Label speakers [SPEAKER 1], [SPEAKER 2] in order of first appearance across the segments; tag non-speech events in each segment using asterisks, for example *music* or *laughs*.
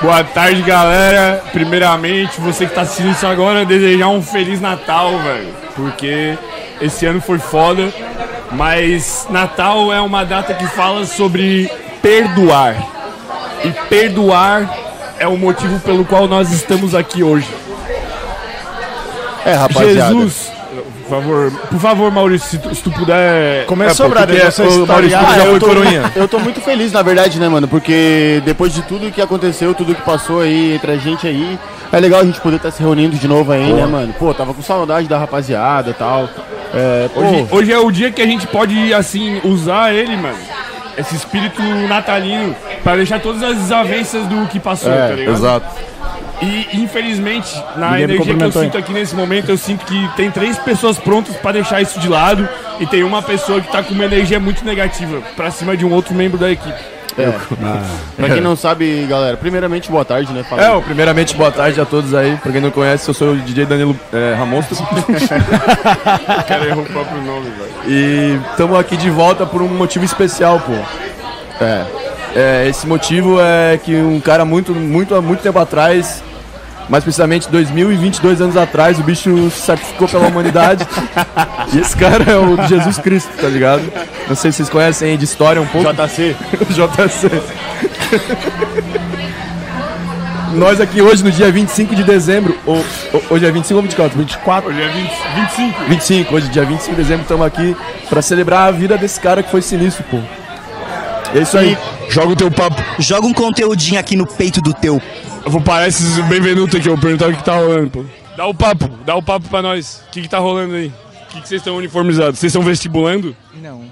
[SPEAKER 1] Boa tarde, galera. Primeiramente, você que tá assistindo isso agora, desejar um Feliz Natal, velho. Porque esse ano foi foda. Mas Natal é uma data que fala sobre perdoar. E perdoar é o motivo pelo qual nós estamos aqui hoje.
[SPEAKER 2] É, rapaziada.
[SPEAKER 1] Jesus, por favor, por favor, Maurício, se tu, se tu puder.
[SPEAKER 3] Começou,
[SPEAKER 1] É, porque
[SPEAKER 3] brother, você
[SPEAKER 1] o Maurício
[SPEAKER 3] historiar.
[SPEAKER 1] tu já
[SPEAKER 2] Ah,
[SPEAKER 1] foi
[SPEAKER 2] eu, tô,
[SPEAKER 1] coroinha.
[SPEAKER 2] eu tô muito feliz, na verdade, né, mano? Porque depois de tudo que aconteceu, tudo que passou aí entre a gente aí, é legal a gente poder estar se reunindo de novo aí, né, mano? Pô, tava com saudade da rapaziada e tal. É, pô,
[SPEAKER 1] Hoje, hoje é o dia que a gente pode, assim, usar ele, mano. Esse espírito natalino pra deixar todas as desavenças do que passou, tá ligado?
[SPEAKER 2] exato.
[SPEAKER 1] E infelizmente, na
[SPEAKER 3] É, Ninguém me
[SPEAKER 1] energia que eu
[SPEAKER 3] cumprimentou, hein?
[SPEAKER 1] sinto aqui nesse momento, eu sinto que tem três pessoas prontas pra deixar isso de lado e tem uma pessoa que tá com uma energia muito negativa pra cima de um outro membro da equipe.
[SPEAKER 2] É. pra
[SPEAKER 1] *laughs*
[SPEAKER 2] quem não sabe, galera, primeiramente, boa tarde, né? Fala
[SPEAKER 4] Ah. É, ó, primeiramente, boa tarde a todos aí. Pra quem não conhece, eu sou o DJ Danilo é,
[SPEAKER 2] *laughs*
[SPEAKER 4] Ramonstro.
[SPEAKER 1] O cara errou o próprio nome, velho.
[SPEAKER 4] e estamos aqui de volta por um motivo especial, pô.
[SPEAKER 2] É.
[SPEAKER 4] É, esse motivo é que um cara muito, muito, há muito tempo atrás, mais precisamente 2022 anos atrás, o bicho se sacrificou pela
[SPEAKER 2] *laughs*
[SPEAKER 4] humanidade. e esse cara é o Jesus Cristo, tá ligado? Não sei se vocês conhecem aí de história um pouco. *laughs*
[SPEAKER 2] JC.
[SPEAKER 4] JC. Nós aqui hoje, no dia 25 de dezembro, ou, ou- hoje é 25 ou 24? 24?
[SPEAKER 1] Hoje é 20, 25.
[SPEAKER 4] 25, hoje dia 25 de dezembro, estamos aqui pra celebrar a vida desse cara que foi sinistro, pô. É isso aí.
[SPEAKER 5] Joga o teu papo.
[SPEAKER 6] Joga um conteúdinho aqui no peito do teu.
[SPEAKER 5] Eu vou parar esses Benvenuto aqui, eu vou perguntar o que tá rolando, pô.
[SPEAKER 1] Dá o papo, dá o papo pra nós. O que, que tá rolando aí? O que, que vocês estão uniformizados? Vocês estão vestibulando?
[SPEAKER 7] Não,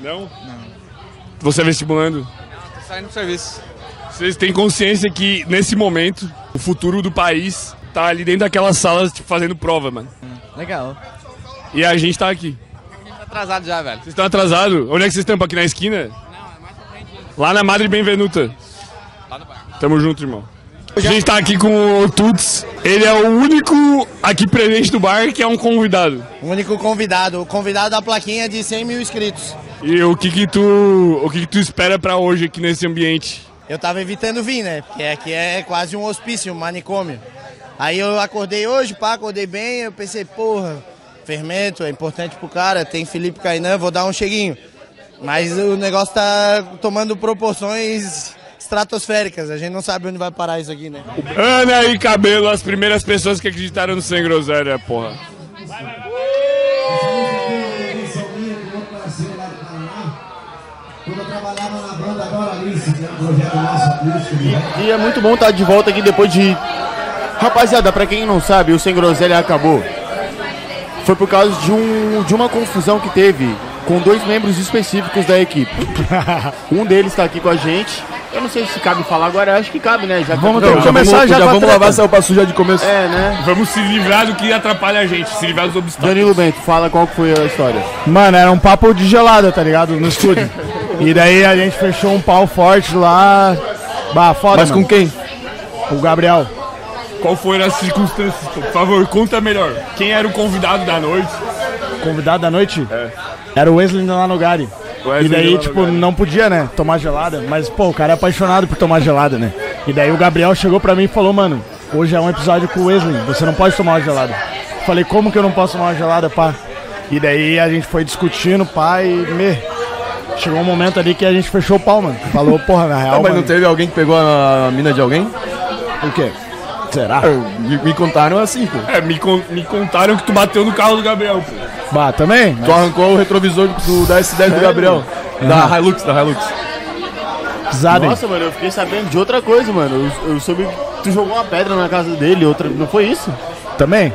[SPEAKER 1] Não? Não. Você é vestibulando?
[SPEAKER 7] saindo do serviço.
[SPEAKER 1] Vocês têm consciência que, nesse momento, o futuro do país tá ali dentro daquelas salas tipo, fazendo prova, mano.
[SPEAKER 7] Legal.
[SPEAKER 1] E a gente tá aqui.
[SPEAKER 7] Tá atrasado já, velho.
[SPEAKER 1] Vocês estão atrasados? Onde é que vocês estão? Aqui na esquina? Lá na Madre Benvenuta. Tamo junto, irmão. A gente tá aqui com o Tuts. Ele é o único aqui presente do bar que é um convidado.
[SPEAKER 8] O único convidado, o convidado da plaquinha de 100 mil inscritos.
[SPEAKER 1] E o que que tu, o que que tu espera pra hoje aqui nesse ambiente?
[SPEAKER 8] Eu tava evitando vir, né? Porque aqui é quase um hospício, um manicômio. Aí eu acordei hoje, pá, acordei bem, eu pensei, porra, fermento é importante pro cara, tem Felipe Cainan, vou dar um cheguinho. Mas o negócio tá tomando proporções estratosféricas, a gente não sabe onde vai parar isso aqui, né?
[SPEAKER 1] Ana e Cabelo, as primeiras pessoas que acreditaram no Sem Groselha, porra.
[SPEAKER 9] Quando eu trabalhava na banda Dora Alice, que era um projeto nosso acústico, de rap,
[SPEAKER 2] E é muito bom estar de volta aqui depois de. Rapaziada, pra quem não sabe, o Sem Groselha acabou. Foi por causa de, um, de uma confusão que teve com dois membros específicos da
[SPEAKER 3] *laughs*
[SPEAKER 2] equipe. Um deles tá aqui com a gente. Eu não sei se cabe falar agora, eu acho que cabe, né? Já que
[SPEAKER 3] Vamos
[SPEAKER 2] eu-
[SPEAKER 3] ter que começar já com a
[SPEAKER 4] vamos
[SPEAKER 3] treta.
[SPEAKER 4] lavar essa roupa suja de começo.
[SPEAKER 2] É, né?
[SPEAKER 1] Vamos se livrar do que atrapalha a gente, se livrar dos obstáculos.
[SPEAKER 2] É. Danilo Bento, fala qual que foi a história.
[SPEAKER 3] Mano, era um papo de gelada, tá ligado? No estúdio. E daí a gente fechou um pau forte lá. Bah, foda,
[SPEAKER 4] Mas com
[SPEAKER 3] mano.
[SPEAKER 4] quem?
[SPEAKER 3] O Gabriel.
[SPEAKER 1] Qual foram as circunstâncias? Por favor, conta melhor. Quem era o convidado da noite?
[SPEAKER 3] Convidado da noite?
[SPEAKER 4] É.
[SPEAKER 3] Era o Wesley Lanogari.
[SPEAKER 1] Wesley
[SPEAKER 3] e daí,
[SPEAKER 1] Lanogari.
[SPEAKER 3] tipo, não podia, né? Tomar gelada. Mas, pô, o cara é apaixonado por tomar gelada, né? E daí o Gabriel chegou pra mim e falou, mano, hoje é um episódio com o Wesley, você não pode tomar uma gelada. Falei, como que eu não posso tomar uma gelada, pá? E daí a gente foi discutindo, pá, e me. Chegou um momento ali que a gente fechou o pau, mano. Falou, porra, na real.
[SPEAKER 4] Não, mas
[SPEAKER 3] mano,
[SPEAKER 4] não teve alguém que pegou a mina de alguém?
[SPEAKER 3] O quê? Será?
[SPEAKER 4] Me, me contaram assim, pô.
[SPEAKER 1] É, me, con- me contaram que tu bateu no carro do Gabriel, pô.
[SPEAKER 3] Bah, também?
[SPEAKER 4] Tu arrancou o retrovisor do, da S10 do Gabriel. Da Hilux, da Hilux.
[SPEAKER 3] Sabe?
[SPEAKER 2] Nossa, mano, eu fiquei sabendo de outra coisa, mano. Eu, eu soube que tu jogou uma pedra na casa dele, outra. Não foi isso?
[SPEAKER 3] Também?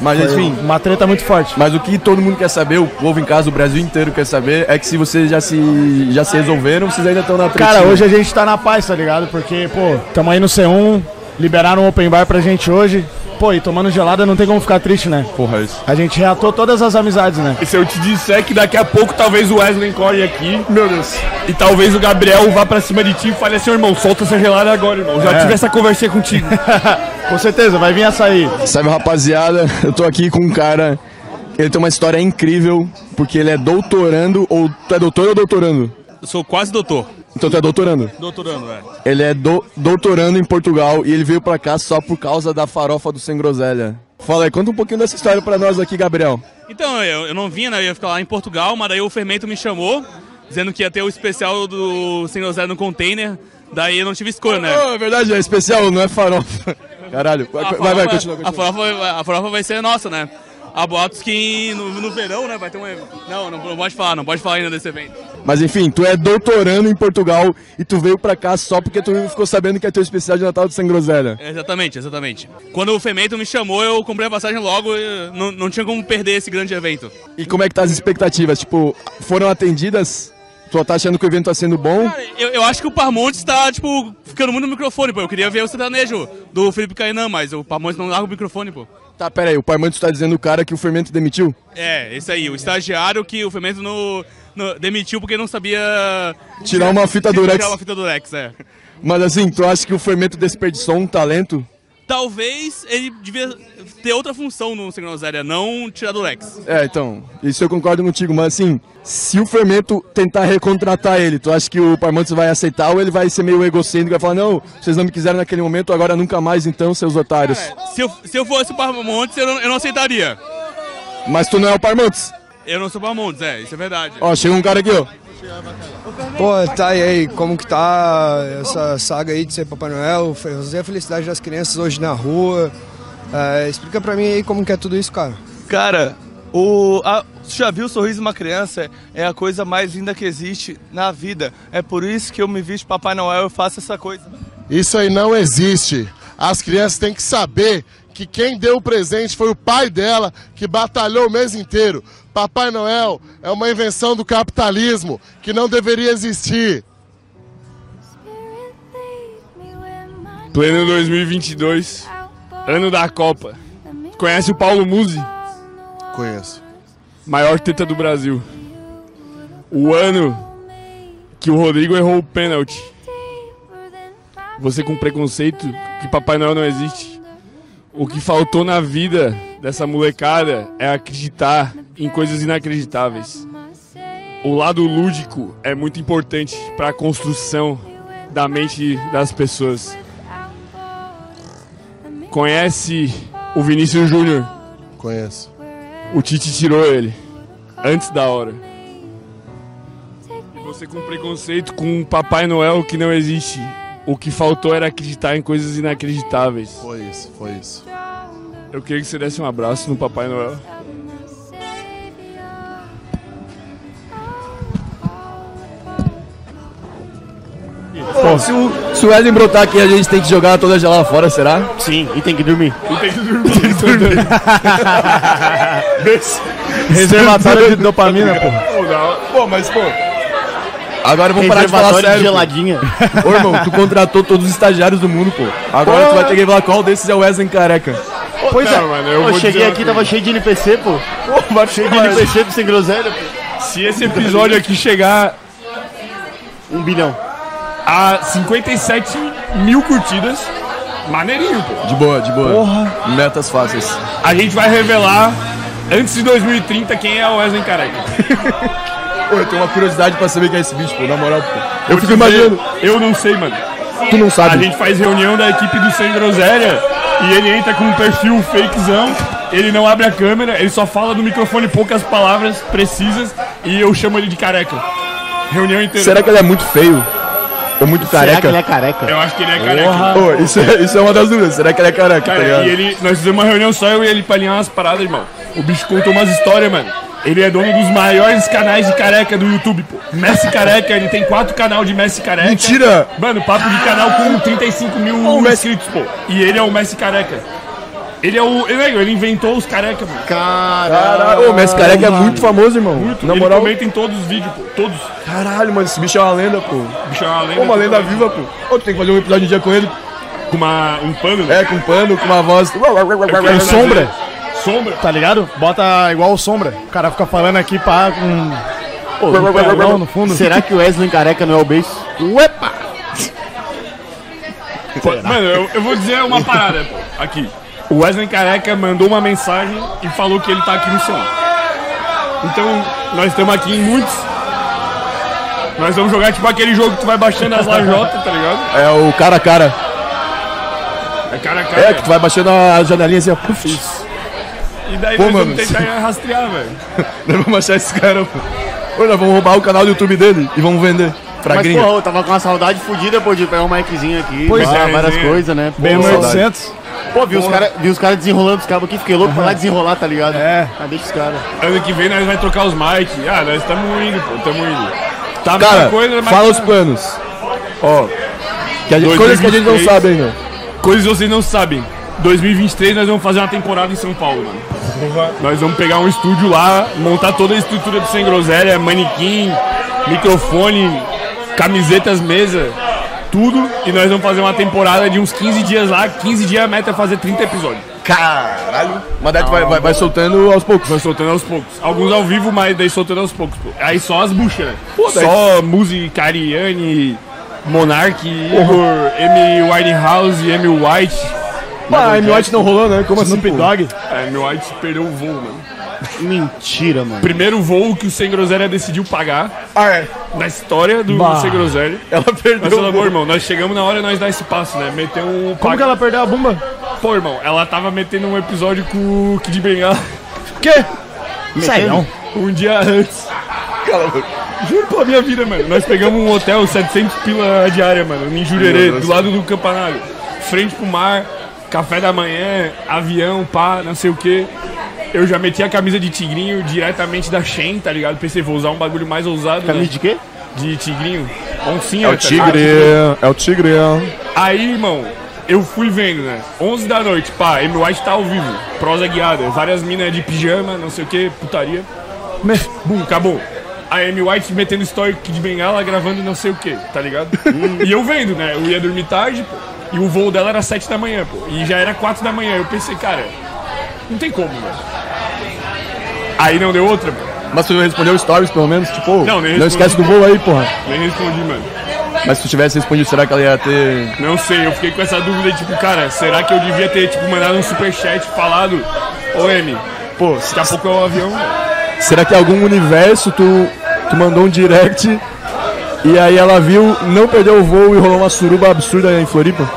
[SPEAKER 4] Mas enfim,
[SPEAKER 3] Uma treta muito forte.
[SPEAKER 4] Mas o que todo mundo quer saber, o povo em casa, o Brasil inteiro quer saber, é que se vocês já se, já se resolveram, vocês ainda estão na
[SPEAKER 3] Cara,
[SPEAKER 4] tretinha.
[SPEAKER 3] hoje a gente tá na paz, tá ligado? Porque, pô, tamo aí no C1, liberaram um open bar pra gente hoje. Pô, e tomando gelada não tem como ficar triste, né?
[SPEAKER 4] Porra, isso.
[SPEAKER 3] A gente reatou todas as amizades, né?
[SPEAKER 1] E se eu te disser que daqui a pouco talvez o Wesley corre aqui. Meu Deus. E talvez o Gabriel vá pra cima de ti e fale assim, irmão, solta essa gelada agora, irmão. Já
[SPEAKER 3] É.
[SPEAKER 1] tive essa conversinha
[SPEAKER 4] *laughs*
[SPEAKER 1] contigo.
[SPEAKER 3] Com certeza, vai vir açaí.
[SPEAKER 4] Sabe, rapaziada, eu tô aqui com um cara. Ele tem uma história incrível, porque ele é doutorando, ou. Tu é doutor ou doutorando?
[SPEAKER 10] Eu sou quase doutor.
[SPEAKER 5] Então tu
[SPEAKER 4] Tá
[SPEAKER 5] é doutorando.
[SPEAKER 10] Doutorando, é.
[SPEAKER 4] Ele é do- doutorando em Portugal e ele veio pra cá só por causa da farofa do Sem Groselha. Fala aí, conta um pouquinho dessa história pra nós aqui, Gabriel.
[SPEAKER 10] Então, eu, eu não vinha, né? Eu ia ficar lá em Portugal, mas daí o Fermento me chamou, dizendo que ia ter o especial do Sem Groselha no container. Daí eu não tive escolha, né?
[SPEAKER 4] Oh, é verdade, é especial, não é farofa. Caralho, vai,
[SPEAKER 10] A
[SPEAKER 4] vai, vai,
[SPEAKER 10] farofa- é
[SPEAKER 4] continua,
[SPEAKER 10] A
[SPEAKER 4] continua.
[SPEAKER 10] farofa, vai- a farofa vai ser nossa, né? Há boatos que no, no verão, né? Vai ter um. ev- Não, não, não pode falar, não pode falar ainda desse evento.
[SPEAKER 4] Mas enfim, tu é doutorando em Portugal e tu veio pra cá só porque tu ficou sabendo que é teu especial de Natal do Sem Groselha.
[SPEAKER 10] É, Exatamente, exatamente. Quando o Femento me chamou, eu comprei a passagem logo, e não, não tinha como perder esse grande evento.
[SPEAKER 4] E como é que tá as expectativas? Tipo, foram atendidas? Tu tá achando que o evento tá sendo bom?
[SPEAKER 10] Eu, eu acho que o Parmontes tá, tipo, ficando muito no microfone, pô. Eu queria ver o sertanejo do Felipe Cainan, mas o Parmontes não larga o microfone, pô.
[SPEAKER 4] Tá, pera aí, o Parmantes tá dizendo o cara que o Fermento demitiu?
[SPEAKER 10] É, esse aí, o estagiário que o Femento no, no- demitiu porque não sabia.
[SPEAKER 4] Tirar uma fita durex.
[SPEAKER 10] Tirar uma fita durex, é.
[SPEAKER 4] Mas assim, tu acha que o Fermento desperdiçou um talento?
[SPEAKER 10] Talvez ele devia ter outra função no Signal Zéria, não tirar durex.
[SPEAKER 4] É, então, isso eu concordo contigo, mas assim, se o Fermento tentar recontratar ele, tu acha que o Parmantes vai aceitar ou ele vai ser meio egocêntrico e vai falar, não, vocês não me quiseram naquele momento, agora nunca mais então, seus otários.
[SPEAKER 10] Se eu, se eu fosse o Parmontes, eu não, eu não aceitaria.
[SPEAKER 4] Mas tu não é o Parmantes.
[SPEAKER 10] Eu não sou Parmontes, é, isso é verdade.
[SPEAKER 4] Ó, chega um cara aqui, ó.
[SPEAKER 11] Pô, tá e aí, como que tá essa saga aí de ser Papai Noel, fazer a felicidade das crianças hoje na rua? É, explica pra mim aí como que é tudo isso, cara.
[SPEAKER 12] Cara, o. a- você já viu o sorriso de uma criança? É a coisa mais linda que existe na vida. É por isso que eu me visto Papai Noel e faço essa coisa.
[SPEAKER 5] Isso aí não existe. As crianças têm que saber que quem deu o presente foi o pai dela, que batalhou o mês inteiro. Papai Noel é uma invenção do capitalismo que não deveria existir.
[SPEAKER 1] Pleno 2022, ano da Copa. Conhece o Paulo Musi?
[SPEAKER 5] Conheço.
[SPEAKER 1] Maior teta do Brasil. O ano que o Rodrigo errou o pênalti. Você com preconceito que Papai Noel não existe. O que faltou na vida dessa molecada é acreditar em coisas inacreditáveis. O lado lúdico é muito importante para a construção da mente das pessoas. Conhece o Vinícius Júnior?
[SPEAKER 5] Conheço.
[SPEAKER 1] O Tite tirou ele antes da hora. E você com preconceito com o Papai Noel que não existe. O que faltou era acreditar em coisas inacreditáveis.
[SPEAKER 5] Foi isso, foi isso.
[SPEAKER 1] Eu queria que você desse um abraço no Papai Noel.
[SPEAKER 4] Pô, se o, se o Ellen brotar aqui, a gente tem que jogar toda ela lá fora, será?
[SPEAKER 2] Sim, e tem que
[SPEAKER 4] *laughs*
[SPEAKER 2] dormir.
[SPEAKER 1] E tem que dormir. Tem que
[SPEAKER 2] dormir.
[SPEAKER 4] *laughs*
[SPEAKER 3] Reservatório de
[SPEAKER 1] né,
[SPEAKER 3] dopamina, pô.
[SPEAKER 4] Pô, mas pô. Agora vamos parar de falar
[SPEAKER 2] Reservatório
[SPEAKER 4] sério.
[SPEAKER 2] de
[SPEAKER 4] pô.
[SPEAKER 2] geladinha.
[SPEAKER 4] Ô, irmão, tu contratou todos os estagiários do mundo, pô. Agora tu vai ter que falar qual desses é o Wesley Careca.
[SPEAKER 2] Pois é, eu, cheguei aqui, tava cheio de NPC, pô. cheio de NPC pro sem groselha, pô.
[SPEAKER 1] Se esse episódio aqui chegar.
[SPEAKER 2] Um bilhão.
[SPEAKER 1] A 57 mil curtidas. Maneirinho, pô.
[SPEAKER 4] De boa, de boa.
[SPEAKER 1] Porra.
[SPEAKER 4] Metas fáceis.
[SPEAKER 1] A gente vai revelar antes de 2030 quem é o Wesley Careca.
[SPEAKER 4] Pô, eu tenho uma curiosidade pra saber quem é esse bicho, pô, na moral, pô.
[SPEAKER 1] Eu fico imaginando. Eu não sei, mano.
[SPEAKER 4] Tu não sabe.
[SPEAKER 1] A gente faz reunião da equipe do Sem Groselha e ele entra com um perfil fakezão, ele não abre a câmera, ele só fala no microfone poucas palavras precisas e eu chamo ele de careca. Reunião inteira.
[SPEAKER 4] Será que ele é muito feio? Ou muito careca?
[SPEAKER 1] Eu acho que ele é careca.
[SPEAKER 4] Pô, isso, é, isso é uma das dúvidas. Será que ele é careca, tá
[SPEAKER 1] Cara,
[SPEAKER 4] ligado?
[SPEAKER 1] e ele, nós fizemos uma reunião só eu e ele pra alinhar umas paradas, irmão. O bicho contou umas histórias, mano. Ele é dono dos maiores canais de careca do YouTube, pô. Messi Careca, ele tem quatro canal de Messi Careca.
[SPEAKER 4] Mentira!
[SPEAKER 1] Mano, papo de canal com 35 mil inscritos, pô. E ele é o Messi Careca. Ele é o. Ele, ele inventou os careca, mano.
[SPEAKER 4] Caralho, ô, Messi Careca é muito famoso, irmão.
[SPEAKER 1] Muito.
[SPEAKER 4] Na
[SPEAKER 1] ele
[SPEAKER 4] moral.
[SPEAKER 1] comenta em todos os vídeos, pô. Todos.
[SPEAKER 4] Caralho, mano, esse bicho é uma lenda, pô.
[SPEAKER 1] Bicho é uma lenda.
[SPEAKER 4] Pô, uma lenda viva, pô. Ô, tu tem que fazer um episódio um dia com ele.
[SPEAKER 1] Com uma, um pano,
[SPEAKER 4] né? É, com um pano, com uma voz.
[SPEAKER 3] quero
[SPEAKER 4] É
[SPEAKER 3] sombra.
[SPEAKER 1] Sombra?
[SPEAKER 3] Tá ligado? Bota igual o Sombra. O cara fica falando aqui pra. Com... Ô, um telão no fundo.
[SPEAKER 2] Será que o Wesley Careca não é o beijo? Uepa!
[SPEAKER 1] Pô, Mano, eu, eu vou dizer uma parada, pô. Aqui. O Wesley Careca mandou uma mensagem e falou que ele tá aqui no céu. Então, nós estamos aqui em muitos. Nós vamos jogar tipo aquele jogo que tu vai baixando as lajotas, tá ligado?
[SPEAKER 4] É o cara a cara.
[SPEAKER 1] É cara a cara.
[SPEAKER 4] É, que tu vai baixando a janelinha assim, ó. Puf.
[SPEAKER 1] E daí
[SPEAKER 4] Pô,
[SPEAKER 1] nós
[SPEAKER 4] mano,
[SPEAKER 1] vamos tentar rastrear, velho.
[SPEAKER 4] *laughs* Nós vamos achar esse cara, pô. Ô, nós vamos roubar o canal do YouTube dele e vamos vender. Pra
[SPEAKER 2] Mas,
[SPEAKER 4] gringa.
[SPEAKER 2] porra, eu tava com uma saudade fodida, pô, de pegar um miczinho aqui.
[SPEAKER 4] Pois
[SPEAKER 2] falar
[SPEAKER 4] é,
[SPEAKER 2] várias
[SPEAKER 4] né?
[SPEAKER 2] coisas, né?
[SPEAKER 4] Bem
[SPEAKER 2] saudade.
[SPEAKER 4] 800.
[SPEAKER 2] Pô, vi os
[SPEAKER 1] Porra.
[SPEAKER 2] caras cara desenrolando os cabos aqui, fiquei louco pra lá desenrolar, tá ligado? É. Ah, deixa os caras.
[SPEAKER 1] Ano que vem nós vai trocar os mic. Ah, nós estamos indo, pô, estamos indo. Tá a mesma
[SPEAKER 4] Cara,
[SPEAKER 1] coisa, mas.
[SPEAKER 4] fala os planos. Ó. Que a gente- coisas que a gente não
[SPEAKER 1] 2023.
[SPEAKER 4] sabe ainda.
[SPEAKER 1] Coisas que vocês não sabem. 2023 nós vamos fazer uma temporada em São Paulo, mano. Nós vamos pegar um estúdio lá, montar toda a estrutura do Sem Groselha, manequim, microfone, camisetas, mesa, tudo. E nós vamos fazer uma temporada de uns 15 dias lá. 15 dias a meta é fazer 30 episódios.
[SPEAKER 4] Caralho! Mas daí tu vai, vai, vai soltando aos poucos.
[SPEAKER 1] Vai soltando aos poucos. Alguns ao vivo, mas daí soltando aos poucos, pô. Aí só as buchas, né?
[SPEAKER 4] Pô, daí-
[SPEAKER 1] Só música, Ariane, Monark, Igor,
[SPEAKER 4] Porra.
[SPEAKER 1] M. Winehouse, M. White.
[SPEAKER 4] Ah, M. White não rolou, né? Como assim,
[SPEAKER 1] Snoop
[SPEAKER 4] pô?
[SPEAKER 1] Dogg? É, M. White perdeu o voo, mano.
[SPEAKER 4] *laughs*
[SPEAKER 2] Mentira, mano.
[SPEAKER 1] Primeiro voo que o Sem Groselha decidiu pagar.
[SPEAKER 4] Ah, é?
[SPEAKER 1] Na história do
[SPEAKER 3] Bah.
[SPEAKER 1] Sem Groselha.
[SPEAKER 4] Ela perdeu
[SPEAKER 1] Mas,
[SPEAKER 3] o
[SPEAKER 1] pelo amor,
[SPEAKER 3] voo.
[SPEAKER 1] irmão, nós chegamos na hora e nós dá esse passo, né? Meteu um...
[SPEAKER 3] Como que ela perdeu a bomba?
[SPEAKER 1] Pô, irmão, ela tava metendo um episódio com o Kid Bengala.
[SPEAKER 3] Quê?
[SPEAKER 1] Sai não. Um dia antes. Juro pela minha vida, mano. Nós pegamos um hotel, 700 pila a diária, mano, em Jurerê,
[SPEAKER 4] Meu Deus
[SPEAKER 1] do lado do campanário. Frente pro mar, café da manhã, avião, pá, não sei o quê. Eu já meti a camisa de tigrinho diretamente da Shen, tá ligado? Pensei, vou usar um bagulho mais ousado.
[SPEAKER 2] Camisa
[SPEAKER 1] né?
[SPEAKER 2] de quê?
[SPEAKER 1] De tigrinho. Oncinha.
[SPEAKER 4] É o
[SPEAKER 1] tá
[SPEAKER 4] tigre,
[SPEAKER 1] ligado?
[SPEAKER 4] é o tigre.
[SPEAKER 1] Aí, irmão, eu fui vendo, né? 11 da noite, pá, M. White tá ao vivo, prosa guiada, várias minas de pijama, não sei o que, putaria. Né? Bum, acabou. A M. White metendo story de bengala, gravando não sei o que, tá ligado? e eu vendo, né? Eu ia dormir tarde, pô, e o voo dela era 7 da manhã, pô, e já era 4 da manhã. Eu pensei, cara, não tem como, velho. Aí não deu outra, pô.
[SPEAKER 4] Mas tu respondeu stories, pelo menos, tipo, ô,
[SPEAKER 1] Não,
[SPEAKER 4] não,
[SPEAKER 1] nem
[SPEAKER 4] esquece do
[SPEAKER 1] respondi.
[SPEAKER 4] voo aí, porra.
[SPEAKER 1] Nem respondi, mano.
[SPEAKER 4] Mas se tu tivesse respondido, será que ela ia ter...
[SPEAKER 1] Não sei, eu fiquei com essa dúvida, tipo, cara, será que eu devia ter, tipo, mandado um superchat falado, ô M,
[SPEAKER 4] pô,
[SPEAKER 1] daqui a pouco é o avião.
[SPEAKER 4] Será que em algum universo tu, tu mandou um direct e aí ela viu, não perdeu o voo e rolou uma suruba absurda em Floripa?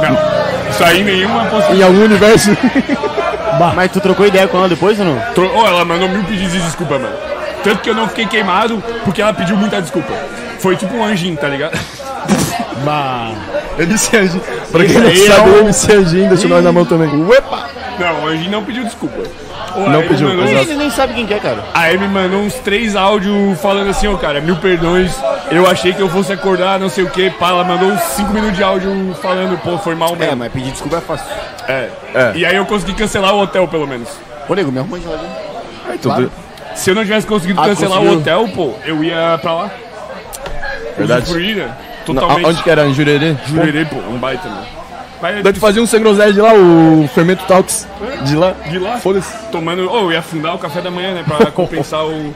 [SPEAKER 1] Não, isso aí nenhuma
[SPEAKER 4] Em algum universo?
[SPEAKER 2] Mas tu trocou ideia com ela depois ou não?
[SPEAKER 1] Tro- Ô, ela mandou mil pedidos de desculpa, mano. Tanto que eu não fiquei queimado, porque ela pediu muita desculpa. Foi tipo um anjinho, tá ligado?
[SPEAKER 4] Bah. MC Anjinho. Pra quem
[SPEAKER 1] Isso
[SPEAKER 4] não
[SPEAKER 1] aí é
[SPEAKER 4] sabe,
[SPEAKER 1] um-
[SPEAKER 4] o MC Anjinho deixou nós na mão também.
[SPEAKER 1] Uepa! Não, o anjinho não pediu desculpa. Ô,
[SPEAKER 4] Não
[SPEAKER 1] aí
[SPEAKER 4] pediu,
[SPEAKER 1] mandou- um
[SPEAKER 4] exato. Ele
[SPEAKER 2] nem sabe quem que é, cara.
[SPEAKER 1] Aí me mandou uns três áudios falando assim, ô cara, mil perdões, eu achei que eu fosse acordar, não sei o que, pá, ela mandou uns cinco minutos de áudio falando, pô, foi mal mesmo. É, mas
[SPEAKER 2] pedir desculpa é fácil.
[SPEAKER 1] É.
[SPEAKER 4] É.
[SPEAKER 1] E aí eu consegui cancelar o hotel, pelo menos.
[SPEAKER 2] Ô, nego, me arruma de
[SPEAKER 4] É,
[SPEAKER 1] Claro. Se eu não tivesse conseguido
[SPEAKER 4] Ah,
[SPEAKER 1] cancelar
[SPEAKER 4] conseguiu.
[SPEAKER 1] o hotel, pô, eu ia pra lá.
[SPEAKER 4] Verdade.
[SPEAKER 1] Eu fui, né?
[SPEAKER 4] Não,
[SPEAKER 1] Totalmente.
[SPEAKER 4] Onde que era? Em Jurerê?
[SPEAKER 1] Jurerê, pô, um baita, mano. Mas-
[SPEAKER 4] Daí tu fazia um sem groselha de lá, o Fermento Talks. De lá.
[SPEAKER 1] De lá? Tomando. Ô, eu ia afundar o café da manhã, né? *laughs* Pra compensar o.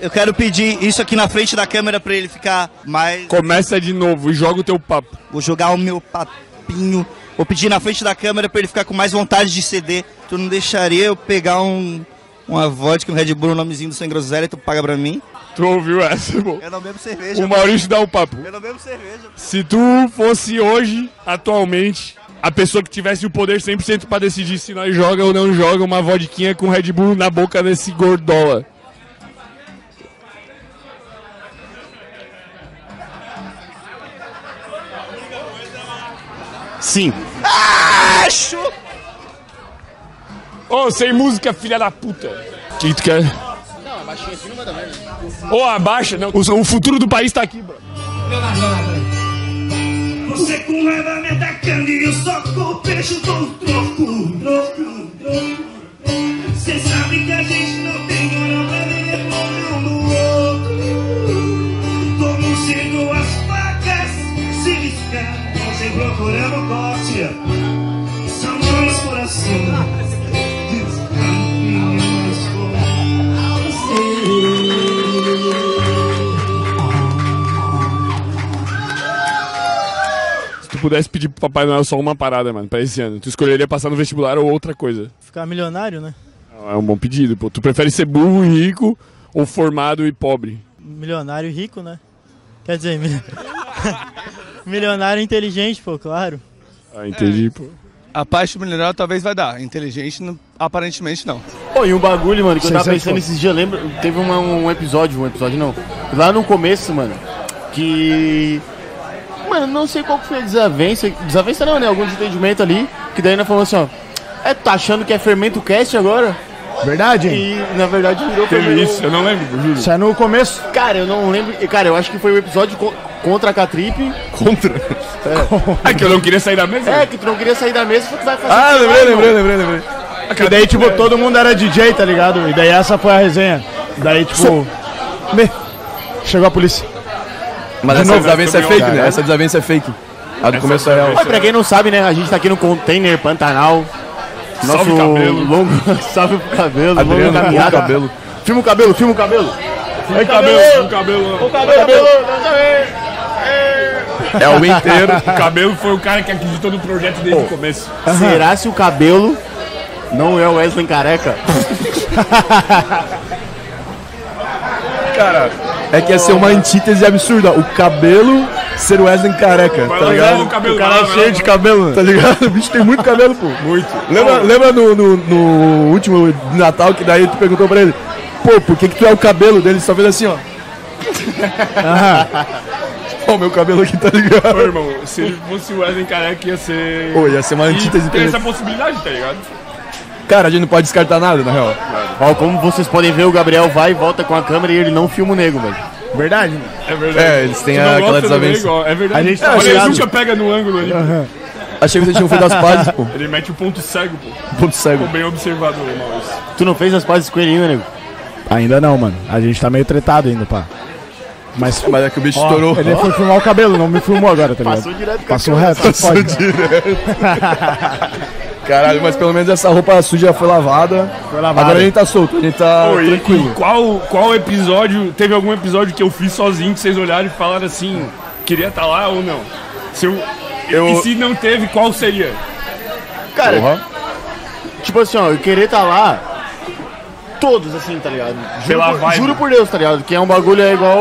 [SPEAKER 6] Eu quero pedir isso aqui na frente da câmera pra ele ficar mais.
[SPEAKER 1] Começa de novo e joga o teu papo.
[SPEAKER 6] Vou jogar o meu papinho. Vou pedir na frente da câmera pra ele ficar com mais vontade de ceder. Tu não deixaria eu pegar um. Uma vodka, um Red Bull, um nomezinho do Sem Groselha, tu paga pra mim?
[SPEAKER 1] Tu ouviu essa, pô?
[SPEAKER 6] Eu não bebo cerveja.
[SPEAKER 1] O Maurício dá o papo.
[SPEAKER 6] Eu não bebo cerveja.
[SPEAKER 1] Se tu fosse hoje, atualmente, a pessoa que tivesse o poder 100% pra decidir se nós joga ou não joga uma vodquinha com Red Bull na boca desse gordola.
[SPEAKER 2] Sim.
[SPEAKER 6] Acho!
[SPEAKER 1] Ô, sem música, filha da puta. O que tu quer?
[SPEAKER 9] Não, baixinho assim não vai dar merda.
[SPEAKER 1] Ô, abaixa, não. O, o futuro do país tá aqui, bro.
[SPEAKER 9] Você com leva me atacando e eu só com o peixe dou um troco, troco, troco. Cê sabe que a gente não tem hora pra ver um do outro. Como sendo as facas se riscar, nós em procuramos corte. São dois corações. descaminhados por você.
[SPEAKER 1] Se tu pudesse pedir pro Papai Noel só uma parada, mano, pra esse ano, tu escolheria passar no vestibular ou outra coisa?
[SPEAKER 3] Ficar milionário, né?
[SPEAKER 1] É um bom pedido, pô. Tu prefere ser burro e rico ou formado e pobre?
[SPEAKER 13] milionário rico, né? Quer dizer, mil- *laughs* milionário inteligente, pô, claro.
[SPEAKER 1] Ah, entendi, pô.
[SPEAKER 12] A parte mineral talvez vai dar. Inteligente, não- aparentemente não.
[SPEAKER 2] Pô, e um bagulho, mano, que eu tava
[SPEAKER 12] 600
[SPEAKER 2] pensando
[SPEAKER 12] conto.
[SPEAKER 2] esses dias, lembra? Teve uma- um episódio, um episódio não. Lá no começo, mano, que. Mano, não sei qual que foi a desavença. Desavença não, né? Algum desentendimento ali. Que daí nós falamos assim, ó. É, tu tá achando que é fermento cast agora?
[SPEAKER 3] Verdade?
[SPEAKER 2] E na verdade virou
[SPEAKER 3] Teve
[SPEAKER 2] fermento.
[SPEAKER 3] isso, eu
[SPEAKER 1] não lembro, juro.
[SPEAKER 3] Isso é no começo?
[SPEAKER 2] Cara, eu não lembro. Cara, eu acho que foi o episódio co- contra a Catripe.
[SPEAKER 1] Contra? *laughs* É. que eu não queria sair da mesa.
[SPEAKER 2] É, que tu não queria sair da mesa, tu vai fazer. um
[SPEAKER 3] Ah,
[SPEAKER 2] o que
[SPEAKER 3] lembrei,
[SPEAKER 2] lá,
[SPEAKER 3] lembrei,
[SPEAKER 2] irmão?
[SPEAKER 3] lembrei, lembrei. E daí, tipo, todo mundo era DJ, tá ligado? E daí essa foi a resenha. Daí, tipo. Me... Chegou a polícia. tá
[SPEAKER 4] Mas
[SPEAKER 3] De
[SPEAKER 4] essa
[SPEAKER 3] novo,
[SPEAKER 4] desavença é
[SPEAKER 3] campeão,
[SPEAKER 4] fake, né?
[SPEAKER 3] cara.
[SPEAKER 4] Essa desavença é fake. A do
[SPEAKER 2] Essa
[SPEAKER 4] começo é real.
[SPEAKER 2] Mas pra quem não sabe, né? A gente tá aqui no container Pantanal. Nosso
[SPEAKER 4] Salve, cabelo.
[SPEAKER 2] longo. *laughs* Salve pro cabelo.
[SPEAKER 4] Adriano,
[SPEAKER 2] longa caminhada.
[SPEAKER 4] bom cabelo.
[SPEAKER 2] Filma o cabelo, filma o cabelo.
[SPEAKER 1] Olha o cabelo, o cabelo. O
[SPEAKER 2] cabelo,
[SPEAKER 1] É o inteiro. *laughs* O cabelo foi o cara que acreditou no projeto desde o começo.
[SPEAKER 2] Será se o cabelo não é o Wesley careca?
[SPEAKER 1] *laughs*
[SPEAKER 4] Cara, é que ia ser uma antítese absurda. O cabelo ser o Wesley careca, tá ligado?
[SPEAKER 1] cabelo
[SPEAKER 4] o
[SPEAKER 3] é
[SPEAKER 4] cara
[SPEAKER 1] lá,
[SPEAKER 4] cheio de cabelo, tá ligado? O bicho tem muito cabelo, pô. Muito. Lembra, lembra no, no- no último Natal que daí tu perguntou pra ele, pô, por que que tu é o cabelo dele? Ele Só fez assim, ó. Ó, o meu cabelo aqui, tá ligado?
[SPEAKER 1] Pô, irmão, se ele fosse o Wesley Careca, ia ser.
[SPEAKER 4] Pô, ia ser uma antítese
[SPEAKER 1] E Tem essa
[SPEAKER 4] perfeita.
[SPEAKER 1] possibilidade, tá ligado?
[SPEAKER 4] *laughs* Cara, a gente não pode descartar nada, na real.
[SPEAKER 2] Ó, como vocês podem ver, o Gabriel vai e volta com a câmera e ele não filma o nego, velho.
[SPEAKER 3] Verdade, mano.
[SPEAKER 1] É verdade.
[SPEAKER 4] É, eles têm
[SPEAKER 1] Tu não
[SPEAKER 4] a-
[SPEAKER 1] gosta
[SPEAKER 4] aquela
[SPEAKER 1] do
[SPEAKER 4] desavença.
[SPEAKER 1] nego, ó, é verdade.
[SPEAKER 4] A gente tá
[SPEAKER 1] Olha, ele
[SPEAKER 4] chateado.
[SPEAKER 1] nunca pega no ângulo ali.
[SPEAKER 4] Achei que vocês tinham feito as pazes, pô.
[SPEAKER 1] Ele mete o ponto cego, pô.
[SPEAKER 4] Ponto cego.
[SPEAKER 1] Ficou bem observado, Maurício.
[SPEAKER 2] Tu não fez as pazes com ele ainda, nego?
[SPEAKER 3] Ainda não, mano. A gente tá meio tretado ainda, pá. Mas,
[SPEAKER 4] Mas é que o bicho
[SPEAKER 3] Ó,
[SPEAKER 4] estourou.
[SPEAKER 3] Ele foi filmar o cabelo, não me filmou agora, tá ligado?
[SPEAKER 4] Passou direto com a
[SPEAKER 3] Passou
[SPEAKER 4] câmera.
[SPEAKER 3] reto.
[SPEAKER 4] Passou
[SPEAKER 3] pode.
[SPEAKER 2] *laughs*
[SPEAKER 4] Caralho, mas pelo menos essa roupa suja foi lavada.
[SPEAKER 3] Foi
[SPEAKER 1] lavada.
[SPEAKER 4] Agora a gente tá solto, a gente tá
[SPEAKER 1] Pô, e-
[SPEAKER 4] tranquilo.
[SPEAKER 1] e qual, qual episódio, teve algum episódio que eu fiz sozinho que vocês olharam e falaram assim, queria estar lá ou não? Se eu,
[SPEAKER 2] Eu-
[SPEAKER 1] E se não teve, qual seria?
[SPEAKER 2] Cara, tipo assim, ó, eu querer tá lá. Todos, assim, tá ligado? Juro,
[SPEAKER 1] Pela
[SPEAKER 2] por,
[SPEAKER 1] vibe.
[SPEAKER 2] juro por Deus, tá ligado? Que é um bagulho é igual.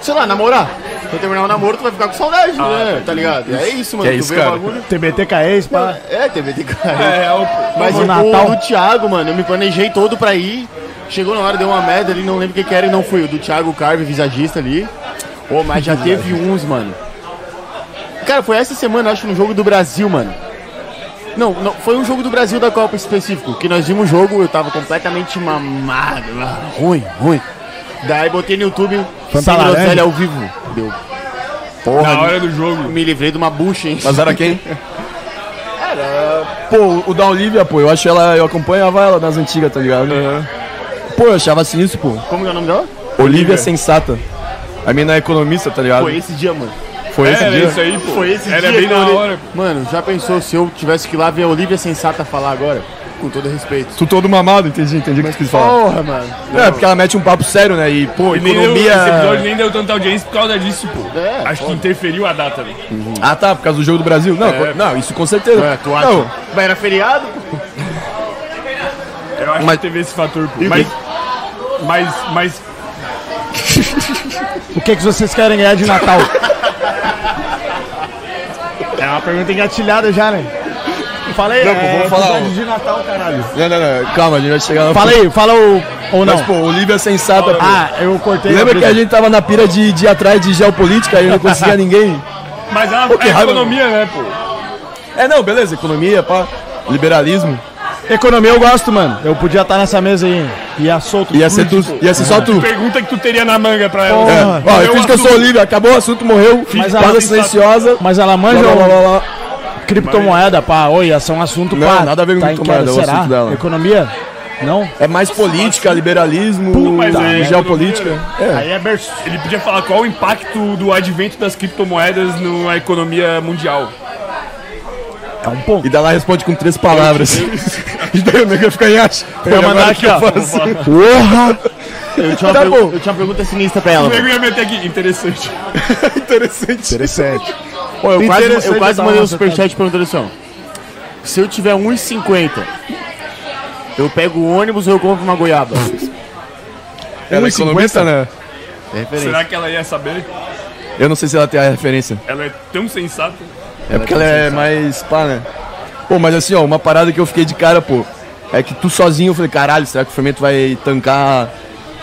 [SPEAKER 2] Sei lá, namorar. Quando terminar o namoro, tu vai ficar com saudade, né? Tá ligado? É isso, mano. tu vê o bagulho.
[SPEAKER 3] TBT Caes, pá.
[SPEAKER 2] É, TBT Caes.
[SPEAKER 3] É, o-
[SPEAKER 2] Mas
[SPEAKER 3] o
[SPEAKER 2] o
[SPEAKER 3] Natal.
[SPEAKER 2] do Thiago, mano, eu me planejei todo pra ir. Chegou na hora, deu uma merda ali, não lembro o que, que era e não fui. O do Thiago Carve, visagista ali. Ô, mas já teve uns, mano. Cara, foi essa semana, acho, no jogo do Brasil, mano. Não, não, foi um jogo do Brasil da Copa específico, que nós vimos o jogo, eu tava completamente mamado, lá, ruim, ruim. Daí botei no YouTube,
[SPEAKER 1] Fanta
[SPEAKER 2] sem
[SPEAKER 1] laranja?
[SPEAKER 3] É.
[SPEAKER 2] groselha ao vivo. Deu.
[SPEAKER 1] Na hora do jogo.
[SPEAKER 2] Me livrei de uma bucha, hein?
[SPEAKER 4] Mas era quem? Pô, o da Olivia, pô, eu acho ela, eu acompanhava ela nas antigas, tá ligado? Pô, eu achava assim isso, pô.
[SPEAKER 2] *laughs* Como que é o nome dela?
[SPEAKER 4] Olivia Sensata. A mina é economista, tá ligado?
[SPEAKER 2] Foi esse dia, mano.
[SPEAKER 4] Foi
[SPEAKER 1] É,
[SPEAKER 4] esse dia?
[SPEAKER 2] Foi esse
[SPEAKER 1] Era
[SPEAKER 2] dia.
[SPEAKER 1] bem
[SPEAKER 2] que
[SPEAKER 1] na
[SPEAKER 2] eu olhei-
[SPEAKER 1] hora.
[SPEAKER 2] Mano, já pensou se eu tivesse que ir lá ver a Olivia Sensata falar agora? Com todo respeito.
[SPEAKER 4] Tu todo mamado, entendi, entendi o que tu quis falar.
[SPEAKER 2] Porra, mano.
[SPEAKER 4] É, porque ela mete um papo sério, né? E, pô,
[SPEAKER 1] E nem deu-
[SPEAKER 4] economia.
[SPEAKER 1] esse episódio nem deu tanta audiência por causa disso, pô.
[SPEAKER 2] É,
[SPEAKER 1] Acho que interferiu a data, né?
[SPEAKER 4] Ah, tá, por causa do jogo do Brasil? Não,
[SPEAKER 1] É.
[SPEAKER 4] não isso com certeza.
[SPEAKER 1] É, tu acha?
[SPEAKER 4] Não,
[SPEAKER 2] Mas era feriado?
[SPEAKER 1] Eu acho que teve esse fator, pô.
[SPEAKER 4] E-
[SPEAKER 1] Mas, mas, mas
[SPEAKER 3] O que, que vocês querem ganhar de Natal? É uma pergunta engatilhada já, né? Falei,
[SPEAKER 4] Não, pô,
[SPEAKER 3] é,
[SPEAKER 4] vamos falar, Tá
[SPEAKER 3] episódio de Natal, caralho.
[SPEAKER 4] Não, não, não, calma, a gente vai chegar
[SPEAKER 3] Fala aí, fala o. Ou não.
[SPEAKER 4] Mas, pô, Olivia é Sensata, pô.
[SPEAKER 3] Ah, eu cortei.
[SPEAKER 4] Lembra
[SPEAKER 3] na
[SPEAKER 4] que a
[SPEAKER 3] brisa.
[SPEAKER 4] gente tava na pira de, de ir atrás de geopolítica e eu não conseguia ninguém?
[SPEAKER 1] Mas
[SPEAKER 3] é
[SPEAKER 1] a,
[SPEAKER 4] Pô, que
[SPEAKER 1] a
[SPEAKER 4] raiva,
[SPEAKER 1] economia, né, pô?
[SPEAKER 4] É, não, beleza, economia, pá. Liberalismo.
[SPEAKER 3] Economia eu gosto, mano. Eu podia estar nessa mesa aí. Ia solto.
[SPEAKER 4] tá Ia ser
[SPEAKER 3] tudo,
[SPEAKER 4] tu- ia ser é
[SPEAKER 1] É.
[SPEAKER 4] só
[SPEAKER 3] Aham.
[SPEAKER 4] tu.
[SPEAKER 1] Pergunta que tu teria na manga pra ela.
[SPEAKER 4] É.
[SPEAKER 1] Morreu
[SPEAKER 4] Ó, eu fiz
[SPEAKER 1] o
[SPEAKER 4] que eu sou
[SPEAKER 1] assunto.
[SPEAKER 4] Olivia, acabou o assunto, morreu.
[SPEAKER 1] Mas
[SPEAKER 4] Guarda
[SPEAKER 1] ela-
[SPEAKER 4] silenciosa.
[SPEAKER 3] Mas ela manja
[SPEAKER 4] Blá, blá, blá, blá,
[SPEAKER 3] criptomoeda, pá. Oi, essa é um assunto,
[SPEAKER 4] Não,
[SPEAKER 3] pá.
[SPEAKER 4] nada a ver com
[SPEAKER 3] tá em
[SPEAKER 4] criptomoeda,
[SPEAKER 3] queda,
[SPEAKER 4] é o
[SPEAKER 3] será?
[SPEAKER 4] assunto dela.
[SPEAKER 3] Economia? Não?
[SPEAKER 4] É mais política, liberalismo,
[SPEAKER 1] Mas
[SPEAKER 4] tá,
[SPEAKER 1] é,
[SPEAKER 4] geopolítica.
[SPEAKER 1] economia, né?
[SPEAKER 2] é
[SPEAKER 1] Ele podia falar qual o impacto do advento das criptomoedas na economia mundial.
[SPEAKER 3] É um ponto.
[SPEAKER 4] E daí ela responde com três palavras. *laughs* e daí o nego ia ficar em acha.
[SPEAKER 2] Eu ia mandar aqui, ó.
[SPEAKER 4] Porra!
[SPEAKER 2] Eu tinha, uma
[SPEAKER 4] Tá
[SPEAKER 2] pergu-
[SPEAKER 4] bom.
[SPEAKER 2] eu tinha uma pergunta sinistra pra ela.
[SPEAKER 1] O
[SPEAKER 2] *laughs*
[SPEAKER 1] nego ia meter aqui. Interessante.
[SPEAKER 4] Interessante.
[SPEAKER 3] Interessante.
[SPEAKER 2] Pô, eu quase,
[SPEAKER 3] Interessante
[SPEAKER 2] eu quase
[SPEAKER 3] essa
[SPEAKER 2] mandei um
[SPEAKER 3] nossa,
[SPEAKER 2] superchat perguntando assim, ó. Se eu tiver 1,50, eu pego o ônibus ou eu compro uma goiaba? um
[SPEAKER 4] Ela é economista, né?
[SPEAKER 2] É referência.
[SPEAKER 1] Será que ela ia saber?
[SPEAKER 4] Eu não sei se ela tem a referência.
[SPEAKER 1] Ela é tão sensata.
[SPEAKER 4] É porque ela é mais pá, né? Pô, mas assim, ó, uma parada que eu fiquei de cara, pô, é que tu sozinho, eu falei, caralho, será que o Fermento vai tancar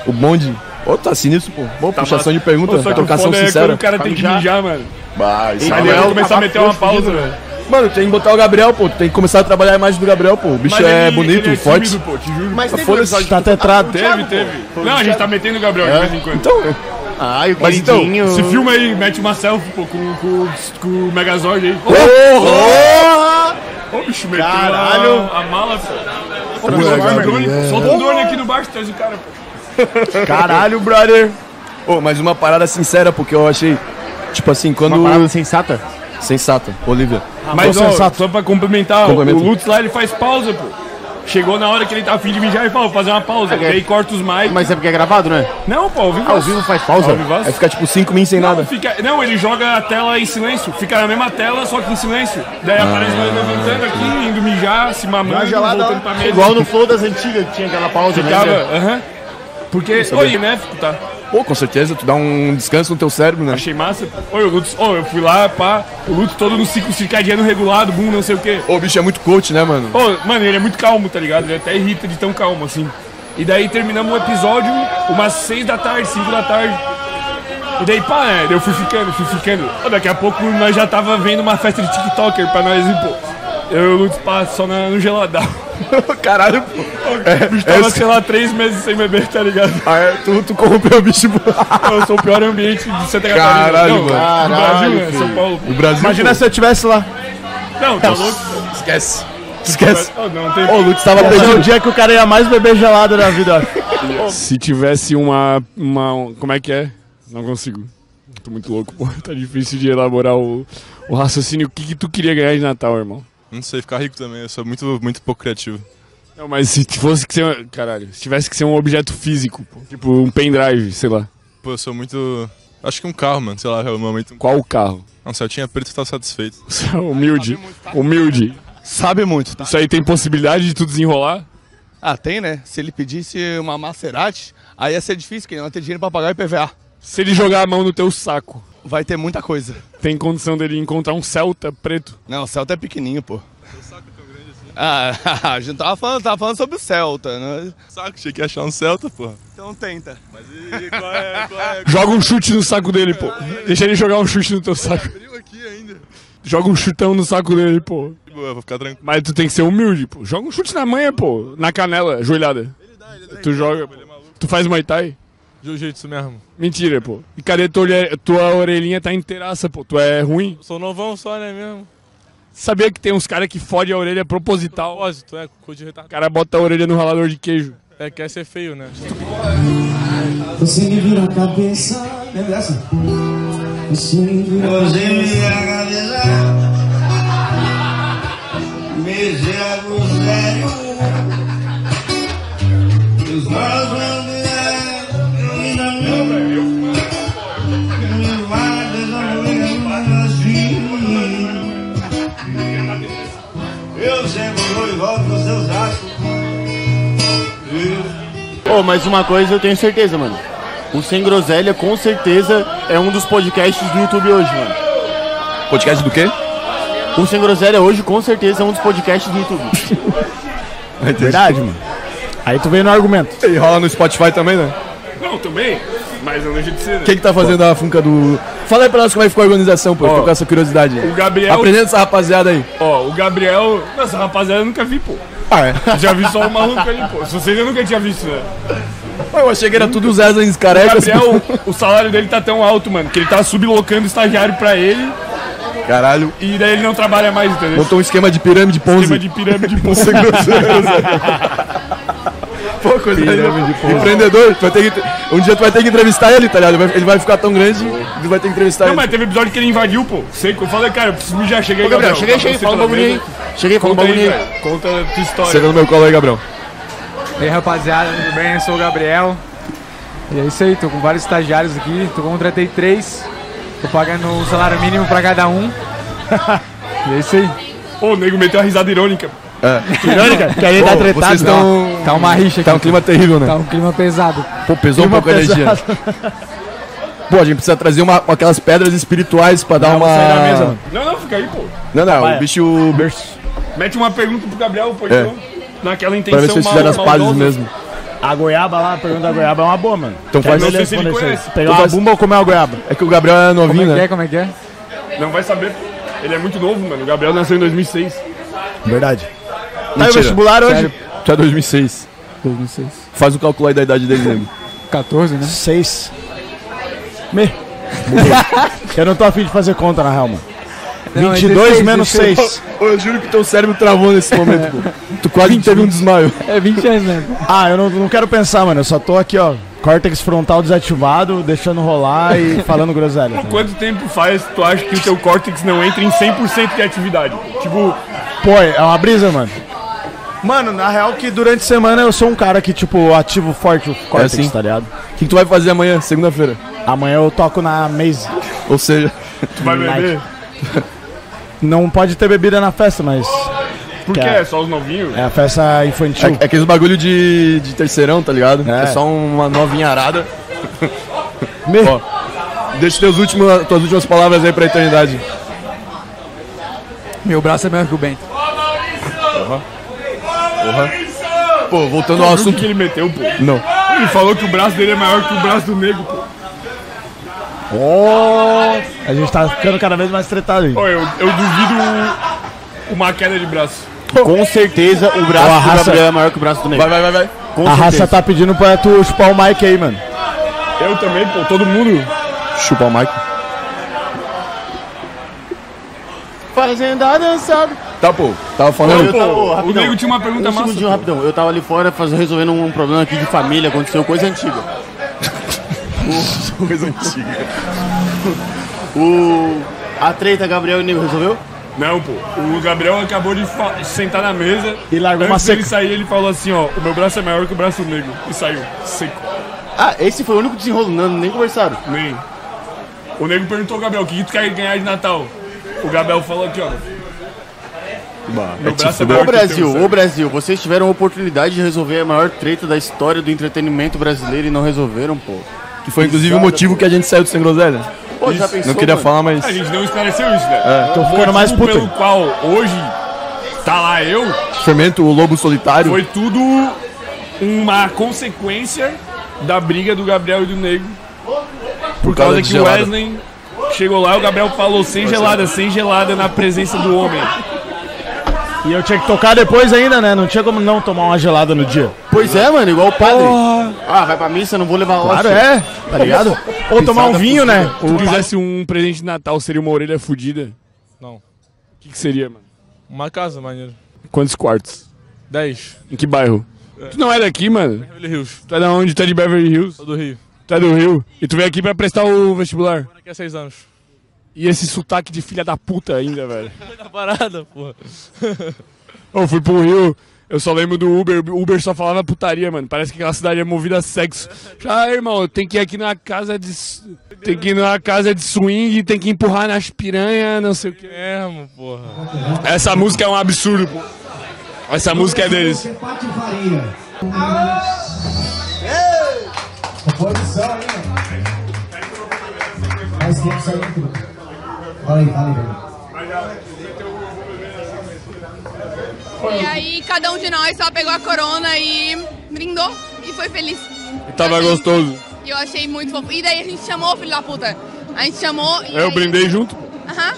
[SPEAKER 4] o bonde? Ô, tá sinistro, pô. Boa
[SPEAKER 1] Tá massa.
[SPEAKER 4] puxação de pergunta,
[SPEAKER 1] Pô, só que o
[SPEAKER 4] tocação
[SPEAKER 1] foda é
[SPEAKER 4] sincera.
[SPEAKER 1] quando o cara tem que mijar, mano.
[SPEAKER 4] Bah, isso
[SPEAKER 1] Ele
[SPEAKER 4] aí
[SPEAKER 1] vai
[SPEAKER 4] é-
[SPEAKER 1] começar a meter uma pausa, velho.
[SPEAKER 4] Mano, tem que botar o Gabriel, pô. Tem que começar a trabalhar a imagem do Gabriel, pô. O bicho
[SPEAKER 1] Mas
[SPEAKER 4] é
[SPEAKER 1] ele-
[SPEAKER 4] bonito,
[SPEAKER 1] ele é
[SPEAKER 4] forte.
[SPEAKER 1] tímido,
[SPEAKER 4] *laughs*
[SPEAKER 1] pô, te juro.
[SPEAKER 4] Mas
[SPEAKER 1] Mas
[SPEAKER 4] teve
[SPEAKER 1] teve
[SPEAKER 4] um
[SPEAKER 1] episódio
[SPEAKER 4] tá
[SPEAKER 1] que tu
[SPEAKER 4] tetrado.
[SPEAKER 1] Teve, teve. Não, a gente tá metendo o Gabriel de
[SPEAKER 4] É?
[SPEAKER 1] vez em quando.
[SPEAKER 4] Então.
[SPEAKER 2] Ah, e o
[SPEAKER 1] Mas então,
[SPEAKER 2] queridinho.
[SPEAKER 1] se filma aí, mete uma selfie, pô, com, com, com o Megazord aí.
[SPEAKER 2] Porra!
[SPEAKER 1] Ô, bicho, meteu
[SPEAKER 2] Caralho!
[SPEAKER 1] a, a mala, pô. Ô,
[SPEAKER 2] Porra,
[SPEAKER 1] bicho, solta o drone,
[SPEAKER 4] Tá Gabriel.
[SPEAKER 1] solta o drone aqui no baixo, traz o cara, pô.
[SPEAKER 4] Caralho, brother. Ô, mas uma parada sincera, porque eu achei. Tipo assim, quando. Uma parada
[SPEAKER 2] sensata?
[SPEAKER 4] Sensata, Olivia.
[SPEAKER 1] Ah,
[SPEAKER 2] Ah,
[SPEAKER 1] Mas ó, só pra complementar,
[SPEAKER 4] Complementa.
[SPEAKER 1] o Lutz lá ele faz pausa, pô. Chegou na hora que ele tá afim de mijar e fala, vou fazer uma pausa. E aí corta os mic.
[SPEAKER 2] É, Mas é porque é gravado, né?
[SPEAKER 1] Não, pô, ao vivo.
[SPEAKER 2] Ah, ao vivo faz pausa?
[SPEAKER 1] Ao vivaço.
[SPEAKER 4] Aí fica tipo 5 min sem nada.
[SPEAKER 1] Fica- não, ele joga a tela em silêncio. Fica na mesma tela, só que em silêncio. Daí aparece
[SPEAKER 2] Ah.
[SPEAKER 1] nós levantando aqui, indo mijar, se mamando, voltando pra mesa.
[SPEAKER 2] Igual no flow das antigas, que tinha aquela pausa, né?
[SPEAKER 1] Ficava,
[SPEAKER 2] lembra?
[SPEAKER 1] aham. Porque,
[SPEAKER 4] Sabia.
[SPEAKER 1] oi, né, tá?
[SPEAKER 4] Pô, com certeza, tu dá um descanso no teu cérebro, né?
[SPEAKER 1] Achei massa. Oi, o Lutz, ó, eu fui lá, pá, o Lutz todo no ciclo circadiano regulado, bum, não sei o quê.
[SPEAKER 4] Ô, bicho é muito coach, né, mano?
[SPEAKER 1] Ô, mano, ele é muito calmo, tá ligado? Ele até irrita de tão calmo, assim. E daí terminamos o episódio umas seis da tarde, cinco da tarde. E daí, pá, né? Eu fui ficando, fui ficando. Ó, daqui a pouco nós já tava vendo uma festa de TikToker pra nós ir, pô. Eu e o Lutz pá, só na- no geladão.
[SPEAKER 4] *laughs* Caralho, pô. É,
[SPEAKER 1] O bicho tava, sei lá, três meses sem beber, tá ligado?
[SPEAKER 4] Ah, é? Tu, tu corrompeu o bicho, pô.
[SPEAKER 1] Eu sou o pior ambiente de Santa Catarina.
[SPEAKER 4] Caralho,
[SPEAKER 1] Não,
[SPEAKER 4] mano.
[SPEAKER 1] do Brasil, né? São Paulo.
[SPEAKER 4] O Brasil.
[SPEAKER 3] Imagina se eu estivesse lá.
[SPEAKER 1] Não, tá louco?
[SPEAKER 4] Esquece. Esquece.
[SPEAKER 1] Oh, não, tem...
[SPEAKER 4] Ô, o Lutz tava
[SPEAKER 3] Esse é o
[SPEAKER 4] perdido.
[SPEAKER 3] dia que o cara ia mais beber gelado na vida, ó.
[SPEAKER 1] Se tivesse uma, uma. um- Como é que é? Não consigo. Tô muito louco, pô. *laughs* Tá difícil de elaborar o, o raciocínio. O que, que tu queria ganhar de Natal, irmão?
[SPEAKER 14] Não sei, ficar rico também, eu sou muito, muito pouco criativo.
[SPEAKER 1] Não, mas se fosse que ser. uma- Caralho, se tivesse que ser um objeto físico, pô. Tipo um pendrive, sei lá. *laughs*
[SPEAKER 14] Pô, eu sou muito. Acho que um carro, mano, sei lá, é o momento.
[SPEAKER 1] Qual o carro?
[SPEAKER 14] Não, se eu tinha preto, eu tava satisfeito.
[SPEAKER 1] Humilde. Humilde.
[SPEAKER 12] tá? Sabe muito, tá?
[SPEAKER 1] Isso aí tem possibilidade de tu desenrolar?
[SPEAKER 12] Ah, tem, né? Se ele pedisse uma Maserati, aí ia ser difícil, que não ia ter dinheiro pra pagar o IPVA.
[SPEAKER 1] Se ele jogar a mão no teu saco.
[SPEAKER 12] Vai ter muita coisa.
[SPEAKER 1] Tem condição dele encontrar um Celta preto?
[SPEAKER 12] Não, o Celta é pequenininho, pô. Ah, *laughs* a gente tava falando, tava falando sobre o Celta, né?
[SPEAKER 14] Saco, achei que ia achar um Celta, porra.
[SPEAKER 12] Então tenta. Mas
[SPEAKER 14] e qual é, qual é?
[SPEAKER 1] Joga um chute no saco dele, pô. Deixa ele jogar um chute no teu saco. Joga um chutão no saco dele, pô.
[SPEAKER 14] Boa, vou ficar tranquilo.
[SPEAKER 1] Mas tu tem que ser humilde, pô. Joga um chute na manha, pô. Na canela, joelhada. Tu joga, pô. Tu faz Muay Thai?
[SPEAKER 14] Jiu-jitsu um mesmo.
[SPEAKER 1] Mentira, pô. E cadê tua, olhe- tua orelhinha tá inteiraça, pô? Tu é ruim?
[SPEAKER 14] Sou novão só, né mesmo?
[SPEAKER 1] Sabia que tem uns caras que fodem a orelha proposital?
[SPEAKER 14] Propósito, é, cu de
[SPEAKER 1] O
[SPEAKER 14] retardado.
[SPEAKER 1] cara bota a orelha no ralador de queijo.
[SPEAKER 14] É, quer ser feio, né?
[SPEAKER 9] Você me vira a cabeça. Lembra dessa? Você me vira a cabeça. Me vira do sério. Os maus vão virar. Me vai desamorando assim. Eu chego e volto nos seus astros.
[SPEAKER 2] Ô, mas uma coisa eu tenho certeza, mano. O Sem Groselha, com certeza, é um dos podcasts do YouTube hoje, mano.
[SPEAKER 4] Podcast do quê?
[SPEAKER 2] O Sem Groselha hoje, com certeza, é um dos podcasts do
[SPEAKER 3] *laughs*
[SPEAKER 2] YouTube.
[SPEAKER 4] É
[SPEAKER 3] Verdade, mano. Aí tu veio no argumento.
[SPEAKER 4] E rola no Spotify também, né?
[SPEAKER 1] Não, também. Mas não deixa de ser, né?
[SPEAKER 4] Quem que tá fazendo a funca do. Fala aí pra nós como é que ficou a organização, pô. Eu tô com essa curiosidade.
[SPEAKER 1] o Gabriel-
[SPEAKER 4] Apresenta essa rapaziada aí.
[SPEAKER 1] Ó, o Gabriel. Nossa, rapaziada, eu nunca vi, pô.
[SPEAKER 4] Ah, é?
[SPEAKER 1] Já vi só o maluco ali, pô. Se vocês eu nunca tinha visto, né?
[SPEAKER 4] Eu achei que era tudo os Wesley's
[SPEAKER 1] O
[SPEAKER 2] assim.
[SPEAKER 4] carecas.
[SPEAKER 1] Gabriel, o salário dele tá tão alto, mano, que ele tá sublocando estagiário pra ele
[SPEAKER 4] Caralho.
[SPEAKER 1] e daí ele não trabalha mais, entendeu?
[SPEAKER 4] Montou um esquema de pirâmide Ponzi.
[SPEAKER 1] Esquema de pirâmide
[SPEAKER 4] *laughs*
[SPEAKER 1] Ponzi.
[SPEAKER 4] Sem groselha. Pô, coisa
[SPEAKER 1] Pirâmide
[SPEAKER 4] linda. Empreendedor, tu vai ter que... um dia tu vai ter que entrevistar ele, tá ligado? Ele vai- Ele vai ficar tão grande, tu vai ter que entrevistar
[SPEAKER 1] Não,
[SPEAKER 4] ele.
[SPEAKER 1] mas teve episódio que ele invadiu, pô. Sei que eu falei, cara, eu preciso mijar. Cheguei
[SPEAKER 2] Ô, Gabriel, cheguei, cheguei, fala um bagulho aí. Cheguei, fala um bagulho aí.
[SPEAKER 1] tá Conta a tua história.
[SPEAKER 4] Chega no meu colo aí, Gabriel.
[SPEAKER 15] E aí, rapaziada, tudo bem? Eu sou o Gabriel. E é isso aí, tô com vários estagiários aqui, tô contratei três, tô pagando um salário mínimo pra cada um. *laughs* e é isso aí.
[SPEAKER 1] Ô, o nego meteu uma risada irônica.
[SPEAKER 4] É.
[SPEAKER 15] Irônica? Que aí dá
[SPEAKER 4] Pô,
[SPEAKER 15] tretado,
[SPEAKER 4] Vocês estão...
[SPEAKER 15] tá uma rixa
[SPEAKER 4] Tá um
[SPEAKER 15] aqui.
[SPEAKER 4] clima terrível, né?
[SPEAKER 15] Tá um clima pesado.
[SPEAKER 4] Pô, pesou um
[SPEAKER 15] Clima
[SPEAKER 4] pouco a energia.
[SPEAKER 15] pesado.
[SPEAKER 4] Pô, a gente precisa trazer uma, aquelas pedras espirituais pra dar uma.
[SPEAKER 1] Sai da mesa, mano. Não, não, fica aí, pô.
[SPEAKER 4] Não, não,
[SPEAKER 1] Vai.
[SPEAKER 4] o bicho.
[SPEAKER 1] Mete uma pergunta pro Gabriel, pô,
[SPEAKER 4] É.
[SPEAKER 1] então. Naquela intenção
[SPEAKER 4] Pra ver se eles
[SPEAKER 1] mal-
[SPEAKER 4] fizeram as pazes
[SPEAKER 1] maldosa.
[SPEAKER 4] mesmo.
[SPEAKER 3] A goiaba lá, a pergunta da goiaba é uma boa, mano.
[SPEAKER 4] Então
[SPEAKER 3] Quero
[SPEAKER 4] faz-
[SPEAKER 3] ver
[SPEAKER 4] Não sei se ele
[SPEAKER 3] responder isso aí.
[SPEAKER 4] conhece.
[SPEAKER 3] Pegar
[SPEAKER 4] Então
[SPEAKER 3] uma
[SPEAKER 4] faz-
[SPEAKER 3] bumba ou comer uma goiaba?
[SPEAKER 4] É que o Gabriel é novinho,
[SPEAKER 3] Como é que
[SPEAKER 4] né?
[SPEAKER 3] é? Como é que é?
[SPEAKER 1] Não vai saber. Ele é muito novo, mano. O Gabriel nasceu em 2006.
[SPEAKER 3] Verdade.
[SPEAKER 1] Tá no vestibular hoje?
[SPEAKER 4] Sério? Tu é 2006. 2006. Faz o cálculo aí da idade dele, nego.
[SPEAKER 3] 14, né? 6. Me.
[SPEAKER 4] *laughs*
[SPEAKER 3] Eu não tô afim de fazer conta, na real, mano. 22 menos É. 6.
[SPEAKER 4] é Eu, eu juro que teu cérebro travou nesse momento, pô. Tu quase teve um desmaio.
[SPEAKER 3] É 20 anos mesmo. Ah, eu não, não quero pensar, mano. Eu só tô aqui, ó. Córtex frontal desativado, deixando rolar e falando groselha.
[SPEAKER 1] Por quanto tempo faz tu acha que o teu córtex não entra em 100% de atividade? Tipo,
[SPEAKER 3] Pô, é uma brisa, mano. Mano, na real que durante a semana eu sou um cara que, tipo, ativo forte o córtex,
[SPEAKER 4] assim.
[SPEAKER 3] tá ligado?
[SPEAKER 4] O que, que tu vai fazer amanhã, segunda-feira?
[SPEAKER 3] Amanhã eu toco na Maze. *laughs*
[SPEAKER 4] Ou seja,
[SPEAKER 1] tu vai beber?
[SPEAKER 3] Não pode ter bebida na festa, mas.
[SPEAKER 1] Por
[SPEAKER 3] que
[SPEAKER 1] quê?
[SPEAKER 3] é-
[SPEAKER 1] É só os novinhos?
[SPEAKER 3] É a festa infantil.
[SPEAKER 4] É, é aqueles bagulho de, de terceirão, tá ligado? É,
[SPEAKER 3] É.
[SPEAKER 4] só uma novinha arada.
[SPEAKER 3] Me...
[SPEAKER 4] Ó, deixa teus últimos, tuas últimas palavras aí pra eternidade.
[SPEAKER 15] Meu braço é maior que o Ben.
[SPEAKER 4] Porra. Porra. Pô, voltando
[SPEAKER 1] Tu viu o
[SPEAKER 4] ao assunto.
[SPEAKER 1] que que ele meteu, pô?
[SPEAKER 4] Não.
[SPEAKER 1] Ele falou que o braço dele é maior que o braço do nego, pô.
[SPEAKER 3] Oh, a gente tá ficando cada vez mais tretado, gente.
[SPEAKER 1] Ô, eu, eu duvido uma queda de braço.
[SPEAKER 2] Com certeza o braço
[SPEAKER 3] Ó, a raça-
[SPEAKER 2] do Gabriel é maior que o braço do Nego.
[SPEAKER 1] Vai, vai, vai, vai.
[SPEAKER 2] Com
[SPEAKER 3] a
[SPEAKER 2] certeza.
[SPEAKER 3] raça tá pedindo pra tu chupar o Mike aí, mano.
[SPEAKER 1] Eu também, pô, todo mundo.
[SPEAKER 4] Chupa o Mike.
[SPEAKER 2] Fazendo a dançada.
[SPEAKER 4] Tá, pô. Tava
[SPEAKER 1] Não, pô, o Nego tinha uma pergunta
[SPEAKER 2] um
[SPEAKER 1] massa,
[SPEAKER 2] segundinho,
[SPEAKER 1] pô.
[SPEAKER 2] rapidão. Eu tava ali fora faz- resolvendo um problema aqui de família, aconteceu coisa antiga.
[SPEAKER 4] coisa antiga.
[SPEAKER 2] O... A treta Gabriel e Nego resolveu?
[SPEAKER 1] Não, pô. O Gabriel acabou de fa- sentar na mesa. E
[SPEAKER 2] largou
[SPEAKER 1] Antes
[SPEAKER 2] uma
[SPEAKER 1] dele
[SPEAKER 2] seca.
[SPEAKER 1] sair, ele falou assim, ó, o meu braço é maior que o braço do nego. E saiu. Seco.
[SPEAKER 2] Ah, esse foi o único desenrolo, não, nem conversaram.
[SPEAKER 1] Nem. O nego perguntou ao Gabriel, o que que tu quer ganhar de Natal? O Gabriel falou aqui, ó. Meu
[SPEAKER 2] Ô
[SPEAKER 16] tipo
[SPEAKER 1] braço é maior que o teu,
[SPEAKER 2] Brasil,
[SPEAKER 1] sabe?
[SPEAKER 2] ô Brasil, vocês tiveram a oportunidade de resolver a maior treta da história do entretenimento brasileiro e não resolveram, pô.
[SPEAKER 4] Que foi inclusive o motivo que a gente saiu do Sem Groselha.
[SPEAKER 2] Pô, já pensou,
[SPEAKER 4] não queria
[SPEAKER 2] mano?
[SPEAKER 4] falar, mas.
[SPEAKER 1] A gente não esclareceu isso, velho.
[SPEAKER 4] É. Tô
[SPEAKER 1] O
[SPEAKER 4] ficando mais
[SPEAKER 1] motivo
[SPEAKER 4] puto.
[SPEAKER 1] pelo qual hoje tá lá eu,
[SPEAKER 4] Fermento, o lobo solitário.
[SPEAKER 1] foi tudo uma consequência da briga do Gabriel e do Nego. Por,
[SPEAKER 4] causa
[SPEAKER 1] causa,
[SPEAKER 4] de
[SPEAKER 1] que o
[SPEAKER 4] gelada.
[SPEAKER 1] Wesley chegou lá e o Gabriel falou sem gelada, sem gelada na presença do homem.
[SPEAKER 3] E eu tinha que tocar depois ainda, né? Não tinha como não tomar uma gelada no dia.
[SPEAKER 2] Pois é, mano, igual o padre. Ah, vai pra missa, não vou levar hóstia.
[SPEAKER 3] Claro, é.
[SPEAKER 2] Tá ligado?
[SPEAKER 3] Ou tomar um vinho, né?
[SPEAKER 1] Se tu quisesse um presente de Natal, seria uma orelha fudida?
[SPEAKER 14] Não.
[SPEAKER 1] O que, que seria, mano?
[SPEAKER 14] Uma casa, maneiro.
[SPEAKER 1] Quantos quartos?
[SPEAKER 14] 10.
[SPEAKER 1] Em que bairro? Tu não é daqui, mano?
[SPEAKER 14] Beverly Hills.
[SPEAKER 1] Tu é da onde? Tu é de Beverly Hills?
[SPEAKER 14] Sou do Rio.
[SPEAKER 1] Tu é do Rio? E tu veio aqui pra prestar o vestibular?
[SPEAKER 14] Daqui a 6 anos.
[SPEAKER 1] E esse sotaque de filha da puta ainda, velho.
[SPEAKER 14] Tá parada, porra.
[SPEAKER 1] Eu fui pro Rio, eu só lembro do Uber. Uber só falava putaria, mano. Parece que aquela cidade é movida a sexo. Ah, irmão, tem que ir aqui numa casa de. su- Tem que ir numa casa de swing, tem que empurrar nas piranhas, não sei o que.
[SPEAKER 14] Mesmo, porra.
[SPEAKER 1] Essa música é um absurdo, pô. Essa música é deles.
[SPEAKER 17] Mais tempo saindo tudo. Olha aí, fala aí, velho.
[SPEAKER 18] E aí cada um de nós só pegou a corona e brindou e foi feliz.
[SPEAKER 1] Tava gostoso.
[SPEAKER 18] E eu achei muito fofo. E daí a gente chamou o filho da puta. A gente chamou e.
[SPEAKER 1] Eu
[SPEAKER 18] aí-
[SPEAKER 1] brindei junto.
[SPEAKER 18] Aham.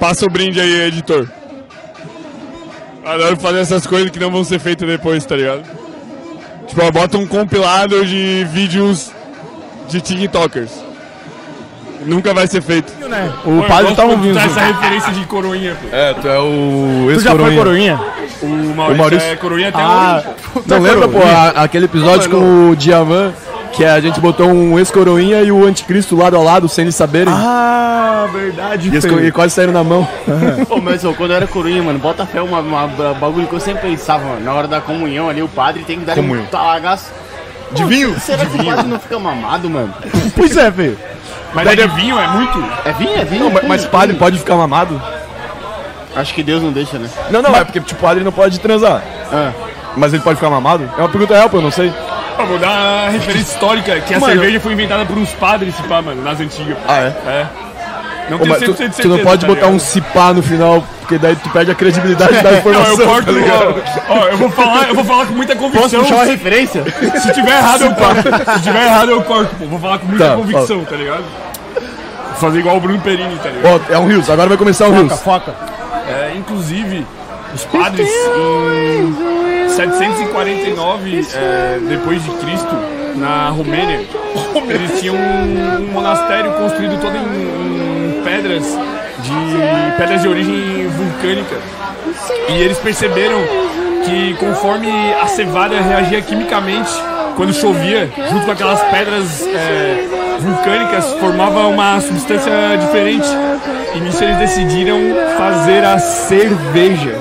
[SPEAKER 1] Passa o brinde aí, editor. Adoro fazer essas coisas que não vão ser feitas depois, tá ligado? Tipo, ó, bota um compilado de vídeos de TikTokers. Nunca vai ser feito.
[SPEAKER 3] O
[SPEAKER 1] Pô, eu
[SPEAKER 3] padre
[SPEAKER 1] gosto
[SPEAKER 3] tá
[SPEAKER 1] quando tu
[SPEAKER 3] ouvindo.
[SPEAKER 1] traz essa referência de coroinha, pô.
[SPEAKER 4] É, tu é o.
[SPEAKER 3] Tu já foi coroinha?
[SPEAKER 1] O Maurício,
[SPEAKER 4] O Maurício-
[SPEAKER 1] é coroinha até
[SPEAKER 3] Ah,
[SPEAKER 1] hoje. pô.
[SPEAKER 4] Não lembra, pô, a- aquele episódio
[SPEAKER 1] Não,
[SPEAKER 4] com o Djavan, que a gente botou um ex-coroinha e o anticristo lado a lado, sem eles saberem.
[SPEAKER 3] Ah, verdade,
[SPEAKER 4] e, eles co- e quase saíram na mão.
[SPEAKER 2] Pô, mas *laughs* ô, quando eu era coruinha, mano, bota fé, uma, uma, uma bagulho que eu sempre pensava, mano. Na hora da comunhão ali, o padre tem que dar
[SPEAKER 4] Comunhão.
[SPEAKER 2] um talagaço. Pô,
[SPEAKER 4] De vinho?
[SPEAKER 2] Será
[SPEAKER 4] De
[SPEAKER 2] que o
[SPEAKER 4] vinho.
[SPEAKER 2] padre não fica um mamado, mano?
[SPEAKER 3] *laughs* Pois é, velho.
[SPEAKER 1] Mas é de vinho, é muito?
[SPEAKER 2] É vinho, é vinho.
[SPEAKER 4] Não, mas, mas padre pode ficar mamado?
[SPEAKER 2] Acho que Deus não deixa, né? Ah.
[SPEAKER 4] Não, não, é porque tipo, padre não pode transar. Mas ele pode ficar mamado? É uma pergunta real, pô, eu não sei.
[SPEAKER 1] Pra mudar a referência histórica, que a
[SPEAKER 4] Mano,
[SPEAKER 1] cerveja foi inventada por uns padres, se pá, mano, nas antigas.
[SPEAKER 4] Ah, é?
[SPEAKER 1] É. Não
[SPEAKER 4] Ô,
[SPEAKER 1] tenho
[SPEAKER 4] mas
[SPEAKER 1] 100%
[SPEAKER 4] tu,
[SPEAKER 1] de certeza,
[SPEAKER 4] tu não pode
[SPEAKER 1] tá
[SPEAKER 4] botar
[SPEAKER 1] ligado?
[SPEAKER 4] um cipá no final, porque daí tu perde a
[SPEAKER 1] *laughs*
[SPEAKER 4] credibilidade da informação.
[SPEAKER 1] Não, eu corto,
[SPEAKER 4] tá ligado?
[SPEAKER 1] ó, ó, eu vou falar, eu vou falar com muita convicção.
[SPEAKER 4] Posso puxar uma
[SPEAKER 1] Se-
[SPEAKER 4] referência?
[SPEAKER 1] Se tiver errado, eu corto. Se tiver errado, eu corto, pô. Vou falar com muita
[SPEAKER 4] Tá,
[SPEAKER 1] convicção, tá ligado? Vou Fazer igual o Bruno Perini, tá ligado?
[SPEAKER 4] Ó, é um Rios, agora vai começar um Rios.
[SPEAKER 1] foca. É, inclusive, os padres em 749 é, depois de Cristo, na Romênia, eles tinham um, um monastério construído todo em, em pedras de pedras de origem vulcânica. E eles perceberam que conforme a cevada reagia quimicamente quando chovia, junto com aquelas pedras é, vulcânicas, formava uma substância diferente. E nisso eles decidiram fazer a cerveja.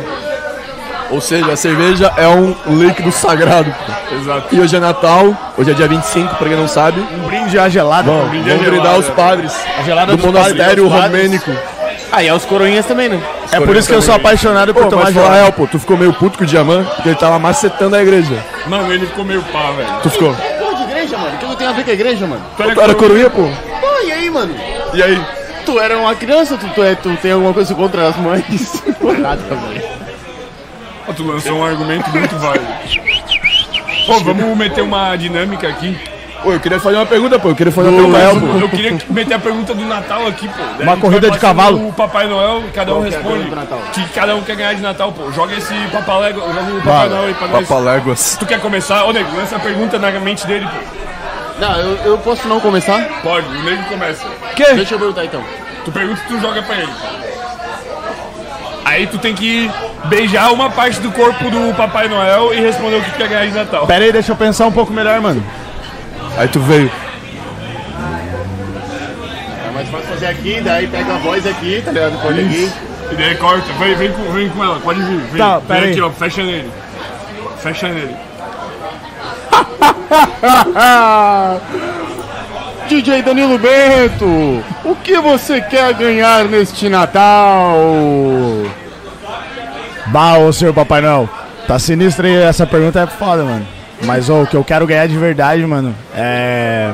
[SPEAKER 4] Ou seja, a cerveja é um líquido sagrado. pô.
[SPEAKER 1] Exato.
[SPEAKER 4] E hoje é Natal, hoje é dia 25, pra quem não sabe. Um
[SPEAKER 2] brinde à gelada.
[SPEAKER 4] Vamos,
[SPEAKER 2] brinde à
[SPEAKER 4] vamos brindar
[SPEAKER 2] gelada.
[SPEAKER 4] os padres
[SPEAKER 2] A gelada
[SPEAKER 4] do
[SPEAKER 2] dos
[SPEAKER 4] monastério
[SPEAKER 2] padres,
[SPEAKER 4] romênico.
[SPEAKER 2] Aí é os coroinhas também, né?
[SPEAKER 4] Os
[SPEAKER 2] É por isso que eu sou
[SPEAKER 4] também.
[SPEAKER 2] apaixonado por
[SPEAKER 4] Pô,
[SPEAKER 2] tomar
[SPEAKER 4] mas fala a
[SPEAKER 2] gelada.
[SPEAKER 4] real, pô, tu ficou meio puto com o Diamant, porque ele tava macetando a igreja.
[SPEAKER 1] Mano, ele ficou meio pá, velho.
[SPEAKER 4] Tu ficou?
[SPEAKER 2] Porra de igreja, mano. O que eu tenho a ver com a igreja, mano?
[SPEAKER 1] Tu
[SPEAKER 4] era, coroinha, pô?
[SPEAKER 2] Pô, e aí, mano?
[SPEAKER 4] E aí?
[SPEAKER 2] Tu era uma criança, tu, tu, é, tu tem alguma coisa contra as
[SPEAKER 4] *laughs*
[SPEAKER 2] mães? Nada, velho.
[SPEAKER 1] Ó, Tu lançou um argumento muito válido. Pô, vamos meter uma dinâmica aqui.
[SPEAKER 4] Pô, eu queria fazer uma pergunta, pô. Eu queria fazer
[SPEAKER 1] Eu,
[SPEAKER 4] uma pergunta.
[SPEAKER 1] eu queria meter a pergunta do Natal aqui, pô. Daí
[SPEAKER 4] Uma
[SPEAKER 1] a gente
[SPEAKER 4] corrida
[SPEAKER 1] vai passando
[SPEAKER 4] de cavalo.
[SPEAKER 1] O Papai Noel, cada um
[SPEAKER 4] Qual que é a
[SPEAKER 1] responde.
[SPEAKER 4] corrida do Natal?
[SPEAKER 1] Que cada um quer ganhar de Natal, pô. Joga esse papalego, joga o Papai Noel aí pra
[SPEAKER 4] Vale,
[SPEAKER 1] nós.
[SPEAKER 4] Papaléguas.
[SPEAKER 1] Tu quer começar? Ô, nego, lança a pergunta na mente dele, pô.
[SPEAKER 2] Não, eu, eu posso não começar?
[SPEAKER 1] Pode, o nego começa.
[SPEAKER 2] Quê? Deixa eu perguntar então.
[SPEAKER 1] Tu pergunta e tu joga pra ele. Aí tu tem que beijar uma parte do corpo do Papai Noel e responder o que tu quer ganhar de Natal.
[SPEAKER 3] Pera aí, deixa eu pensar um pouco melhor, mano.
[SPEAKER 4] Aí tu veio.
[SPEAKER 2] É mais fácil fazer aqui, daí pega a voz aqui, tá ligado? Põe aqui.
[SPEAKER 1] Isso. E daí corta. Vem, vem, com, vem com ela, pode vir. Vem,
[SPEAKER 2] Tá,
[SPEAKER 1] Vem
[SPEAKER 2] pera aí.
[SPEAKER 1] aqui, ó. Fecha nele. Fecha nele.
[SPEAKER 2] *laughs* DJ Danilo Bento, o que você quer ganhar neste Natal?
[SPEAKER 3] Bah, ô senhor Papai Noel, tá sinistro aí, essa pergunta é foda, mano. Mas ô, o que eu quero ganhar de verdade, mano, é.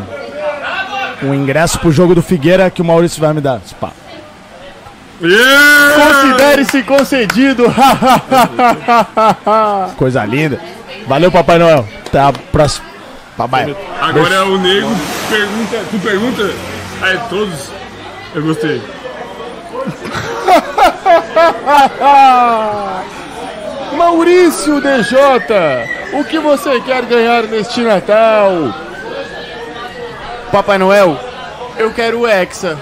[SPEAKER 3] Um ingresso pro jogo do Figueira que o Maurício vai me dar. Pá.
[SPEAKER 2] Considere-se concedido.
[SPEAKER 3] Coisa linda. Valeu, Papai Noel. Até a próxima. Papai.
[SPEAKER 1] Agora é o nego pergunta. Tu pergunta? Ah, é todos. Eu gostei.
[SPEAKER 2] *laughs* Maurício DJ, o que você quer ganhar neste Natal? Papai Noel, eu quero o Hexa.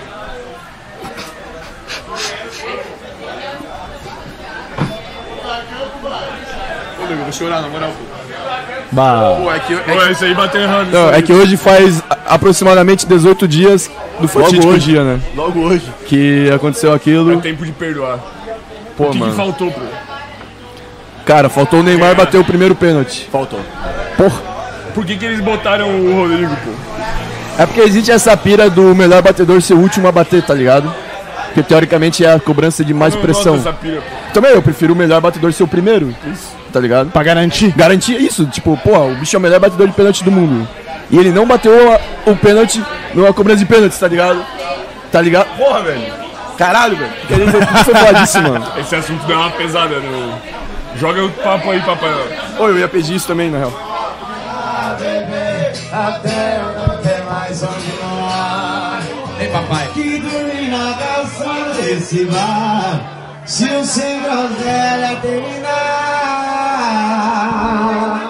[SPEAKER 14] Ô, Diego, eu vou chorar, na moral.
[SPEAKER 3] Bah.
[SPEAKER 14] Pô, é que...
[SPEAKER 1] Pô, isso aí bateu errado.
[SPEAKER 4] Não, é que hoje faz a- aproximadamente 18 dias do fatídico
[SPEAKER 1] hoje.
[SPEAKER 4] dia, né?
[SPEAKER 1] Logo hoje.
[SPEAKER 4] Que aconteceu aquilo.
[SPEAKER 1] É tempo de perdoar.
[SPEAKER 4] Pô,
[SPEAKER 1] o que, que
[SPEAKER 4] mano.
[SPEAKER 1] faltou, pô?
[SPEAKER 4] Cara, faltou o Neymar bater o primeiro pênalti.
[SPEAKER 1] Faltou.
[SPEAKER 4] Porra.
[SPEAKER 1] Por que, que eles botaram o Rodrigo, pô?
[SPEAKER 4] É porque existe essa pira do melhor batedor ser o último a bater, tá ligado? Porque teoricamente é a cobrança de mais
[SPEAKER 1] Eu não
[SPEAKER 4] pressão.
[SPEAKER 1] gosto dessa pira, pô.
[SPEAKER 4] Também Então, eu prefiro o melhor batedor ser o primeiro. Tá ligado?
[SPEAKER 3] Pra garantir.
[SPEAKER 4] Garantir isso. Tipo, porra, o bicho é o melhor batedor de pênalti do mundo. E ele não bateu a- o pênalti numa cobrança de pênalti, tá ligado? Tá ligado? Porra, velho. Caralho, velho. Quer dizer, por que foi falar disso, mano?
[SPEAKER 1] Esse assunto deu uma pesada, né? Joga o papo aí, papai. Noel.
[SPEAKER 4] Ô, eu ia pedir isso também, na real.
[SPEAKER 9] Até eu não ter mais onde morar. Ei, papai. Que dormi na calçada desse bar. Se o sem groselha terminar.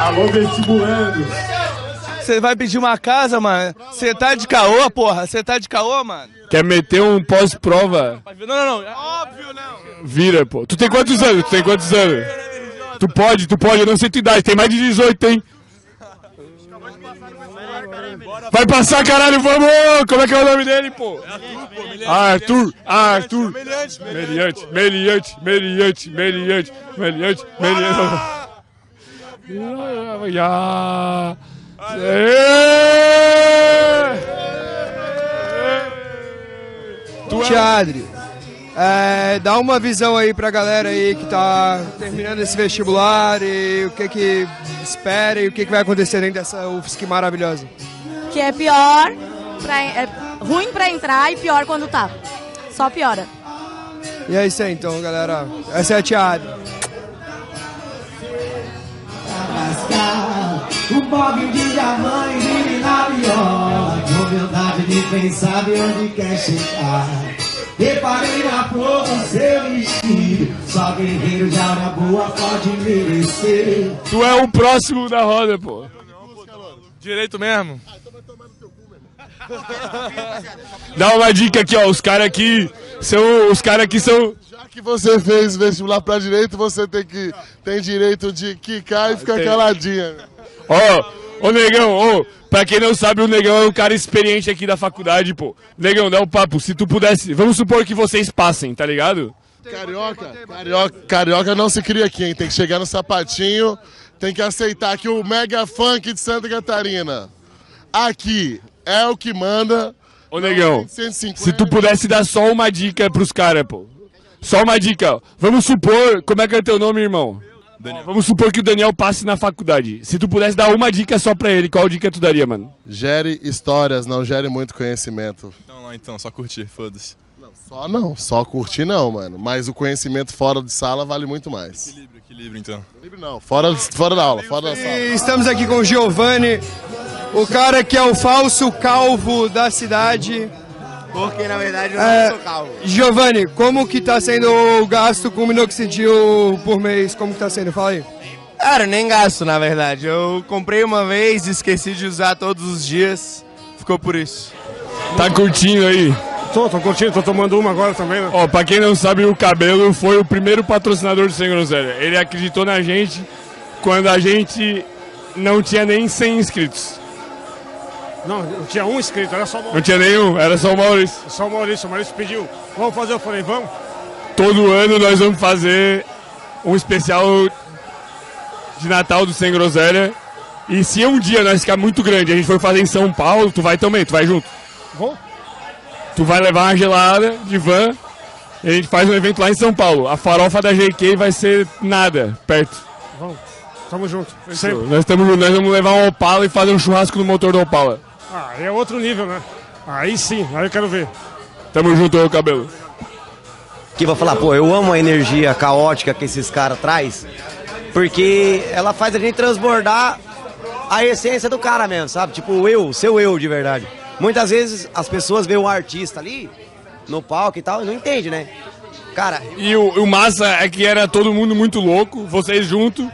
[SPEAKER 1] Alô, vestibulandos.
[SPEAKER 12] Você vai pedir uma casa, mano? Você tá de caô, porra? Você tá de caô, mano?
[SPEAKER 14] Quer meter um pós-prova?
[SPEAKER 12] Não, não, não.
[SPEAKER 14] Vira, pô. Tu tem quantos anos? Tu tem quantos anos? Tu pode, tu pode, eu não sei tua idade, tem mais de 18, hein? Vai passar, caralho, vamos! Como é que é o nome dele, pô? Arthur, Arthur. Meliante, meliante, meliante, meliante, meliante, *laughs* meliante. Ya. Ê! Tu é-
[SPEAKER 4] é um-
[SPEAKER 11] Tiadre, É, dá uma visão aí pra galera aí que tá terminando esse vestibular e o que que espera e o que que vai acontecer dentro dessa UFSC maravilhosa.
[SPEAKER 9] Que é pior, pra, é ruim pra entrar e pior quando tá. Só piora.
[SPEAKER 11] E é isso aí então, galera. Essa é a Tia Ade.
[SPEAKER 19] O pobre de diamante vive na viola Com vontade de quem sabe onde quer chegar Reparei na flor do seu vestido Só guerreiro de alma boa pode merecer
[SPEAKER 1] Tu é o próximo da roda, pô.
[SPEAKER 10] Direito mesmo?
[SPEAKER 1] Dá uma dica aqui, ó. Os caras aqui são. Os caras aqui são.
[SPEAKER 5] Já que você fez vestibular pra direito, você tem que tem direito de quicar e ficar
[SPEAKER 1] tem.
[SPEAKER 5] caladinha.
[SPEAKER 1] Ó, ô negão, ô. Pra quem não sabe, o negão é um cara experiente aqui da faculdade, pô. Negão, dá um papo. Se tu pudesse. Vamos supor que vocês passem, tá ligado?
[SPEAKER 5] Carioca, carioca, carioca não se cria aqui, hein? Tem que chegar no sapatinho, tem que aceitar que o mega funk de Santa Catarina aqui é o que manda.
[SPEAKER 1] Ô negão,
[SPEAKER 5] 150.
[SPEAKER 1] se tu pudesse dar só uma dica pros caras, pô. Só uma dica, ó. Vamos supor. Como é que é teu nome, irmão? Daniel. Vamos supor que o Daniel passe na faculdade. Se tu pudesse dar uma dica só pra ele, qual dica tu daria, mano?
[SPEAKER 5] Gere histórias, não gere muito conhecimento.
[SPEAKER 20] Não, não, então, só curtir, foda-se.
[SPEAKER 5] Só não, só curtir não, mano. Mas o conhecimento fora de sala vale muito mais.
[SPEAKER 20] Equilíbrio, então.
[SPEAKER 5] Não, fora, fora da aula, fora da sala.
[SPEAKER 11] E estamos aqui com o Giovanni, o cara que é o falso calvo da cidade.
[SPEAKER 8] Porque na verdade eu
[SPEAKER 11] É,
[SPEAKER 8] não sou calvo.
[SPEAKER 11] Giovanni, como que tá sendo o gasto com minoxidil por mês? Como que tá sendo? Fala aí.
[SPEAKER 8] Cara, eu nem gasto na verdade. Eu comprei uma vez, esqueci de usar todos os dias. Ficou por isso.
[SPEAKER 1] Tá curtindo aí?
[SPEAKER 8] Tô, tô curtindo, tô tomando uma agora também, né?
[SPEAKER 1] Ó, pra quem não sabe, o Cabelo foi o primeiro patrocinador do Sem Groselha. Ele acreditou na gente quando a gente não tinha nem 100 inscritos.
[SPEAKER 3] Não, eu tinha um inscrito, era só o
[SPEAKER 1] Não tinha nenhum, era só o Maurício.
[SPEAKER 3] Só o Maurício, o Maurício pediu. Vamos fazer, eu falei, vamos.
[SPEAKER 1] Todo ano nós vamos fazer um especial de Natal do Sem Groselha. E se um dia nós ficar muito grande, a gente for fazer em São Paulo, tu vai também, tu vai junto.
[SPEAKER 3] Vou.
[SPEAKER 1] Tu vai levar uma gelada de van e a gente faz um evento lá em São Paulo. A farofa da GQ vai ser nada, perto.
[SPEAKER 3] Vamos. Tamo junto. Sempre.
[SPEAKER 8] né?
[SPEAKER 1] Nós, tamo, nós vamos levar um Opala e fazer um churrasco no motor do Opala.
[SPEAKER 3] Ah, aí é outro nível, né? Aí sim, aí eu quero ver.
[SPEAKER 1] Tamo junto, ô cabelo.
[SPEAKER 21] que vai falar, pô, eu amo a energia caótica que esses caras traz, porque ela faz a gente transbordar a essência do cara mesmo, sabe? Tipo, o eu, seu eu de verdade. Muitas vezes as pessoas veem o artista ali no palco e tal, e não entende, né? Cara,
[SPEAKER 1] E o, o massa é que era todo mundo muito louco, vocês junto.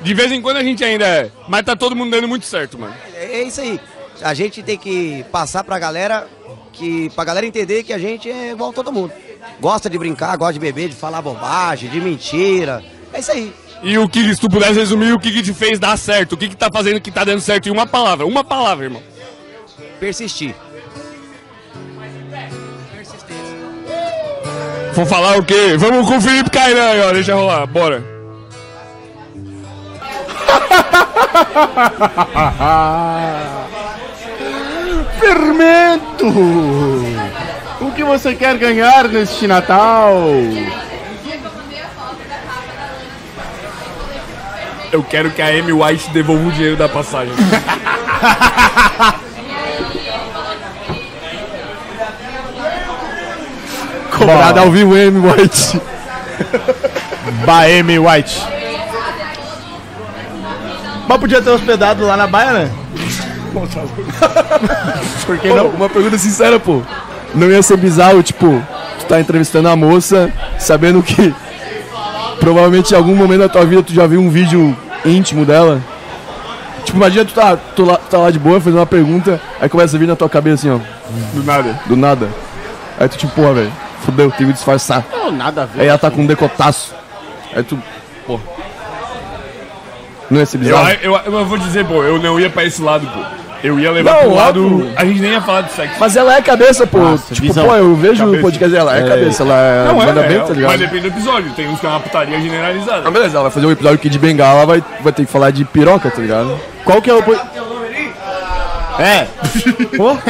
[SPEAKER 1] De vez em quando a gente ainda é, mas tá todo mundo dando muito certo, mano.
[SPEAKER 21] é isso aí. A gente tem que passar pra galera que pra galera entender que a gente é igual a todo mundo. Gosta de brincar, gosta de beber, de falar bobagem, de mentira. É isso aí.
[SPEAKER 1] E o que, se tu pudesse resumir, o que, que te fez dar certo? O que, que tá fazendo que tá dando certo em uma palavra? Uma palavra, irmão.
[SPEAKER 21] Persistir.
[SPEAKER 1] Vou falar o quê? Vamos com o Felipe Cairan aí, ó. Deixa rolar, bora.
[SPEAKER 2] Fermento! O que você quer ganhar neste Natal?
[SPEAKER 22] Eu quero que a Amy White devolva o dinheiro da
[SPEAKER 1] *laughs*
[SPEAKER 22] passagem.
[SPEAKER 2] Cobrado ao vivo, M.
[SPEAKER 3] *laughs*
[SPEAKER 2] White.
[SPEAKER 23] Baeme White. Mas podia ter hospedado lá na Baia, né?
[SPEAKER 4] Por que não? Uma pergunta sincera, pô. Não ia ser bizarro, tipo, tu tá entrevistando a moça, sabendo que provavelmente em algum momento da tua vida tu já viu um vídeo íntimo dela. Tipo, imagina tu tá, tu lá, tu tá lá de boa, fazendo uma pergunta, aí começa a vir na tua cabeça assim, ó.
[SPEAKER 1] Do nada.
[SPEAKER 4] Do nada. Aí tu tipo, porra, velho, fudeu, tem que disfarçar.
[SPEAKER 2] Não, nada a ver.
[SPEAKER 4] Aí ela tá com um decotaço. Aí tu, pô. Não ia ser
[SPEAKER 22] Eu,
[SPEAKER 4] bizarro?
[SPEAKER 22] eu, eu vou dizer, pô, eu não ia pra esse lado, pô. Eu ia levar
[SPEAKER 4] Não,
[SPEAKER 22] pro lado.
[SPEAKER 4] óbvio.
[SPEAKER 22] A gente nem ia falar de sexo.
[SPEAKER 4] Mas ela é cabeça, pô.
[SPEAKER 22] Nossa,
[SPEAKER 4] tipo,
[SPEAKER 22] visão.
[SPEAKER 4] pô, eu vejo o
[SPEAKER 22] Cabeça.
[SPEAKER 4] podcast dela, é, cabeça, ela é,
[SPEAKER 22] Não, é,
[SPEAKER 4] manda bem,
[SPEAKER 22] é,
[SPEAKER 4] tá ligado?
[SPEAKER 22] Mas depende do episódio, tem uns que é uma putaria generalizada.
[SPEAKER 4] Ah, beleza, ela vai fazer um episódio aqui de Bengala, vai, vai ter que falar de piroca, tá ligado? Qual que é o.
[SPEAKER 2] É.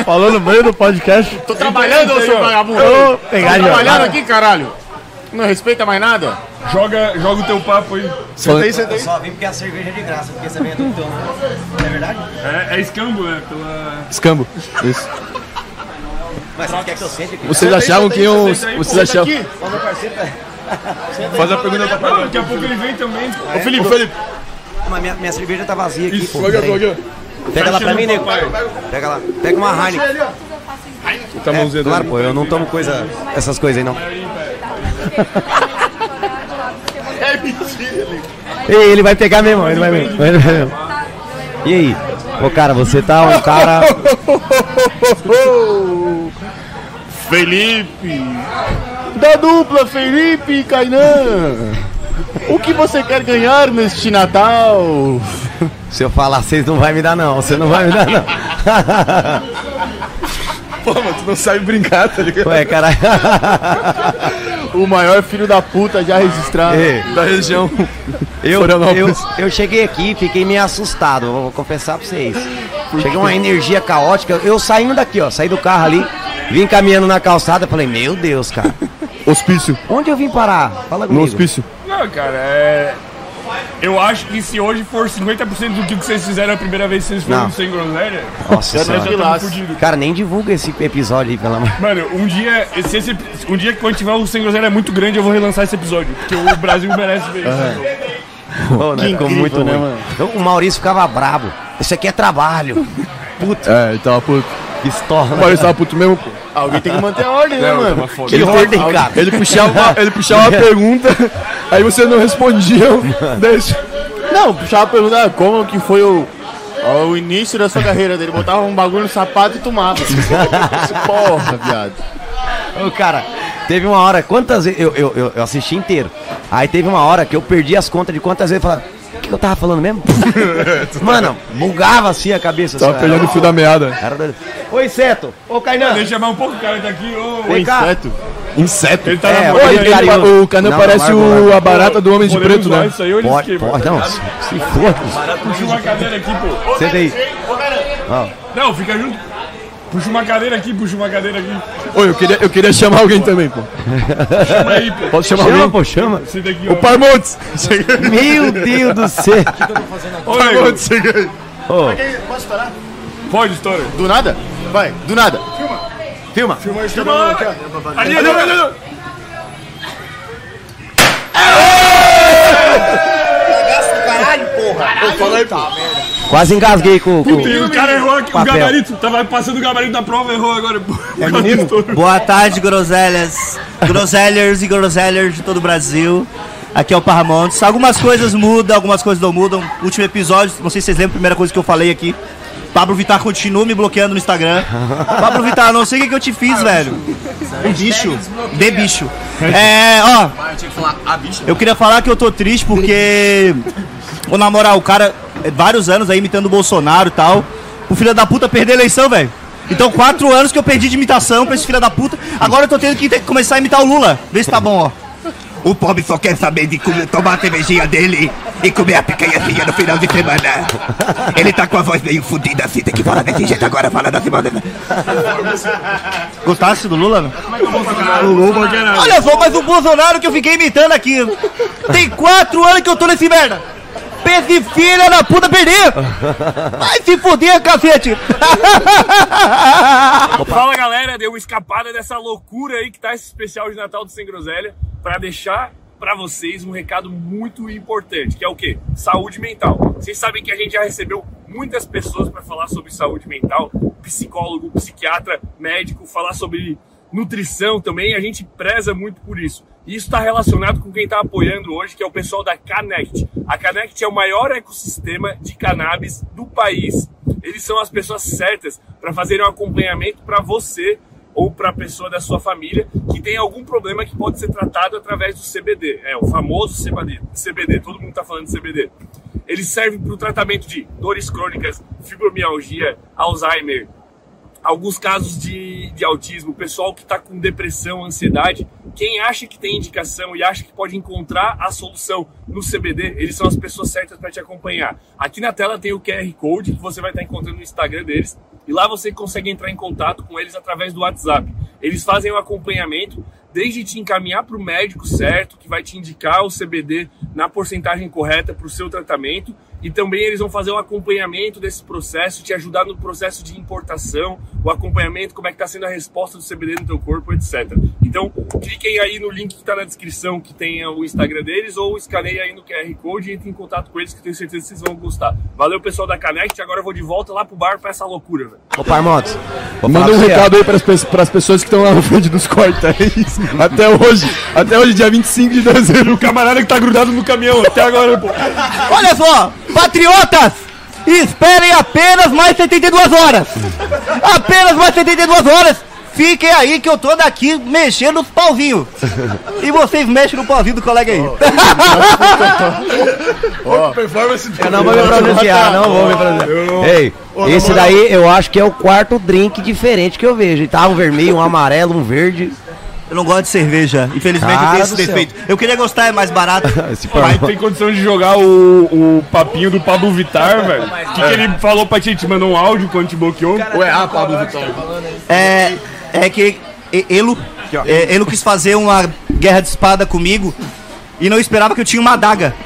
[SPEAKER 3] falou no meio do podcast.
[SPEAKER 2] Tô trabalhando, ô seu vagabundo.
[SPEAKER 3] Ô,
[SPEAKER 2] Tô
[SPEAKER 3] pegar de
[SPEAKER 2] trabalhando
[SPEAKER 3] olhada.
[SPEAKER 2] aqui, caralho. Não respeita mais nada?
[SPEAKER 1] Joga, joga o teu
[SPEAKER 2] Ah,
[SPEAKER 1] papo aí.
[SPEAKER 2] Senta aí, senta aí.
[SPEAKER 21] Só vim porque a cerveja é de graça, porque você vem do teu. Não é verdade?
[SPEAKER 1] É, é escambo, é pela.
[SPEAKER 4] Escambo. Isso.
[SPEAKER 21] Mas você quer que eu sente? aqui?
[SPEAKER 4] Vocês achavam que eu. Vocês achavam.
[SPEAKER 21] Ó, meu parceiro, tá- Senta aí.
[SPEAKER 4] Faz a pergunta pra
[SPEAKER 1] Não, daqui a pouco ele vem também.
[SPEAKER 21] Ô, Felipe, Felipe. É, Mas minha, minha cerveja tá vazia aqui, pô.
[SPEAKER 4] aqui,
[SPEAKER 21] Pega,
[SPEAKER 4] aqui,
[SPEAKER 21] pega lá pra mim, nego.
[SPEAKER 4] Papai.
[SPEAKER 21] Pega lá. Pega uma Heineken.
[SPEAKER 4] Tá
[SPEAKER 21] É, claro, pô, eu não tomo coisa, essas coisas aí, não.
[SPEAKER 2] É mentira, amigo.
[SPEAKER 21] *laughs* Ei, ele vai pegar mesmo, ele vai mesmo. ele vai mesmo. E aí? Ô, cara, você tá
[SPEAKER 2] *laughs*
[SPEAKER 21] um cara...
[SPEAKER 2] Felipe! Da dupla, Felipe e Kainan! O que você quer ganhar neste Natal?
[SPEAKER 21] Se eu falar, vocês não vai me dar, não. Você não *laughs* vai me dar, não.
[SPEAKER 4] Pô, mas tu não sabe brincar, tá ligado? *laughs*
[SPEAKER 21] Ué, caralho.
[SPEAKER 2] *laughs* o maior filho da puta já registrado.
[SPEAKER 21] Ei.
[SPEAKER 4] É, Da região.
[SPEAKER 21] Eu, eu,
[SPEAKER 4] Florianópolis.
[SPEAKER 21] eu cheguei aqui e fiquei meio assustado, vou confessar pra vocês. Cheguei uma energia caótica. Eu saindo daqui, ó, saí do carro ali, vim caminhando na calçada, falei, meu Deus, cara.
[SPEAKER 4] Hospício.
[SPEAKER 21] Onde eu vim parar? Fala comigo.
[SPEAKER 4] No hospício.
[SPEAKER 1] Não, cara, é. Eu acho que se hoje for 50% do que vocês fizeram a primeira vez que vocês foram
[SPEAKER 21] Não.
[SPEAKER 1] no sem groselha.
[SPEAKER 21] Nossa
[SPEAKER 1] já nós já
[SPEAKER 21] senhora.
[SPEAKER 1] estamos fudidos.
[SPEAKER 21] Cara, nem divulga esse episódio aí, pelo amor.
[SPEAKER 1] Mano, um dia, se esse- um dia que quando tiver o sem groselha muito grande, eu vou relançar esse episódio. Porque o Brasil merece ver isso.
[SPEAKER 21] Pô, né,
[SPEAKER 1] Que incrível,
[SPEAKER 21] ficou muito
[SPEAKER 1] né,
[SPEAKER 21] ruim.
[SPEAKER 1] mano?
[SPEAKER 21] Então, o Maurício ficava brabo. Isso aqui é trabalho. Puta.
[SPEAKER 4] É, ele tava puto.
[SPEAKER 21] Estorna.
[SPEAKER 4] O Maurício tava puto mesmo, pô.
[SPEAKER 21] *laughs*
[SPEAKER 2] Alguém tem que manter a ordem, né,
[SPEAKER 4] Não,
[SPEAKER 2] mano?
[SPEAKER 4] tava foda. Ele, ordem, cara. ele puxava uma, ele puxava uma pergunta, aí você não respondia. Deixa.
[SPEAKER 2] Não, puxava a pergunta, ah, como que foi o, ó, o início da sua carreira dele? Botava um bagulho no sapato e tomava.
[SPEAKER 21] *laughs*
[SPEAKER 2] Porra, viado.
[SPEAKER 21] Ô, cara, teve uma hora, quantas vezes. Eu, eu, eu- eu assisti inteiro. Aí teve uma hora que eu perdi as contas de quantas vezes eu falava. O que, que eu tava falando
[SPEAKER 4] *laughs*
[SPEAKER 21] mesmo? Mano, bugava assim a cabeça.
[SPEAKER 4] Tava
[SPEAKER 21] assim,
[SPEAKER 4] perdendo
[SPEAKER 21] era-
[SPEAKER 4] o fio da meada.
[SPEAKER 21] Era doido. Oi, Seto. Ô, Kainan.
[SPEAKER 1] Deixa eu chamar um pouco o cara daqui. Ô,
[SPEAKER 21] Vem cá. Inseto.
[SPEAKER 4] Inseto?
[SPEAKER 1] Ele tá
[SPEAKER 21] É,
[SPEAKER 1] na
[SPEAKER 21] olha,
[SPEAKER 1] ele-
[SPEAKER 21] ele
[SPEAKER 1] ele-
[SPEAKER 21] caiu.
[SPEAKER 4] o Kainan
[SPEAKER 21] Não,
[SPEAKER 4] parece
[SPEAKER 21] larga,
[SPEAKER 4] o-
[SPEAKER 21] larga.
[SPEAKER 4] a barata do Homem de
[SPEAKER 1] Podemos
[SPEAKER 4] Preto,
[SPEAKER 1] zoar
[SPEAKER 4] né?
[SPEAKER 1] Isso aí, eu
[SPEAKER 21] Pode, pode, não, se, se for.
[SPEAKER 1] Puxa uma cadeira aqui, pô.
[SPEAKER 21] Senta aí. Ó.
[SPEAKER 1] Não, fica junto. Puxa uma cadeira aqui, puxa uma cadeira aqui.
[SPEAKER 4] Oi, eu queria, eu queria chamar alguém também, pô.
[SPEAKER 1] Chama aí, pô.
[SPEAKER 4] Posso chamar
[SPEAKER 1] Chama,
[SPEAKER 4] alguém?
[SPEAKER 1] pô, chama. Senta aqui, ó.
[SPEAKER 4] O Parmontes!
[SPEAKER 21] Meu Deus do céu.
[SPEAKER 3] *laughs*
[SPEAKER 1] Ô,
[SPEAKER 4] Parmontes,
[SPEAKER 1] Igor,
[SPEAKER 4] chega aí.
[SPEAKER 3] é
[SPEAKER 2] Posso estourar?
[SPEAKER 1] Pode, história.
[SPEAKER 2] Do nada? Vai, do nada. Filma. Filma.
[SPEAKER 1] Chama lá, cara. Ali, ali, ali, ali.
[SPEAKER 21] Caralho, porra.
[SPEAKER 1] Eu falei, pô.
[SPEAKER 21] Quase engasguei com, com
[SPEAKER 1] Puta, e o cara errou aqui, o
[SPEAKER 21] papel.
[SPEAKER 1] gabarito. Tava Tá, passando o gabarito da prova, errou agora. pô.
[SPEAKER 7] É
[SPEAKER 6] Boa tarde, groselhas, groselhers e groselhers de todo o Brasil. Aqui é o Parmontes. Algumas coisas mudam, algumas coisas não mudam. Último episódio, não sei se vocês lembram, a primeira coisa que eu falei aqui. Pablo Vittar continua me bloqueando no Instagram. Pablo Vittar, não sei o que, que eu te fiz, velho. Um bicho. De bicho. É, ó,
[SPEAKER 7] Mas eu tinha que falar "Ah, a bicha.
[SPEAKER 6] eu queria falar que eu tô triste porque. Ô, na moral, o cara, é, vários anos aí imitando o Bolsonaro e tal. O filho da puta perdeu a eleição, velho. Então, quatro anos que eu perdi de imitação pra esse filho da puta. Agora eu tô tendo que ter que começar a imitar o Lula. Vê se tá bom, ó. O pobre só quer saber de como tomar a cervejinha dele e comer a picanhazinha no final de semana. Ele tá com a voz meio fudida assim, tem que falar desse jeito agora, fala da semana. Gostasse do Lula?
[SPEAKER 1] O Lula quer nada.
[SPEAKER 6] Olha só, mas o Bolsonaro que eu fiquei imitando aqui. Tem quatro anos que eu tô nesse merda. Pra Esse filho da puta perder. Vai se fuder,
[SPEAKER 1] *laughs*
[SPEAKER 6] cacete. *laughs*
[SPEAKER 1] Fala galera, deu uma escapada dessa loucura aí que tá esse especial de Natal do Sem Groselha pra deixar pra vocês um recado muito importante, que é o quê? Saúde mental. Vocês sabem que a gente já recebeu muitas pessoas pra falar sobre saúde mental, psicólogo, psiquiatra, médico, falar sobre nutrição também, a gente preza muito por isso. E isso está relacionado com quem está apoiando hoje, que é o pessoal da Canect. A Canect é o maior ecossistema de cannabis do país. Eles são as pessoas certas para fazerem um acompanhamento para você ou para a pessoa da sua família que tem algum problema que pode ser tratado através do CBD. É o famoso CBD. CBD todo mundo está falando de CBD. Ele serve para o tratamento de dores crônicas, fibromialgia, Alzheimer, alguns casos de, de autismo, pessoal que está com depressão, ansiedade, quem acha que tem indicação e acha que pode encontrar a solução no CBD, eles são as pessoas certas para te acompanhar. Aqui na tela tem o QR Code que você vai estar encontrando no tá Instagram deles.
[SPEAKER 7] E lá você consegue entrar em contato com eles através do WhatsApp. Eles fazem um acompanhamento, desde te encaminhar para o médico certo, que vai te indicar o CBD na porcentagem correta para o seu tratamento, e também eles vão fazer um acompanhamento desse processo, te ajudar no processo de importação, o acompanhamento, como é que está sendo a resposta do CBD no teu corpo, etc. Então, cliquem aí no link que está na descrição, que tem o Instagram deles, ou escaneiem aí no QR Code e entrem em contato com eles, que eu tenho certeza que vocês vão gostar. Valeu, pessoal da Canect, agora eu vou de volta lá pro bar para essa loucura, velho.
[SPEAKER 21] Ô, Parmotos. vou falar
[SPEAKER 4] Manda um
[SPEAKER 21] pra você, ó.
[SPEAKER 4] recado aí pras, pe- pras pessoas que estão lá na frente dos quartéis. Até hoje. Até hoje, dia 25 de dezembro. O camarada que tá grudado no caminhão até agora, pô.
[SPEAKER 6] Olha só, patriotas, esperem apenas mais 72 horas. Apenas mais 72 horas. Fiquem aí que eu tô daqui mexendo os pauzinhos. E vocês mexem no pauzinho do colega aí.
[SPEAKER 21] performance Eu não vou me pronunciar, não vou me pronunciar. Ei, esse daí eu acho que é o quarto drink diferente que eu vejo. Tá um vermelho, um amarelo, um verde.
[SPEAKER 6] Eu não gosto de cerveja, infelizmente eu tenho esse defeito. Eu queria gostar, é mais barato.
[SPEAKER 1] Mas tem condição de jogar o, o papinho do Pablo Vittar, velho? O
[SPEAKER 4] é.
[SPEAKER 1] que, que ele falou pra ti? Te mandou um áudio quando te bloqueou? Ou é a Pablo Vittar?
[SPEAKER 6] É, é que e- Elo, é, Elo quis fazer uma guerra de espada comigo e não esperava que eu tinha uma adaga.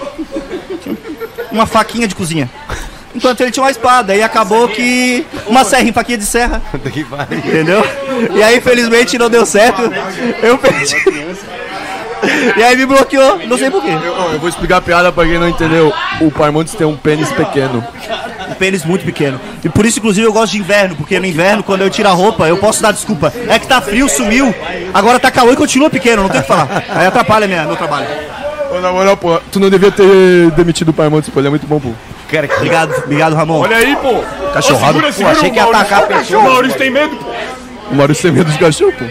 [SPEAKER 6] Uma faquinha de cozinha. Enquanto ele tinha uma espada, e acabou que. Uma serrinha, faquinha de serra. Entendeu? E aí, infelizmente, não deu certo. Eu perdi. E aí me bloqueou, não sei porquê.
[SPEAKER 4] Eu, eu vou explicar a piada pra quem não entendeu. O Parmontes tem um pênis pequeno.
[SPEAKER 6] Um pênis muito pequeno. E por isso, inclusive, eu gosto de inverno, porque no inverno, quando eu tiro a roupa, eu posso dar desculpa. É que tá frio, sumiu, agora tá calor e continua pequeno, não tem o que falar. Aí atrapalha minha, meu trabalho.
[SPEAKER 4] Ô, na moral, pô, tu não devia ter demitido o Parmontes, pô. Ele é muito bom, pô.
[SPEAKER 6] Cara, obrigado, obrigado, Ramon.
[SPEAKER 1] Olha aí, pô.
[SPEAKER 4] Cachorrado.
[SPEAKER 1] Ô, segura, segura
[SPEAKER 4] Pô, achei
[SPEAKER 1] o
[SPEAKER 4] que ia
[SPEAKER 1] Maurício.
[SPEAKER 4] atacar a pessoa.
[SPEAKER 1] O Maurício tem medo, pô.
[SPEAKER 4] O Maurício tem medo de cachorro, pô.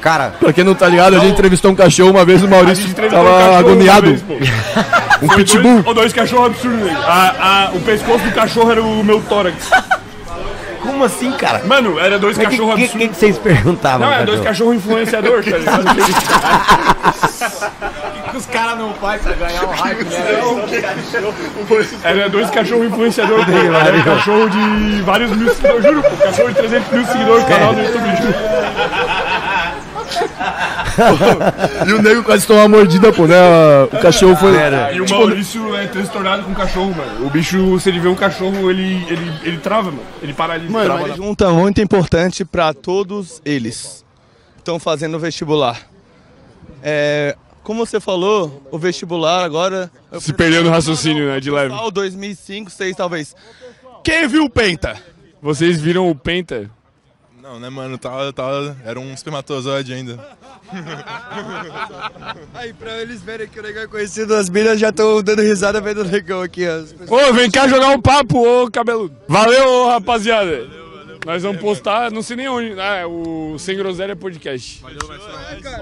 [SPEAKER 21] Cara.
[SPEAKER 4] Pra quem não tá ligado, a gente entrevistou um cachorro uma vez, o Maurício
[SPEAKER 1] entrevistou um
[SPEAKER 4] tava
[SPEAKER 1] cachorro
[SPEAKER 4] agoniado.
[SPEAKER 1] uma vez,
[SPEAKER 4] *laughs* um
[SPEAKER 1] Foi
[SPEAKER 4] pitbull.
[SPEAKER 1] Dois, ou dois cachorros absurdos, velho. A- a- O pescoço do cachorro era o meu tórax.
[SPEAKER 21] Como assim, cara?
[SPEAKER 1] Mano, era dois
[SPEAKER 21] Mas que-
[SPEAKER 1] cachorros
[SPEAKER 21] que-
[SPEAKER 1] absurdos.
[SPEAKER 21] que que vocês perguntavam,
[SPEAKER 1] Não, era dois
[SPEAKER 21] cachorro?
[SPEAKER 1] cachorros influenciador, tá ligado?
[SPEAKER 4] *laughs*
[SPEAKER 15] *laughs* Os caras não fazem pra ganhar um hype,
[SPEAKER 1] é um Era é dois cachorros influenciadores, pô. Era um cachorro de vários mil seguidores, juro, pô. Cachorro de 300 mil seguidores
[SPEAKER 4] É.
[SPEAKER 1] no canal do YouTube, juro.
[SPEAKER 4] e o nego quase tomou uma mordida, pô, né? O cachorro foi. tipo,
[SPEAKER 1] E o Maurício é transtornado com cachorro, mano. O bicho, se ele vê um cachorro, ele, ele, ele trava, mano. Ele paralisa.
[SPEAKER 12] Mano,
[SPEAKER 1] trava
[SPEAKER 12] uma
[SPEAKER 1] na-
[SPEAKER 12] junta muito importante para todos eles. Estão fazendo vestibular. É, como você falou, o vestibular agora.
[SPEAKER 14] Se perdeu no raciocínio, né, de leve.
[SPEAKER 12] Pessoal, 2005, 2006 talvez. Quem viu o Penta?
[SPEAKER 14] Vocês viram o Penta?
[SPEAKER 24] Não, né, mano? Tava, tava, era um espermatozoide ainda.
[SPEAKER 11] *laughs* Aí, pra eles verem que o negão é conhecido, as minas já estão dando risada vendo o negão aqui. As pessoas-
[SPEAKER 14] Ô, vem cá jogar um papo, ô cabeludo. Valeu, ô, rapaziada. Nós vamos postar, não sei nem onde. Ah,
[SPEAKER 1] né,
[SPEAKER 14] é o Sem Groselha Podcast.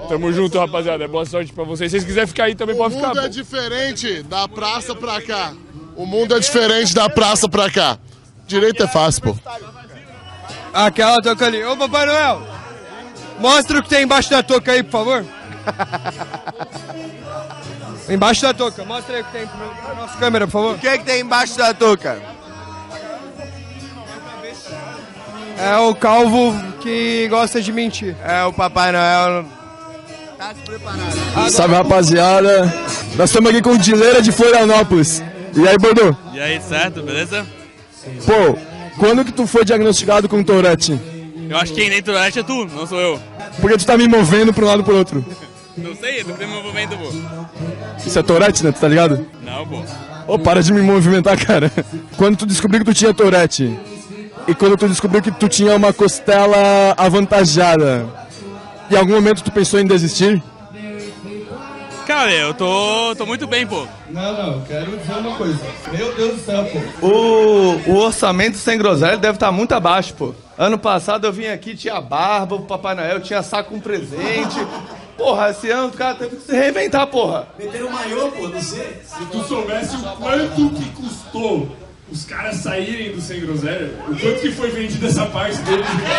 [SPEAKER 14] Tamo junto, rapaziada. Boa sorte pra vocês. Se vocês quiserem ficar aí também,
[SPEAKER 5] O
[SPEAKER 14] pode ficar.
[SPEAKER 5] mundo é
[SPEAKER 14] pô.
[SPEAKER 5] diferente da praça pra cá. O mundo é diferente da praça pra cá. Direito é fácil, pô.
[SPEAKER 11] Aquela toca ali. Ô, Papai Noel, mostra o que tem embaixo da touca aí, por *laughs* favor. embaixo da touca, mostra aí o que tem pra pra nossa câmera, por favor. O que é que tem embaixo da touca? É o calvo que gosta de mentir. É o Papai Noel.
[SPEAKER 4] Salve, rapaziada. Nós estamos aqui com o Dileira de Florianópolis. E aí, Bordeaux?
[SPEAKER 10] E aí, certo? Beleza?
[SPEAKER 4] Pô, quando que tu foi diagnosticado com Tourette?
[SPEAKER 10] Eu acho que quem nem Tourette é tu, não sou eu.
[SPEAKER 4] Porque tu tá me movendo pra um lado e pro outro.
[SPEAKER 10] Não sei, é do primeiro movimento, pô.
[SPEAKER 4] Isso é Tourette, né? Tu tá ligado?
[SPEAKER 10] Não, pô.
[SPEAKER 4] Ô, para de me movimentar, *laughs* cara. Quando tu descobriu que tu tinha Tourette e quando tu descobriu que tu tinha uma costela avantajada, em algum momento tu pensou em desistir?
[SPEAKER 10] Cara, eu tô, tô muito bem, pô.
[SPEAKER 12] Não, não, quero dizer uma coisa. Meu Deus do céu, pô. O, o orçamento sem groselha deve estar muito abaixo, pô. Ano passado eu vim aqui, tinha barba, o Papai Noel tinha saco com presente. Porra, esse ano o cara teve que se reinventar, porra.
[SPEAKER 25] Meteram o maior, pô, não sei.
[SPEAKER 1] Se tu soubesse o quanto que custou os caras saírem do Sem Groselha, o quanto que foi vendida essa parte deles. Tem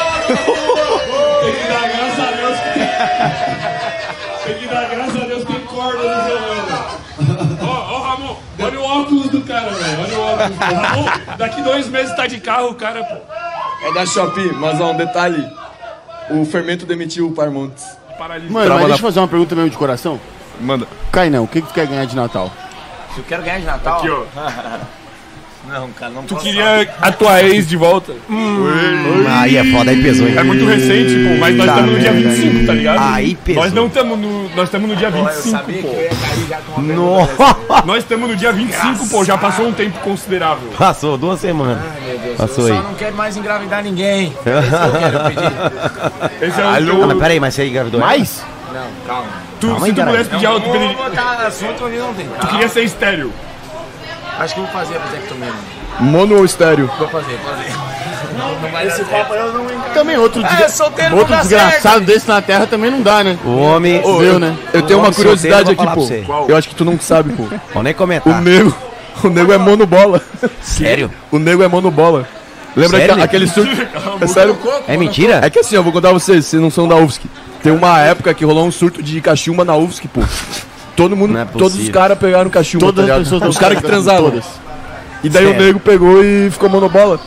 [SPEAKER 1] que dar graças a Deus que tem... Tem que dar graças a Deus que tem corda no violão.
[SPEAKER 26] Ó, ó, Ramon, olha o óculos do cara, velho. Olha o óculos. Ô, Ramon, daqui dois meses tá de carro o cara, pô.
[SPEAKER 27] É da Shopee, mas ó, um detalhe. O fermento demitiu o Parmontes.
[SPEAKER 2] Mano, mas deixa eu fazer uma pergunta mesmo de coração.
[SPEAKER 27] Manda.
[SPEAKER 2] Cai não, o que, que tu quer ganhar de Natal?
[SPEAKER 28] Eu quero ganhar de Natal.
[SPEAKER 1] Aqui, ó.
[SPEAKER 15] *laughs*
[SPEAKER 28] não, cara, não
[SPEAKER 1] Tu
[SPEAKER 28] posso.
[SPEAKER 1] queria a tua ex de volta. Hum.
[SPEAKER 21] Aí é foda, aí pesou, hein?
[SPEAKER 1] É muito recente, pô, mas nós
[SPEAKER 21] Tá
[SPEAKER 1] estamos no dia
[SPEAKER 21] merda,
[SPEAKER 1] 25, tá ligado?
[SPEAKER 21] Aí pesou.
[SPEAKER 1] Nós não estamos no. Nós estamos no dia 25, pô. *laughs* Nós estamos no dia 25, pô, já passou um tempo considerável.
[SPEAKER 21] Passou duas semanas. Passou aí.
[SPEAKER 28] Só não quero mais
[SPEAKER 21] *laughs*
[SPEAKER 28] engravidar ninguém. é
[SPEAKER 1] Esse é o
[SPEAKER 21] Alô?
[SPEAKER 1] teu-
[SPEAKER 21] Ah, mas peraí, mas você engravidou?
[SPEAKER 1] Mais?
[SPEAKER 28] Não, calma.
[SPEAKER 1] Tu, se tu pudesse pedir algo, tu,
[SPEAKER 28] Não
[SPEAKER 1] queria-
[SPEAKER 28] vou botar assunto onde não tem.
[SPEAKER 1] tu queria ser estéreo.
[SPEAKER 28] Acho que eu vou fazer a vasectomia. mano.
[SPEAKER 4] Mono ou estéreo?
[SPEAKER 28] Vou fazer, vou fazer. Não, não vai Esse papo eu não encargo.
[SPEAKER 2] Também outro,
[SPEAKER 28] Ah,
[SPEAKER 2] desgra-
[SPEAKER 28] é solteiro não
[SPEAKER 2] outro
[SPEAKER 28] dá
[SPEAKER 2] desgraçado
[SPEAKER 28] certo.
[SPEAKER 2] desse na terra também não dá, né?
[SPEAKER 21] O homem.
[SPEAKER 2] Ô,
[SPEAKER 21] Deu,
[SPEAKER 2] eu-
[SPEAKER 21] né?
[SPEAKER 2] eu tenho
[SPEAKER 21] O
[SPEAKER 2] uma
[SPEAKER 21] homem
[SPEAKER 2] curiosidade
[SPEAKER 21] solteiro, vou
[SPEAKER 2] aqui,
[SPEAKER 21] falar pra pô.
[SPEAKER 4] Eu acho que tu não sabe,
[SPEAKER 21] *laughs*
[SPEAKER 4] pô.
[SPEAKER 21] Vou nem comentar.
[SPEAKER 4] O nego, o nego é monobola.
[SPEAKER 21] Sério?
[SPEAKER 4] O nego é monobola. Lembra
[SPEAKER 21] Sério?
[SPEAKER 4] aqua- aquele
[SPEAKER 21] *laughs*
[SPEAKER 4] surto? É sério?
[SPEAKER 21] É mentira?
[SPEAKER 4] É que assim, eu vou contar pra vocês, vocês não são da UFSC. Tem uma época que rolou um surto de cachumba na UFSC, pô. Todo mundo, todos os
[SPEAKER 21] é possível.
[SPEAKER 4] caras pegaram cachumba,
[SPEAKER 21] Todas as
[SPEAKER 4] tá
[SPEAKER 21] pessoas
[SPEAKER 4] ligado? Os
[SPEAKER 21] estão
[SPEAKER 4] caras que
[SPEAKER 21] pegando,
[SPEAKER 4] transaram.
[SPEAKER 21] todas.
[SPEAKER 4] E daí
[SPEAKER 21] Sério?
[SPEAKER 4] o nego pegou e ficou monobola.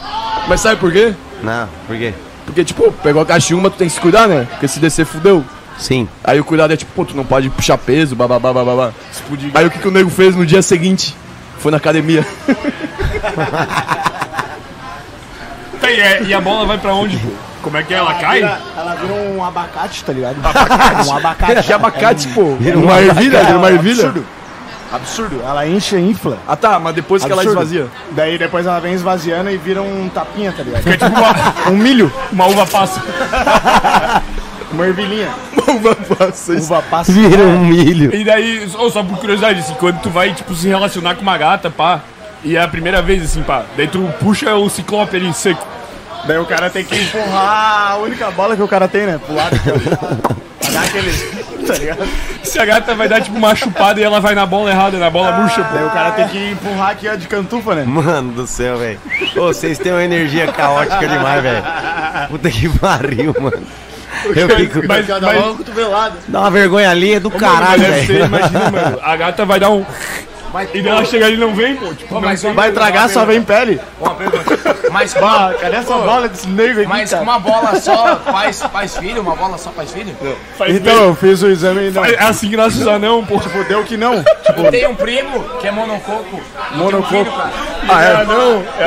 [SPEAKER 4] Mas sabe por quê?
[SPEAKER 21] Não, por quê?
[SPEAKER 4] Porque, tipo, pegou a cachumba, tu tem que se cuidar, né? Porque se descer, fudeu.
[SPEAKER 21] Sim.
[SPEAKER 4] Aí o cuidado é tipo, pô, tu não pode puxar peso, bababá, bababá. Aí o que, que o nego fez no dia seguinte? Foi na academia.
[SPEAKER 1] Tá, e, é- e a bola vai pra onde, pô? Como é que é? Ela cai?
[SPEAKER 3] vira- ela vira um abacate, tá ligado?
[SPEAKER 1] Abacate.
[SPEAKER 3] um abacate.
[SPEAKER 1] Que abacate,
[SPEAKER 3] É um-
[SPEAKER 1] pô?
[SPEAKER 3] vira
[SPEAKER 4] Uma
[SPEAKER 3] abacate.
[SPEAKER 4] ervilha, vira uma
[SPEAKER 3] É um
[SPEAKER 4] ervilha.
[SPEAKER 3] Absurdo. Absurdo. Ela enche e infla.
[SPEAKER 4] Ah tá, mas depois que ela esvazia.
[SPEAKER 3] Daí depois ela vem esvaziando e vira um tapinha, tá ligado?
[SPEAKER 1] Fica tipo uma- *laughs*
[SPEAKER 3] um milho.
[SPEAKER 1] Uma uva passa.
[SPEAKER 3] *laughs* Uma ervilhinha.
[SPEAKER 4] Uva passa.
[SPEAKER 3] Uva passa.
[SPEAKER 1] um- E daí, ou só por curiosidade, assim, quando tu vai, tipo, se relacionar com uma gata, pá, e é a primeira vez, assim, pá, daí tu puxa o ciclope ali seco. Daí o cara tem que
[SPEAKER 3] Empurrar a única bola que o cara tem, né? Pro lado. Pra dar aquele. *laughs* Tá ligado?
[SPEAKER 1] Se a gata *laughs* vai dar, tipo, uma chupada e ela vai na bola errada, na bola murcha, pô.
[SPEAKER 3] Daí o cara tem que empurrar aqui, ó, de cantufa, né?
[SPEAKER 21] Mano do céu, velho. Ô, vocês têm uma energia caótica demais, velho. Puta que pariu, mano. Eu fico.
[SPEAKER 1] Mas- mas-
[SPEAKER 21] Dá uma vergonha ali é do
[SPEAKER 1] Ô, mano,
[SPEAKER 21] caralho,
[SPEAKER 1] deve ser,
[SPEAKER 21] velho.
[SPEAKER 1] Imagina,
[SPEAKER 21] *laughs*
[SPEAKER 1] mano, a gata vai dar um... E daí ela chega ali e não vem, pô. Tipo, não vem.
[SPEAKER 3] Vai tragar, só vem pele.
[SPEAKER 28] Mas
[SPEAKER 3] Bah, cadê essa bola desse nego aqui,
[SPEAKER 28] Mas
[SPEAKER 3] cara?
[SPEAKER 28] uma bola só faz, faz filho? Uma bola só faz filho?
[SPEAKER 3] então, eu fiz o exame e não.
[SPEAKER 1] É assim que nós usamos, não, pô.
[SPEAKER 3] Tipo, deu
[SPEAKER 1] *laughs*
[SPEAKER 3] que não. Tipo,
[SPEAKER 28] Eu tenho um primo que é monococo.
[SPEAKER 3] Monococo.
[SPEAKER 28] Ah,
[SPEAKER 3] é?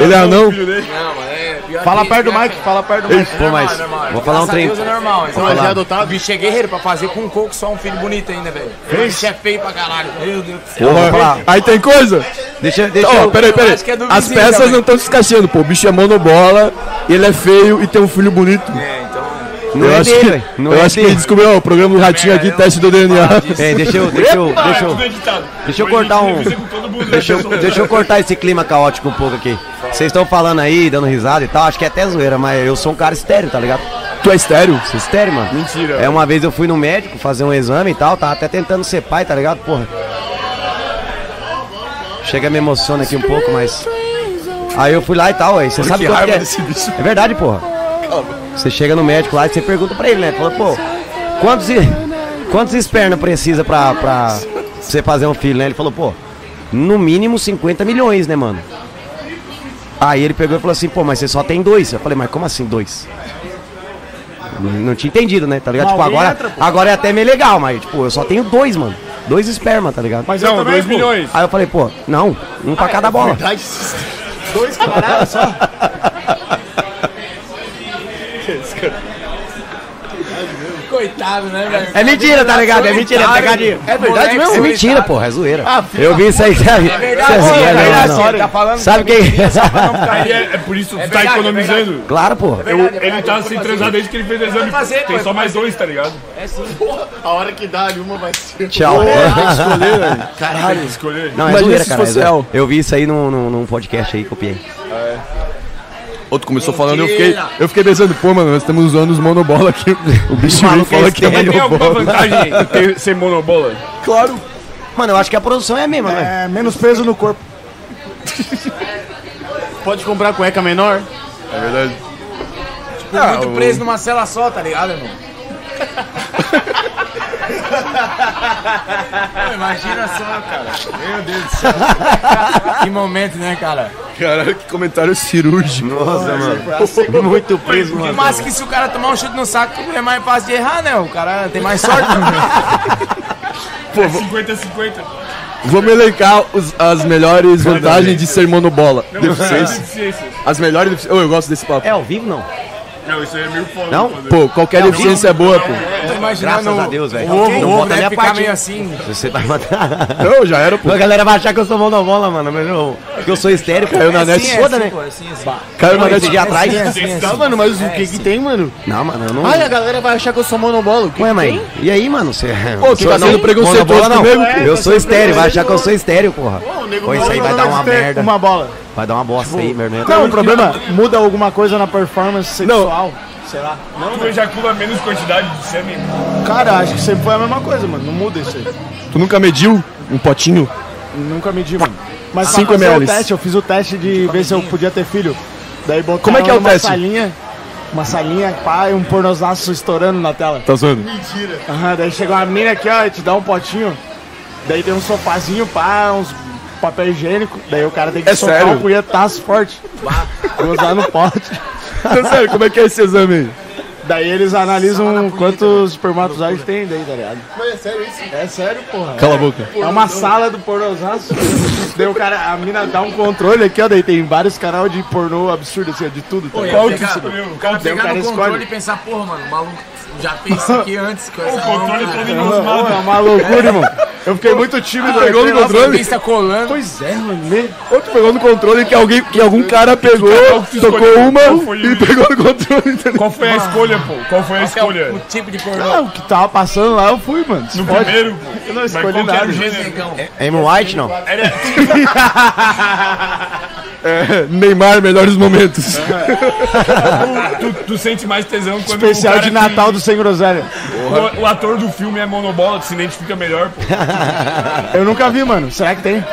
[SPEAKER 3] Ele é anão?
[SPEAKER 28] Não, mas é pior
[SPEAKER 3] Fala
[SPEAKER 28] que-
[SPEAKER 3] perto do
[SPEAKER 28] pior
[SPEAKER 3] Mike,
[SPEAKER 28] que-
[SPEAKER 3] fala perto do Mike.
[SPEAKER 21] Pô, mas vou falar um
[SPEAKER 28] Graças a
[SPEAKER 21] trem.
[SPEAKER 28] Deus é normal.
[SPEAKER 21] Vou falar.
[SPEAKER 28] adotado? O bicho é guerreiro pra fazer com um coco só um filho bonito ainda, velho. O bicho é feio pra caralho. Meu Deus do
[SPEAKER 4] Pô,
[SPEAKER 28] céu.
[SPEAKER 4] vou falar. Aí tem coisa?
[SPEAKER 21] Deixa,
[SPEAKER 28] deixa
[SPEAKER 4] Ó,
[SPEAKER 28] eu-
[SPEAKER 4] peraí, peraí.
[SPEAKER 28] Acho que é do
[SPEAKER 4] As
[SPEAKER 28] vizinho
[SPEAKER 4] peças
[SPEAKER 28] também.
[SPEAKER 4] não estão se encaixando, pô. O bicho é monobola, ele é feio e tem um filho bonito.
[SPEAKER 28] É, então.
[SPEAKER 21] Não
[SPEAKER 4] eu
[SPEAKER 21] é
[SPEAKER 4] acho
[SPEAKER 21] dele,
[SPEAKER 4] que,
[SPEAKER 21] velho. Não
[SPEAKER 4] eu
[SPEAKER 21] é
[SPEAKER 4] acho que
[SPEAKER 21] dele.
[SPEAKER 4] ele descobriu, ó, o programa do Ratinho aqui, teste do DNA.
[SPEAKER 21] É, deixa eu, deixa eu, deixa eu, deixa eu cortar um,
[SPEAKER 1] *laughs*
[SPEAKER 21] deixa eu, deixa eu cortar esse clima caótico um pouco aqui. Vocês estão falando aí, dando risada e tal, acho que é até zoeira, mas eu sou um cara estéreo, tá ligado?
[SPEAKER 4] Tu é estéreo?
[SPEAKER 21] Sou estéreo, mano. Mentira. É, uma vez eu fui no médico fazer um exame e tal, tava até tentando ser pai, tá ligado? Porra. Chega, me emociona aqui um pouco, mas... Aí eu fui lá e tal, aí você
[SPEAKER 4] Olha
[SPEAKER 21] sabe
[SPEAKER 4] que
[SPEAKER 21] quanto que
[SPEAKER 4] raiva
[SPEAKER 21] é.
[SPEAKER 4] desse bicho.
[SPEAKER 21] É verdade, porra. Você chega no médico lá e você pergunta pra ele, né? Fala, pô, quantos, e- quantos esperma precisa pra, pra você fazer um filho, né? Ele falou, pô, no mínimo 50 milhões, né, mano? Aí ele pegou e falou assim, pô, mas você só tem dois. Eu falei, mas como assim dois? Não, não tinha entendido, né? Tá ligado?
[SPEAKER 3] Mas
[SPEAKER 21] Tipo,
[SPEAKER 3] alguém
[SPEAKER 21] agora,
[SPEAKER 3] entra, pô.
[SPEAKER 21] agora é até meio legal, mas, tipo, eu só tenho dois, mano. Dois esperma, tá ligado?
[SPEAKER 3] Mas eu Não, também, dois pô. milhões.
[SPEAKER 21] Aí eu falei, pô, não, um pra cada bola.
[SPEAKER 3] Dois paradas só.
[SPEAKER 28] Coitado, né, velho?
[SPEAKER 21] É mentira, tá ligado? É mentira, é pegadinha. É mentira, porra, é zoeira. eu vi isso aí, sabe?
[SPEAKER 28] É verdade,
[SPEAKER 21] Isso
[SPEAKER 28] é
[SPEAKER 21] não,
[SPEAKER 28] verdade,
[SPEAKER 21] não.
[SPEAKER 28] ele tá falando
[SPEAKER 21] Sabe quem? *laughs*
[SPEAKER 1] Aí é, é por isso que
[SPEAKER 28] É
[SPEAKER 1] tu tá
[SPEAKER 28] verdade, é
[SPEAKER 1] economizando.
[SPEAKER 21] Claro, pô.
[SPEAKER 1] Eu- ele tá sem transar desde que ele fez o exame.
[SPEAKER 28] fazer,
[SPEAKER 1] Tem
[SPEAKER 28] pô,
[SPEAKER 1] só mais dois, tá ligado?
[SPEAKER 28] É sim.
[SPEAKER 2] A hora que dá ali uma vai ser.
[SPEAKER 21] Tchau.
[SPEAKER 2] *laughs*
[SPEAKER 1] Caralho. Tem que escolher.
[SPEAKER 21] Não, é zoeira, cara. é zoeira. Eu vi isso aí num, num, num podcast aí, copiei.
[SPEAKER 4] É. Outro começou falando, eu fiquei, eu fiquei pensando, pô, mano, nós estamos usando os monobola aqui. O bicho vem e fala que é
[SPEAKER 1] Tem alguma
[SPEAKER 4] monobola. *laughs*
[SPEAKER 1] vantagem em ter- ser monobola?
[SPEAKER 21] Claro. Mano, eu acho que a produção é a mesma, né?
[SPEAKER 3] É, menos peso no corpo.
[SPEAKER 2] Pode comprar cueca menor?
[SPEAKER 4] É verdade.
[SPEAKER 28] Muito preso numa cela só, tá ligado, irmão? Pô, imagina só, cara. Meu Deus do céu.
[SPEAKER 29] Que momento, né, cara?
[SPEAKER 4] Caralho, que comentário cirúrgico. Nossa, mano. Muito preso,
[SPEAKER 28] Porque
[SPEAKER 4] mano.
[SPEAKER 28] mais que se o cara tomar um chute no saco, é mais fácil de errar, né? O cara tem mais sorte. né?
[SPEAKER 4] Pô,
[SPEAKER 1] É
[SPEAKER 4] vou-
[SPEAKER 1] 50-50.
[SPEAKER 4] Vamos elencar os- as melhores
[SPEAKER 1] Cara,
[SPEAKER 4] vantagens de ser monobola.
[SPEAKER 1] Não,
[SPEAKER 4] Deficiência.
[SPEAKER 1] deficiência.
[SPEAKER 4] As melhores deficiências. eu gosto desse papo. É ao vivo, não?
[SPEAKER 1] Não, isso aí é meio foda.
[SPEAKER 4] Não?
[SPEAKER 1] fazer.
[SPEAKER 4] Pô, qualquer
[SPEAKER 1] Não,
[SPEAKER 4] deficiência é
[SPEAKER 1] não,
[SPEAKER 4] boa,
[SPEAKER 1] não,
[SPEAKER 4] pô.
[SPEAKER 1] é.
[SPEAKER 28] Tô imaginando
[SPEAKER 21] Graças a Deus, velho.
[SPEAKER 28] O ovo,
[SPEAKER 21] Não
[SPEAKER 28] o ovo
[SPEAKER 21] bota
[SPEAKER 28] deve
[SPEAKER 21] nem a
[SPEAKER 28] ficar
[SPEAKER 21] patinha.
[SPEAKER 28] meio assim.
[SPEAKER 21] Você tá matando.
[SPEAKER 4] Não, já era, pô.
[SPEAKER 21] A galera vai achar que eu sou mão da bola, mano. Mas eu, porque eu sou estéreo, pô.
[SPEAKER 2] Caiu na
[SPEAKER 21] É
[SPEAKER 2] net.
[SPEAKER 21] assim, é Foda,
[SPEAKER 2] assim,
[SPEAKER 21] né?
[SPEAKER 2] pô, é assim, é assim.
[SPEAKER 21] Bah.
[SPEAKER 2] Caiu na
[SPEAKER 21] Não,
[SPEAKER 2] net.
[SPEAKER 21] esse dia atrás. né?
[SPEAKER 2] É assim, é assim. Tá, mano, mas o que que tem, mano?
[SPEAKER 21] Não, mano, eu não.
[SPEAKER 2] Ai, a galera vai achar que eu sou monobolo. O que
[SPEAKER 21] Ué,
[SPEAKER 2] que
[SPEAKER 21] mãe,
[SPEAKER 2] tem?
[SPEAKER 21] e aí, mano? Você.
[SPEAKER 2] Pô, tu tá
[SPEAKER 21] não-
[SPEAKER 2] sendo preconceituoso
[SPEAKER 21] mão na bola,
[SPEAKER 2] comigo,
[SPEAKER 21] não.
[SPEAKER 2] pô.
[SPEAKER 21] Eu sou
[SPEAKER 2] Tá sendo
[SPEAKER 21] estéreo, vai achar que eu
[SPEAKER 2] preconceituoso.
[SPEAKER 21] sou estéreo, porra. Pô, isso aí vai dar uma merda.
[SPEAKER 2] é Uma bola. Tipo,
[SPEAKER 21] Vai dar uma bosta aí, meu irmão.
[SPEAKER 3] Não, o problema muda alguma coisa na performance sexual.
[SPEAKER 1] Sei lá. Não, tu ejacula menos quantidade de sêmen.
[SPEAKER 3] Cara, acho que sempre foi a mesma coisa, mano. Não muda isso aí.
[SPEAKER 4] Tu nunca mediu um potinho?
[SPEAKER 3] Nunca medi, mano. Mas pra
[SPEAKER 4] Ah, Cinco
[SPEAKER 3] fazer
[SPEAKER 4] ml.
[SPEAKER 3] o teste, eu fiz o teste de ver se eu podia ter filho. Daí botaram
[SPEAKER 4] Como é que é o
[SPEAKER 3] uma
[SPEAKER 4] teste?
[SPEAKER 3] salinha, uma salinha, pá, e um pornozaço estourando na tela.
[SPEAKER 4] Tá zoando?
[SPEAKER 3] Mentira. Aham, daí chega uma mina aqui, ó, e te dá um potinho. Daí tem um sofazinho, pá, uns papel higiênico. Daí o cara tem que
[SPEAKER 4] É
[SPEAKER 3] socar
[SPEAKER 4] sério?
[SPEAKER 3] um punhetaço forte. Cruzar no pote.
[SPEAKER 4] Tá sério, como é que é esse exame aí?
[SPEAKER 3] Daí eles analisam quantos espermatozoides tem daí, tá ligado?
[SPEAKER 30] Mas é sério isso?
[SPEAKER 3] É sério, porra.
[SPEAKER 4] Cala a boca.
[SPEAKER 3] É uma sala do pornozaço. daí o cara, a mina dá um controle aqui, ó. Daí tem vários canal de pornô absurdo, assim, ó, de tudo. Tá
[SPEAKER 28] Pô, ia
[SPEAKER 3] ligado?
[SPEAKER 28] pegar- o cara
[SPEAKER 3] Daí
[SPEAKER 28] pegar no
[SPEAKER 3] escolhe.
[SPEAKER 28] controle e pensar, porra, mano, o maluco já fez isso aqui
[SPEAKER 1] *laughs*
[SPEAKER 28] antes. Com essa mão, né?" cara.
[SPEAKER 4] né?
[SPEAKER 3] Ô, É uma loucura, irmão. Eu fiquei muito tímido.
[SPEAKER 4] Pegou
[SPEAKER 3] eu
[SPEAKER 4] no
[SPEAKER 3] entrei lá,
[SPEAKER 4] controle?
[SPEAKER 3] falei, "Tá
[SPEAKER 28] colando.
[SPEAKER 3] Pois é, mano. né?
[SPEAKER 4] Ou tu pegou no controle que alguém, que um algum cara pegou, tocou uma e pegou no controle.
[SPEAKER 1] Qual foi a escolha, pô? Qual foi a escolha?
[SPEAKER 28] tipo de
[SPEAKER 3] Ah, o que tava passando lá, eu fui, mano.
[SPEAKER 1] No
[SPEAKER 3] Pode-
[SPEAKER 1] primeiro, pô.
[SPEAKER 3] Eu não
[SPEAKER 1] Mas
[SPEAKER 3] escolhi
[SPEAKER 1] qual que era
[SPEAKER 3] nada.
[SPEAKER 1] o gênero?
[SPEAKER 21] É Amy White, não?
[SPEAKER 4] É, Neymar, melhores momentos. *laughs*
[SPEAKER 1] tu, tu- tu sente mais tesão quando
[SPEAKER 3] *laughs* Especial
[SPEAKER 1] o cara
[SPEAKER 3] de
[SPEAKER 1] que-
[SPEAKER 3] Natal do Sem Groselha.
[SPEAKER 1] O, o ator do filme é monobola, tu se identifica melhor, pô.
[SPEAKER 3] Eu nunca vi, mano. Será que tem?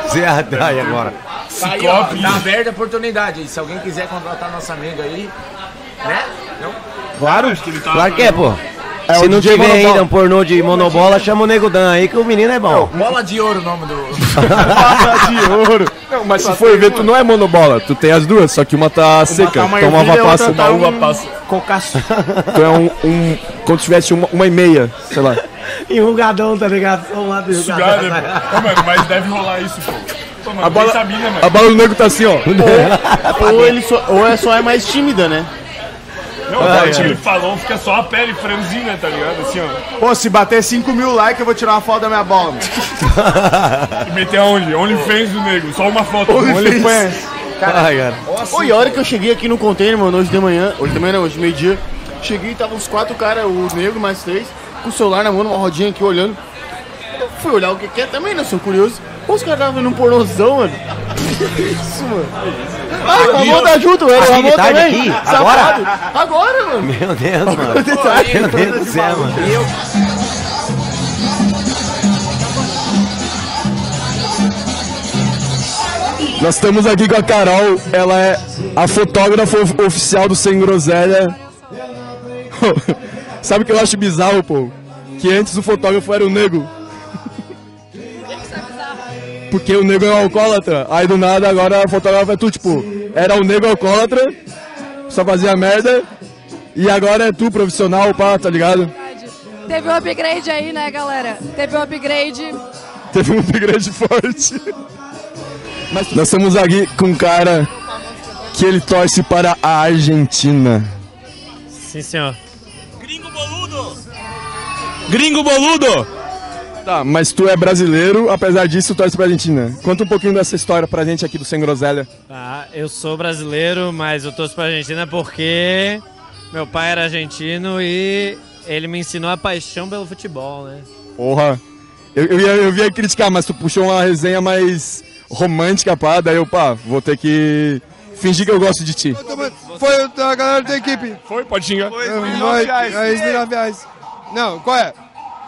[SPEAKER 21] Aí agora.
[SPEAKER 28] Tá aí, ó,
[SPEAKER 1] Ciclope.
[SPEAKER 28] tá aberta a oportunidade. Se alguém quiser contratar nossa amiga aí, né? Não?
[SPEAKER 21] Claro,
[SPEAKER 28] tá-
[SPEAKER 21] claro que é, pô.
[SPEAKER 28] É,
[SPEAKER 21] Se
[SPEAKER 28] o
[SPEAKER 21] não
[SPEAKER 28] DJ
[SPEAKER 21] tiver
[SPEAKER 28] Monobola.
[SPEAKER 21] ainda um pornô de monobola, chama o Nego Dan aí que o menino é bom.
[SPEAKER 28] Bola de ouro o nome do.
[SPEAKER 4] Tá de ouro. Não, mas se for ver, tu não é monobola. Tu tem as duas, só que uma tá seca.
[SPEAKER 3] uma
[SPEAKER 4] então uma
[SPEAKER 3] ervilha,
[SPEAKER 4] uva passa.
[SPEAKER 3] outra tá
[SPEAKER 4] uva
[SPEAKER 3] um
[SPEAKER 4] passa.
[SPEAKER 3] Cocaço.
[SPEAKER 4] Tu é um, um. Quando tivesse uma, uma e meia, sei lá.
[SPEAKER 21] *laughs* Enrugadão, tá ligado? Só um lado
[SPEAKER 1] Sugada, pô. Ô, mano, mas deve rolar isso, pô. Pô, mano,
[SPEAKER 4] A bola,
[SPEAKER 1] nem sabia, né, mano.
[SPEAKER 4] a bola do nego tá assim, ó.
[SPEAKER 3] assim,
[SPEAKER 2] Ou, ele só, ou é só é mais tímida, né?
[SPEAKER 1] Não,
[SPEAKER 2] Ah,
[SPEAKER 1] o que
[SPEAKER 2] é.
[SPEAKER 1] ele falou, fica só a pele franzina, tá ligado? Assim, ó.
[SPEAKER 3] Pô, se bater 5 mil likes, eu vou tirar uma foto da minha bola, mano.
[SPEAKER 1] E meter aonde? OnlyFans do nego, só uma foto.
[SPEAKER 2] Ai, cara. assim, Pô, e a hora que eu cheguei aqui no container, mano, hoje de manhã, hoje de manhã não, hoje meio-dia, cheguei e tava uns quatro caras, o negro mais três, com o celular na mão, numa rodinha aqui olhando. Eu fui olhar o que que é também, né? Sou curioso. Pô, Os caras estavam num pornozão, mano. Que isso, mano? Ah, o Ramon tá junto, velho. O Ramon
[SPEAKER 21] Habilidade
[SPEAKER 2] também.
[SPEAKER 21] aqui, agora?
[SPEAKER 2] Safado. Agora, mano.
[SPEAKER 21] Meu Deus, mano.
[SPEAKER 2] Meu Deus,
[SPEAKER 21] Meu Deus do céu, mano.
[SPEAKER 4] Nós estamos aqui com a Carol, ela é a fotógrafa of- oficial do Sem Groselha. *laughs* Sabe o que eu acho bizarro, pô? Que antes o fotógrafo era o nego. *laughs* Porque o nego é um alcoólatra. Aí do nada agora o fotógrafo é tu, tipo, era o nego alcoólatra, só fazia merda. E agora é tu profissional, pá, tá ligado?
[SPEAKER 31] Teve um upgrade aí, né, galera? Teve um upgrade.
[SPEAKER 4] Teve um upgrade forte. Mas nós estamos aqui com um cara que ele torce para a Argentina.
[SPEAKER 8] Sim, senhor.
[SPEAKER 4] Gringo boludo! Tá, mas tu é brasileiro, apesar disso, torce pra Argentina. Conta um pouquinho dessa história pra gente aqui do Sem Groselha.
[SPEAKER 8] Tá, eu sou brasileiro, mas eu torço pra Argentina porque meu pai era argentino e ele me ensinou a paixão pelo futebol, né?
[SPEAKER 4] Porra! Eu, eu, ia, eu ia criticar, mas tu puxou uma resenha mais romântica, pá, daí eu, pá, vou ter que fingir que eu gosto de ti.
[SPEAKER 11] Foi a galera da equipe.
[SPEAKER 1] É, Foi, pode xingar.
[SPEAKER 11] Foi,
[SPEAKER 4] milhões de reais.
[SPEAKER 11] é, ex milhões de reais. Não, qual é?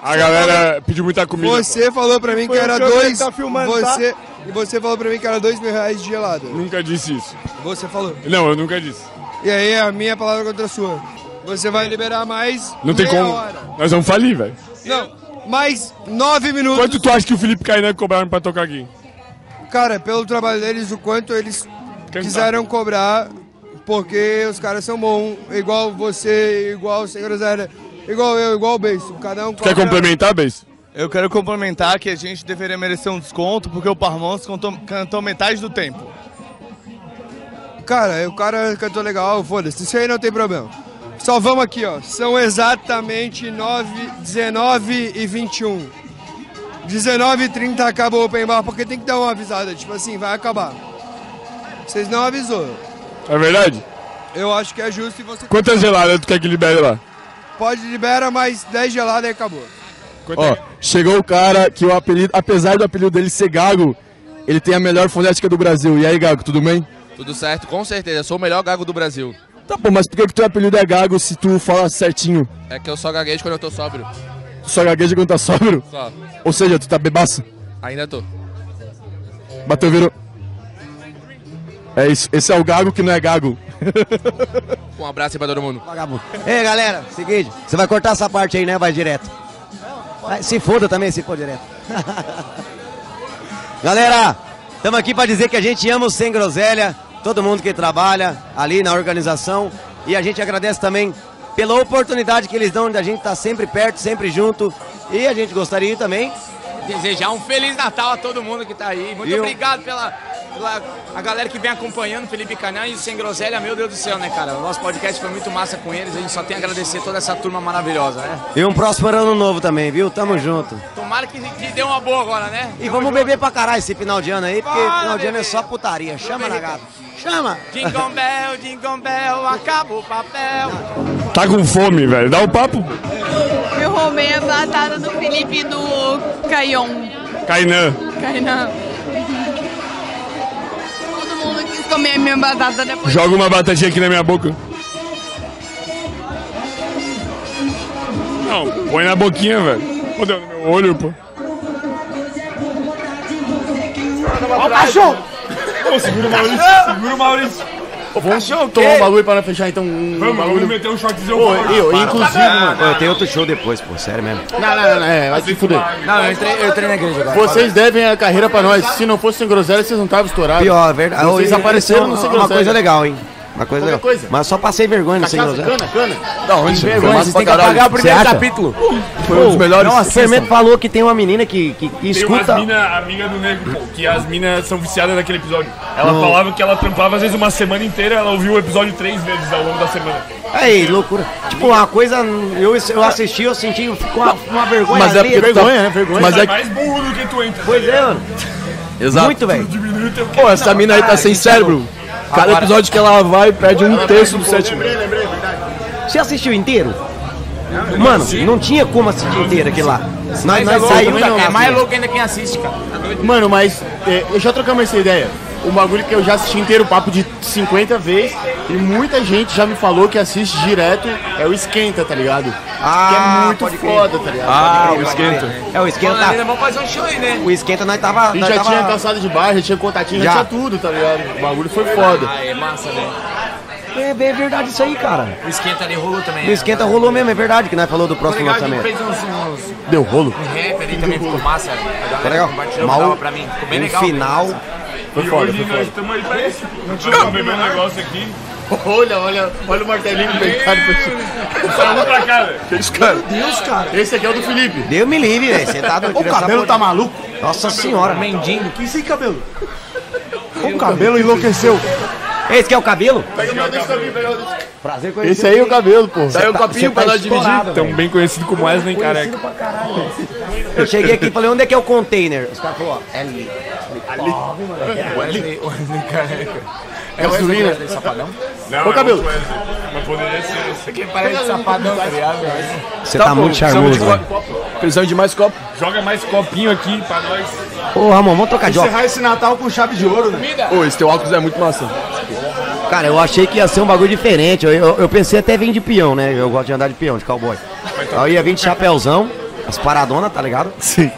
[SPEAKER 1] A galera pediu muita comida.
[SPEAKER 11] Você falou pra mim que
[SPEAKER 1] Foi o
[SPEAKER 11] era
[SPEAKER 1] Diogo
[SPEAKER 11] dois.
[SPEAKER 1] que tá filmando,
[SPEAKER 11] você, E você falou pra mim que era dois mil reais de gelado.
[SPEAKER 1] Nunca disse isso.
[SPEAKER 11] Você falou.
[SPEAKER 1] Não, eu nunca disse.
[SPEAKER 11] E aí a minha palavra contra a sua. Você vai liberar mais.
[SPEAKER 1] Não tem
[SPEAKER 11] meia
[SPEAKER 1] como.
[SPEAKER 11] hora.
[SPEAKER 1] Nós vamos falir, velho.
[SPEAKER 11] Não. mais nove minutos.
[SPEAKER 14] Quanto tu acha que o Felipe Kainan cobraram pra tocar aqui?
[SPEAKER 11] Cara, pelo trabalho deles, o quanto eles quiseram cobrar, porque os caras são bons, igual você, igual o Sem Groselha, igual eu, igual o Beijo. Cada um
[SPEAKER 14] Quer complementar, Beis?
[SPEAKER 12] Eu quero complementar que a gente deveria merecer um desconto, porque o Parmãos cantou, cantou metade do tempo.
[SPEAKER 11] Cara, o cara cantou legal, foda-se, isso aí não tem problema. Só vamos aqui, ó. São exatamente 9, 19 e 21. 19 e 30 acaba o open bar, porque tem que dar uma avisada, tipo assim, vai acabar. Vocês não avisou.
[SPEAKER 14] É verdade?
[SPEAKER 11] Eu acho que é justo e você.
[SPEAKER 14] Quantas geladas tu quer que libere lá?
[SPEAKER 11] Pode libera mais 10 geladas e acabou.
[SPEAKER 4] Ó, chegou o cara que o apelido, apesar do apelido dele ser Gago, ele tem a melhor fonética do Brasil. E aí, Gago, tudo bem?
[SPEAKER 9] Tudo certo, com certeza. Eu sou o melhor gago do Brasil.
[SPEAKER 4] Tá bom, mas por que, que teu apelido é Gago se tu fala certinho?
[SPEAKER 9] É que eu só gaguejo quando eu tô sóbrio.
[SPEAKER 4] Tu só gagueja quando tá sóbrio?
[SPEAKER 9] Só.
[SPEAKER 4] Ou seja, tu tá bebaço?
[SPEAKER 9] Ainda tô.
[SPEAKER 4] Bateu, virou. É isso, esse é o Gago que não é Gago.
[SPEAKER 9] Um abraço aí pra todo mundo.
[SPEAKER 21] Vagabundo. Ei, galera, seguinte, você vai cortar essa parte aí, né? Vai direto. Vai, se foda também, se for direto. Galera, estamos aqui para dizer que a gente ama o Sem Groselha, todo mundo que trabalha ali na organização. E a gente agradece também pela oportunidade que eles dão de a gente estar sempre perto, sempre junto. E a gente gostaria também
[SPEAKER 28] Desejar um Feliz Natal a todo mundo que tá aí. Muito
[SPEAKER 21] E eu-
[SPEAKER 28] obrigado pela, pela a galera que vem acompanhando o Felipe Canã e o Sem Groselha. Meu Deus do céu, né, cara? O nosso podcast foi muito massa com eles. A gente só tem a agradecer toda essa turma maravilhosa, né?
[SPEAKER 21] e um próximo ano novo também, viu? Tamo junto.
[SPEAKER 28] Tomara que, que dê uma boa agora, né?
[SPEAKER 21] E vamos beber pra caralho esse final de ano aí, porque
[SPEAKER 28] Bora
[SPEAKER 21] final de ano é só putaria. Chama na gata. Chama!
[SPEAKER 28] Jingle Bell, Jingle Bell, acaba o papel.
[SPEAKER 14] Tá com fome, velho. Dá o papo.
[SPEAKER 32] Meu Romê é batata do Felipe e do Caion.
[SPEAKER 14] Kainan.
[SPEAKER 32] Kainan. Todo mundo quis comer a minha batata depois.
[SPEAKER 14] Joga uma batatinha aqui na minha boca. Não, põe na boquinha, velho. Pô, deu no meu olho, pô.
[SPEAKER 9] Ó o cachorro!
[SPEAKER 1] segura o Maurício, segura o Maurício.
[SPEAKER 2] Vamos tomar um bagulho pra não fechar então um
[SPEAKER 1] Vamos,
[SPEAKER 2] bagulho.
[SPEAKER 1] vamos meter um shotzinho
[SPEAKER 2] Ô,
[SPEAKER 1] fora.
[SPEAKER 2] eu,
[SPEAKER 1] Para.
[SPEAKER 2] inclusive,
[SPEAKER 1] Ah,
[SPEAKER 2] mano.
[SPEAKER 21] Ô, tem outro show depois, pô, sério mesmo.
[SPEAKER 2] Não, não, não, é, vai se fuder.
[SPEAKER 28] Não, eu entrei, eu entrei na igreja
[SPEAKER 21] é-
[SPEAKER 28] agora.
[SPEAKER 2] Vocês devem a carreira pra nós. Se não fosse sem groselha, vocês não estavam estourados.
[SPEAKER 21] Pior, verdade. Ô,
[SPEAKER 2] Vocês
[SPEAKER 21] isso-
[SPEAKER 2] apareceram
[SPEAKER 21] isso
[SPEAKER 2] no
[SPEAKER 21] é
[SPEAKER 2] sem
[SPEAKER 21] Uma
[SPEAKER 2] groselha.
[SPEAKER 21] coisa legal, hein? Uma coisa legal.
[SPEAKER 2] coisa.
[SPEAKER 21] Mas só passei vergonha no sem
[SPEAKER 2] Cachaça,
[SPEAKER 21] groselha.
[SPEAKER 2] cana, cana.
[SPEAKER 21] Não,
[SPEAKER 2] né? Isso, foi
[SPEAKER 21] vergonha,
[SPEAKER 2] massa
[SPEAKER 21] vocês
[SPEAKER 2] pra
[SPEAKER 21] têm que
[SPEAKER 2] caralho.
[SPEAKER 21] apagar o primeiro
[SPEAKER 2] Você acha?
[SPEAKER 21] capítulo.
[SPEAKER 2] Foi um dos melhores.
[SPEAKER 21] Nossa, o
[SPEAKER 2] Assistam.
[SPEAKER 21] Fermento falou que tem uma menina que, que, que
[SPEAKER 1] Tem umas
[SPEAKER 21] é escuta.
[SPEAKER 1] mina, amiga do negro, pô, que as minas são viciadas naquele episódio. Ela
[SPEAKER 21] Não.
[SPEAKER 1] falava que ela trampava às vezes uma semana inteira, ela ouviu o episódio três vezes ao longo da semana.
[SPEAKER 21] Aí, loucura. Tipo, uma coisa. Eu, eu assisti, eu senti uma, uma vergonha.
[SPEAKER 1] Mas é
[SPEAKER 21] alheia.
[SPEAKER 1] porque vergonha, né? Vergonha.
[SPEAKER 21] Mas
[SPEAKER 1] Sai
[SPEAKER 21] é
[SPEAKER 1] mais burro do que tu entra.
[SPEAKER 21] Pois é, mano.
[SPEAKER 4] *laughs* Exato.
[SPEAKER 21] Muito, velho.
[SPEAKER 4] Pô, essa mina aí tá sem cérebro. Cada episódio que ela vai, perde um terço do sétimo.
[SPEAKER 21] Você assistiu inteiro? Mano, não tinha como assistir inteiro aquele lá.
[SPEAKER 2] Mas
[SPEAKER 21] Nós,
[SPEAKER 2] é
[SPEAKER 21] nós
[SPEAKER 2] louco,
[SPEAKER 21] saímos
[SPEAKER 2] né,
[SPEAKER 21] da
[SPEAKER 2] não,
[SPEAKER 21] casa.
[SPEAKER 28] É mais
[SPEAKER 2] Sim.
[SPEAKER 28] louco ainda quem assiste, cara. Tá doido?
[SPEAKER 2] Mano, mas é, eu já trocamos essa ideia. Um bagulho que eu já assisti inteiro, papo de 50 vezes, e muita gente já me falou que assiste direto, é o Esquenta, tá ligado?
[SPEAKER 21] Ah,
[SPEAKER 2] que é muito foda, tá ligado?
[SPEAKER 21] É Ah, o esquenta.
[SPEAKER 28] Ainda vamos fazer um show aí, né?
[SPEAKER 21] O esquenta nós
[SPEAKER 2] A
[SPEAKER 21] tava.
[SPEAKER 2] gente
[SPEAKER 21] Nós
[SPEAKER 2] já
[SPEAKER 21] tava...
[SPEAKER 2] tinha calçado de baixo, já tinha contatinho, já. tinha
[SPEAKER 21] Já.
[SPEAKER 2] tudo, tá ligado? O bagulho foi foda.
[SPEAKER 28] Ah, é massa, né?
[SPEAKER 21] É, é verdade isso aí, cara.
[SPEAKER 28] O esquenta ali rolou também. né?
[SPEAKER 21] O esquenta rolou mesmo, é verdade que nós falou do próximo
[SPEAKER 28] Obrigado, a gente
[SPEAKER 21] lançamento.
[SPEAKER 28] fez um uns, uns,
[SPEAKER 21] Deu rolo.
[SPEAKER 28] um rap ali também, ficou massa. A galera
[SPEAKER 21] Tá legal.
[SPEAKER 28] compartilhou,
[SPEAKER 21] Mal-
[SPEAKER 28] dava pra mim. Ficou bem
[SPEAKER 21] um
[SPEAKER 28] legal.
[SPEAKER 21] final. Foi
[SPEAKER 1] e
[SPEAKER 21] foda,
[SPEAKER 1] hoje
[SPEAKER 21] foi
[SPEAKER 1] nós
[SPEAKER 21] foda.
[SPEAKER 1] estamos aí pra isso. Não tinha beber meu negócio aqui.
[SPEAKER 2] *laughs* Olha, olha, olha o martelinho pegado pra ti.
[SPEAKER 1] Só um pra cá, velho.
[SPEAKER 2] Que isso, cara? *laughs* Meu Deus, cara. Esse aqui é o do Felipe.
[SPEAKER 21] Deu me livre, velho. Você tá *laughs* doido.
[SPEAKER 2] O cabelo tá maluco?
[SPEAKER 21] Nossa senhora.
[SPEAKER 28] Mendigo.
[SPEAKER 21] Que sem cabelo? *laughs* O cabelo enlouqueceu. Esse que é o cabelo? Prazer conhecer
[SPEAKER 2] Esse aí é o cabelo, pô.
[SPEAKER 21] Você tá- você tá estourado,
[SPEAKER 1] Tão
[SPEAKER 21] velho.
[SPEAKER 1] bem conhecido como Wesley Careca.
[SPEAKER 21] é Eu cheguei aqui e falei, onde é que é o container? Os caras falaram, ó, é ali. Ali.
[SPEAKER 28] Wesley, Wesley Careca.
[SPEAKER 21] É o Zulina.
[SPEAKER 28] Wesley Safadão?
[SPEAKER 1] Não,
[SPEAKER 21] Ô, cabelo.
[SPEAKER 1] é outro Wesley, Mas poderia ser esse.
[SPEAKER 28] Que parece safadão, tá ligado?
[SPEAKER 21] Você tá, muito charmoso, velho.
[SPEAKER 4] Precisamos de mais copo.
[SPEAKER 1] Joga mais copinho aqui pra nós.
[SPEAKER 21] Ô, Ramon, vamos trocar de óculos.
[SPEAKER 13] Encerrar esse Natal com chave de ouro, né?
[SPEAKER 4] Ô, esse teu óculos é muito massa.
[SPEAKER 21] Cara, eu achei que ia ser um bagulho diferente. Eu, eu, eu pensei até vir de peão, né? Eu gosto de andar de peão, de cowboy. Aí ia vir de chapéuzão, as paradonas, tá ligado? Sim.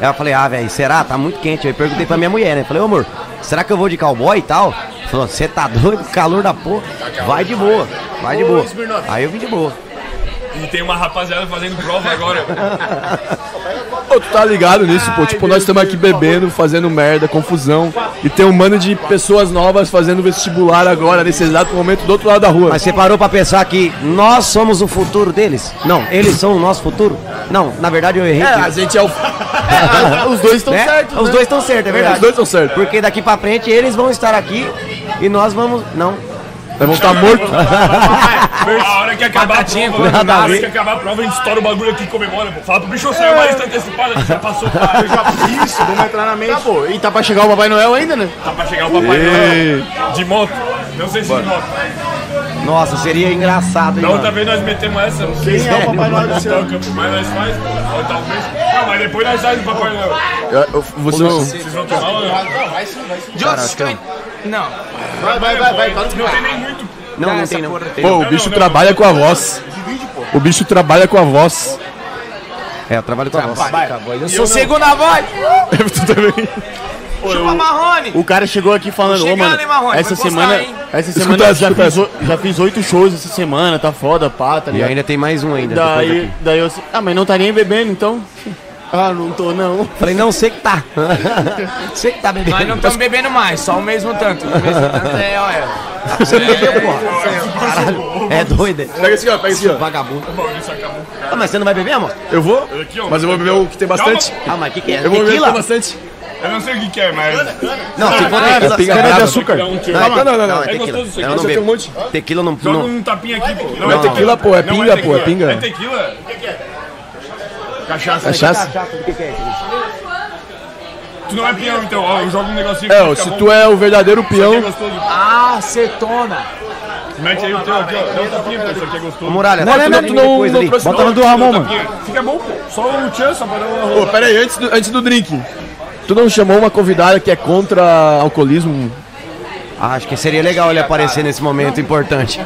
[SPEAKER 21] Aí eu falei, ah, velho, será? Tá muito quente. Aí eu perguntei pra minha mulher, né? Falei, ô amor, será que eu vou de cowboy e tal? Falou, você tá doido? Calor da porra. Vai de boa, vai de boa. Aí eu vim de boa.
[SPEAKER 1] E tem uma rapaziada fazendo prova agora.
[SPEAKER 4] Pô, tu tá ligado nisso, pô? Tipo, nós estamos aqui bebendo, fazendo merda, confusão. E tem um mano de pessoas novas fazendo vestibular agora, nesse exato momento, do outro lado da rua.
[SPEAKER 21] Mas você parou pra pensar que nós somos o futuro deles? Não. Eles são o nosso futuro? Não, na verdade eu errei.
[SPEAKER 4] É, a gente é
[SPEAKER 21] *laughs*
[SPEAKER 4] o. É,
[SPEAKER 21] os dois estão certos. Os
[SPEAKER 4] né?
[SPEAKER 21] dois estão certos, é verdade.
[SPEAKER 4] Os dois estão certos.
[SPEAKER 21] Porque daqui pra frente eles vão estar aqui e nós vamos. Não. Nós
[SPEAKER 4] vamos estar mortos.
[SPEAKER 1] A hora que acabar a prova,
[SPEAKER 21] nada a
[SPEAKER 1] a hora
[SPEAKER 21] ver. É.
[SPEAKER 1] que acabar a prova, a gente estoura o bagulho aqui e comemora. Pô. Fala pro bicho, eu saiu uma lista antecipada, já passou pra eu já fiz isso, vamos entrar na mente.
[SPEAKER 2] Pô, e tá pra chegar o Papai Noel ainda, né?
[SPEAKER 1] Tá pra chegar o Papai
[SPEAKER 2] Ei.
[SPEAKER 1] Noel de moto. Não sei se de moto.
[SPEAKER 21] *laughs* Nossa, seria engraçado, hein?
[SPEAKER 1] Da
[SPEAKER 4] tá
[SPEAKER 1] outra
[SPEAKER 21] Mano?
[SPEAKER 1] vez nós metemos essa. não sei
[SPEAKER 21] Quem
[SPEAKER 1] se
[SPEAKER 21] é o Papai Noel
[SPEAKER 1] Não
[SPEAKER 21] desse ano?
[SPEAKER 1] toca, pô, Mas nós faz, ou talvez. Não, Ah, mas depois nós faz o Papai Noel.
[SPEAKER 4] Eu- eu- você-
[SPEAKER 1] Vocês vão tomar ou não?
[SPEAKER 28] Vai sim, vai sim.
[SPEAKER 4] Caraca.
[SPEAKER 28] Não.
[SPEAKER 1] Vai, vai, vai, vai. Não tem nem muito.
[SPEAKER 21] Não,
[SPEAKER 28] Dá
[SPEAKER 21] não
[SPEAKER 28] essa
[SPEAKER 21] tem, não.
[SPEAKER 28] porra.
[SPEAKER 4] Pô, o bicho trabalha com a voz. O bicho trabalha com a voz.
[SPEAKER 21] É, eu trabalho com a voz.
[SPEAKER 4] *laughs*
[SPEAKER 28] Eu sou cego na voz. Chupa Marrone.
[SPEAKER 2] O cara chegou aqui falando,
[SPEAKER 28] Tô
[SPEAKER 2] ô
[SPEAKER 28] chegando,
[SPEAKER 2] mano,
[SPEAKER 28] hein, Marrone?
[SPEAKER 2] essa
[SPEAKER 28] Vai postar,
[SPEAKER 2] semana,
[SPEAKER 28] hein?
[SPEAKER 2] essa
[SPEAKER 21] Escuta
[SPEAKER 2] semana
[SPEAKER 21] essa,
[SPEAKER 2] já,
[SPEAKER 21] escuta
[SPEAKER 2] fiz, o- já fiz oito shows essa semana, tá foda, pá, tá
[SPEAKER 21] E
[SPEAKER 2] ligado?
[SPEAKER 21] ainda tem mais um ainda. depois
[SPEAKER 2] daí,
[SPEAKER 21] aqui.
[SPEAKER 2] daí eu assim, ah, mas não tá nem bebendo então? Ah, não tô não.
[SPEAKER 21] Falei, não, sei que tá. Você que tá bebendo.
[SPEAKER 28] Nós não estamos bebendo mais, só o mesmo tanto. O mesmo tanto é, olha.
[SPEAKER 21] É doido. hein?
[SPEAKER 4] Pega esse aqui, ó, pega esse aqui, ó.
[SPEAKER 21] Vagabundo.
[SPEAKER 1] Isso acabou.
[SPEAKER 21] Ah, mas você não vai beber, amor?
[SPEAKER 4] Eu vou,
[SPEAKER 1] Aqui, ó.
[SPEAKER 4] mas eu vou beber o que tem bastante.
[SPEAKER 21] Ah, mas o que, que é?
[SPEAKER 4] Eu vou beber o que
[SPEAKER 21] Tequila?
[SPEAKER 4] tem bastante.
[SPEAKER 1] Eu não sei o que, que é, mas.
[SPEAKER 21] Não, se for
[SPEAKER 4] Ah, pinga
[SPEAKER 21] tequila, você
[SPEAKER 4] brava.
[SPEAKER 21] bebe.
[SPEAKER 4] açúcar.
[SPEAKER 1] Dá um tiro.
[SPEAKER 21] Não,
[SPEAKER 4] Não, não, não, não.
[SPEAKER 21] é
[SPEAKER 1] É
[SPEAKER 21] tequila.
[SPEAKER 1] gostoso isso aqui.
[SPEAKER 21] Eu não
[SPEAKER 1] Você tem
[SPEAKER 21] bebo.
[SPEAKER 1] um monte?
[SPEAKER 21] Tequila eu não...
[SPEAKER 1] Joga
[SPEAKER 21] não-
[SPEAKER 1] um tapinha aqui, pô.
[SPEAKER 21] Não é tequila,
[SPEAKER 4] pô, é
[SPEAKER 1] Não
[SPEAKER 4] pinga, pô, é
[SPEAKER 1] tequila.
[SPEAKER 4] pinga.
[SPEAKER 1] É tequila? O que, que é? Cachaça.
[SPEAKER 4] Cachaça?
[SPEAKER 21] O que, que é isso?
[SPEAKER 1] Tu não é peão, então. Ó, eu jogo um negocinho
[SPEAKER 4] É,
[SPEAKER 1] aqui,
[SPEAKER 4] ó,
[SPEAKER 1] fica
[SPEAKER 4] se
[SPEAKER 1] bom.
[SPEAKER 4] tu é o verdadeiro peão.
[SPEAKER 1] Isso aqui é gostoso.
[SPEAKER 28] Ah, cetona.
[SPEAKER 1] Mete aí o teu aqui, ó. Dá um tapinha, pô. Isso aqui é gostoso.
[SPEAKER 21] Muralha,
[SPEAKER 4] Não,
[SPEAKER 21] tá
[SPEAKER 4] não,
[SPEAKER 21] tudo
[SPEAKER 4] não,
[SPEAKER 21] bem
[SPEAKER 4] tu não-
[SPEAKER 21] depois
[SPEAKER 4] não
[SPEAKER 21] ali.
[SPEAKER 4] trouxe
[SPEAKER 21] Bota
[SPEAKER 4] não.
[SPEAKER 21] na do Ramon, mano.
[SPEAKER 1] Tapinha. Fica bom, pô. Só um tchan, só pra dar uma
[SPEAKER 4] Pô,
[SPEAKER 1] rolada.
[SPEAKER 4] pera aí, antes do, antes do drink. Tu não chamou uma convidada que é contra alcoolismo?
[SPEAKER 21] Ah, Acho que seria legal ele aparecer nesse momento importante.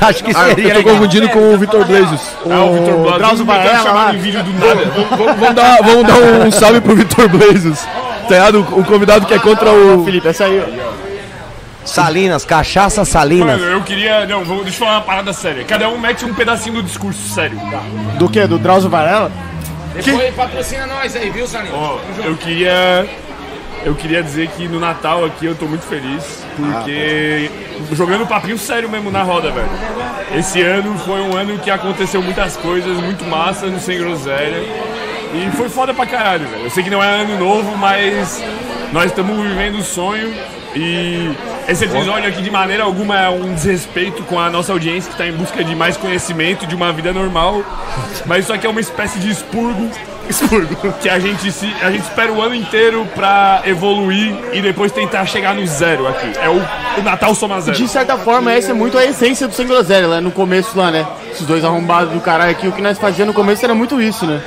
[SPEAKER 21] Acho que
[SPEAKER 4] Ah,
[SPEAKER 21] seria
[SPEAKER 4] eu tô
[SPEAKER 21] legal.
[SPEAKER 4] confundindo com o Vitor Blazes.
[SPEAKER 1] Ah, o Vitor Blato.
[SPEAKER 2] Drauzio
[SPEAKER 1] Não me quero
[SPEAKER 2] Varela
[SPEAKER 1] chamar
[SPEAKER 2] lá.
[SPEAKER 1] de vídeo do nada.
[SPEAKER 4] Vamos, vamos dar, vamos dar um salve pro Vitor Blazes. Tá ligado? O o convidado que é contra o.
[SPEAKER 2] Felipe, essa aí, ó.
[SPEAKER 21] Salinas, cachaça Salinas.
[SPEAKER 1] Mano, eu queria. Não, vou, deixa eu falar uma parada séria. Cada um mete um pedacinho do discurso, sério.
[SPEAKER 2] Do que? Do Drauzio Varela?
[SPEAKER 28] Tá. Depois patrocina nós aí, viu, Saninho?
[SPEAKER 1] Ó, eu queria. Eu queria dizer que no Natal aqui eu tô muito feliz,
[SPEAKER 21] Ah,
[SPEAKER 1] porque. jogando papinho sério mesmo na roda, velho. Esse ano foi um ano que aconteceu muitas coisas, muito massa no Sem Groselha. E foi foda pra caralho, velho. Eu sei que não é ano novo, mas nós estamos vivendo o sonho. E esse episódio aqui, de maneira alguma, é um desrespeito com a nossa audiência que tá em busca de mais conhecimento, de uma vida normal. Mas isso aqui é uma espécie de expurgo. Expurgo. Que a gente, se, a gente espera o ano inteiro pra evoluir e depois tentar chegar no zero aqui. É o, o Natal soma zero.
[SPEAKER 2] *laughs* De certa forma, essa é muito a essência do Sem Groselha, lá no começo lá, né? Esses dois arrombados do caralho aqui, o que nós fazíamos no começo era muito isso,
[SPEAKER 21] *laughs*
[SPEAKER 2] né?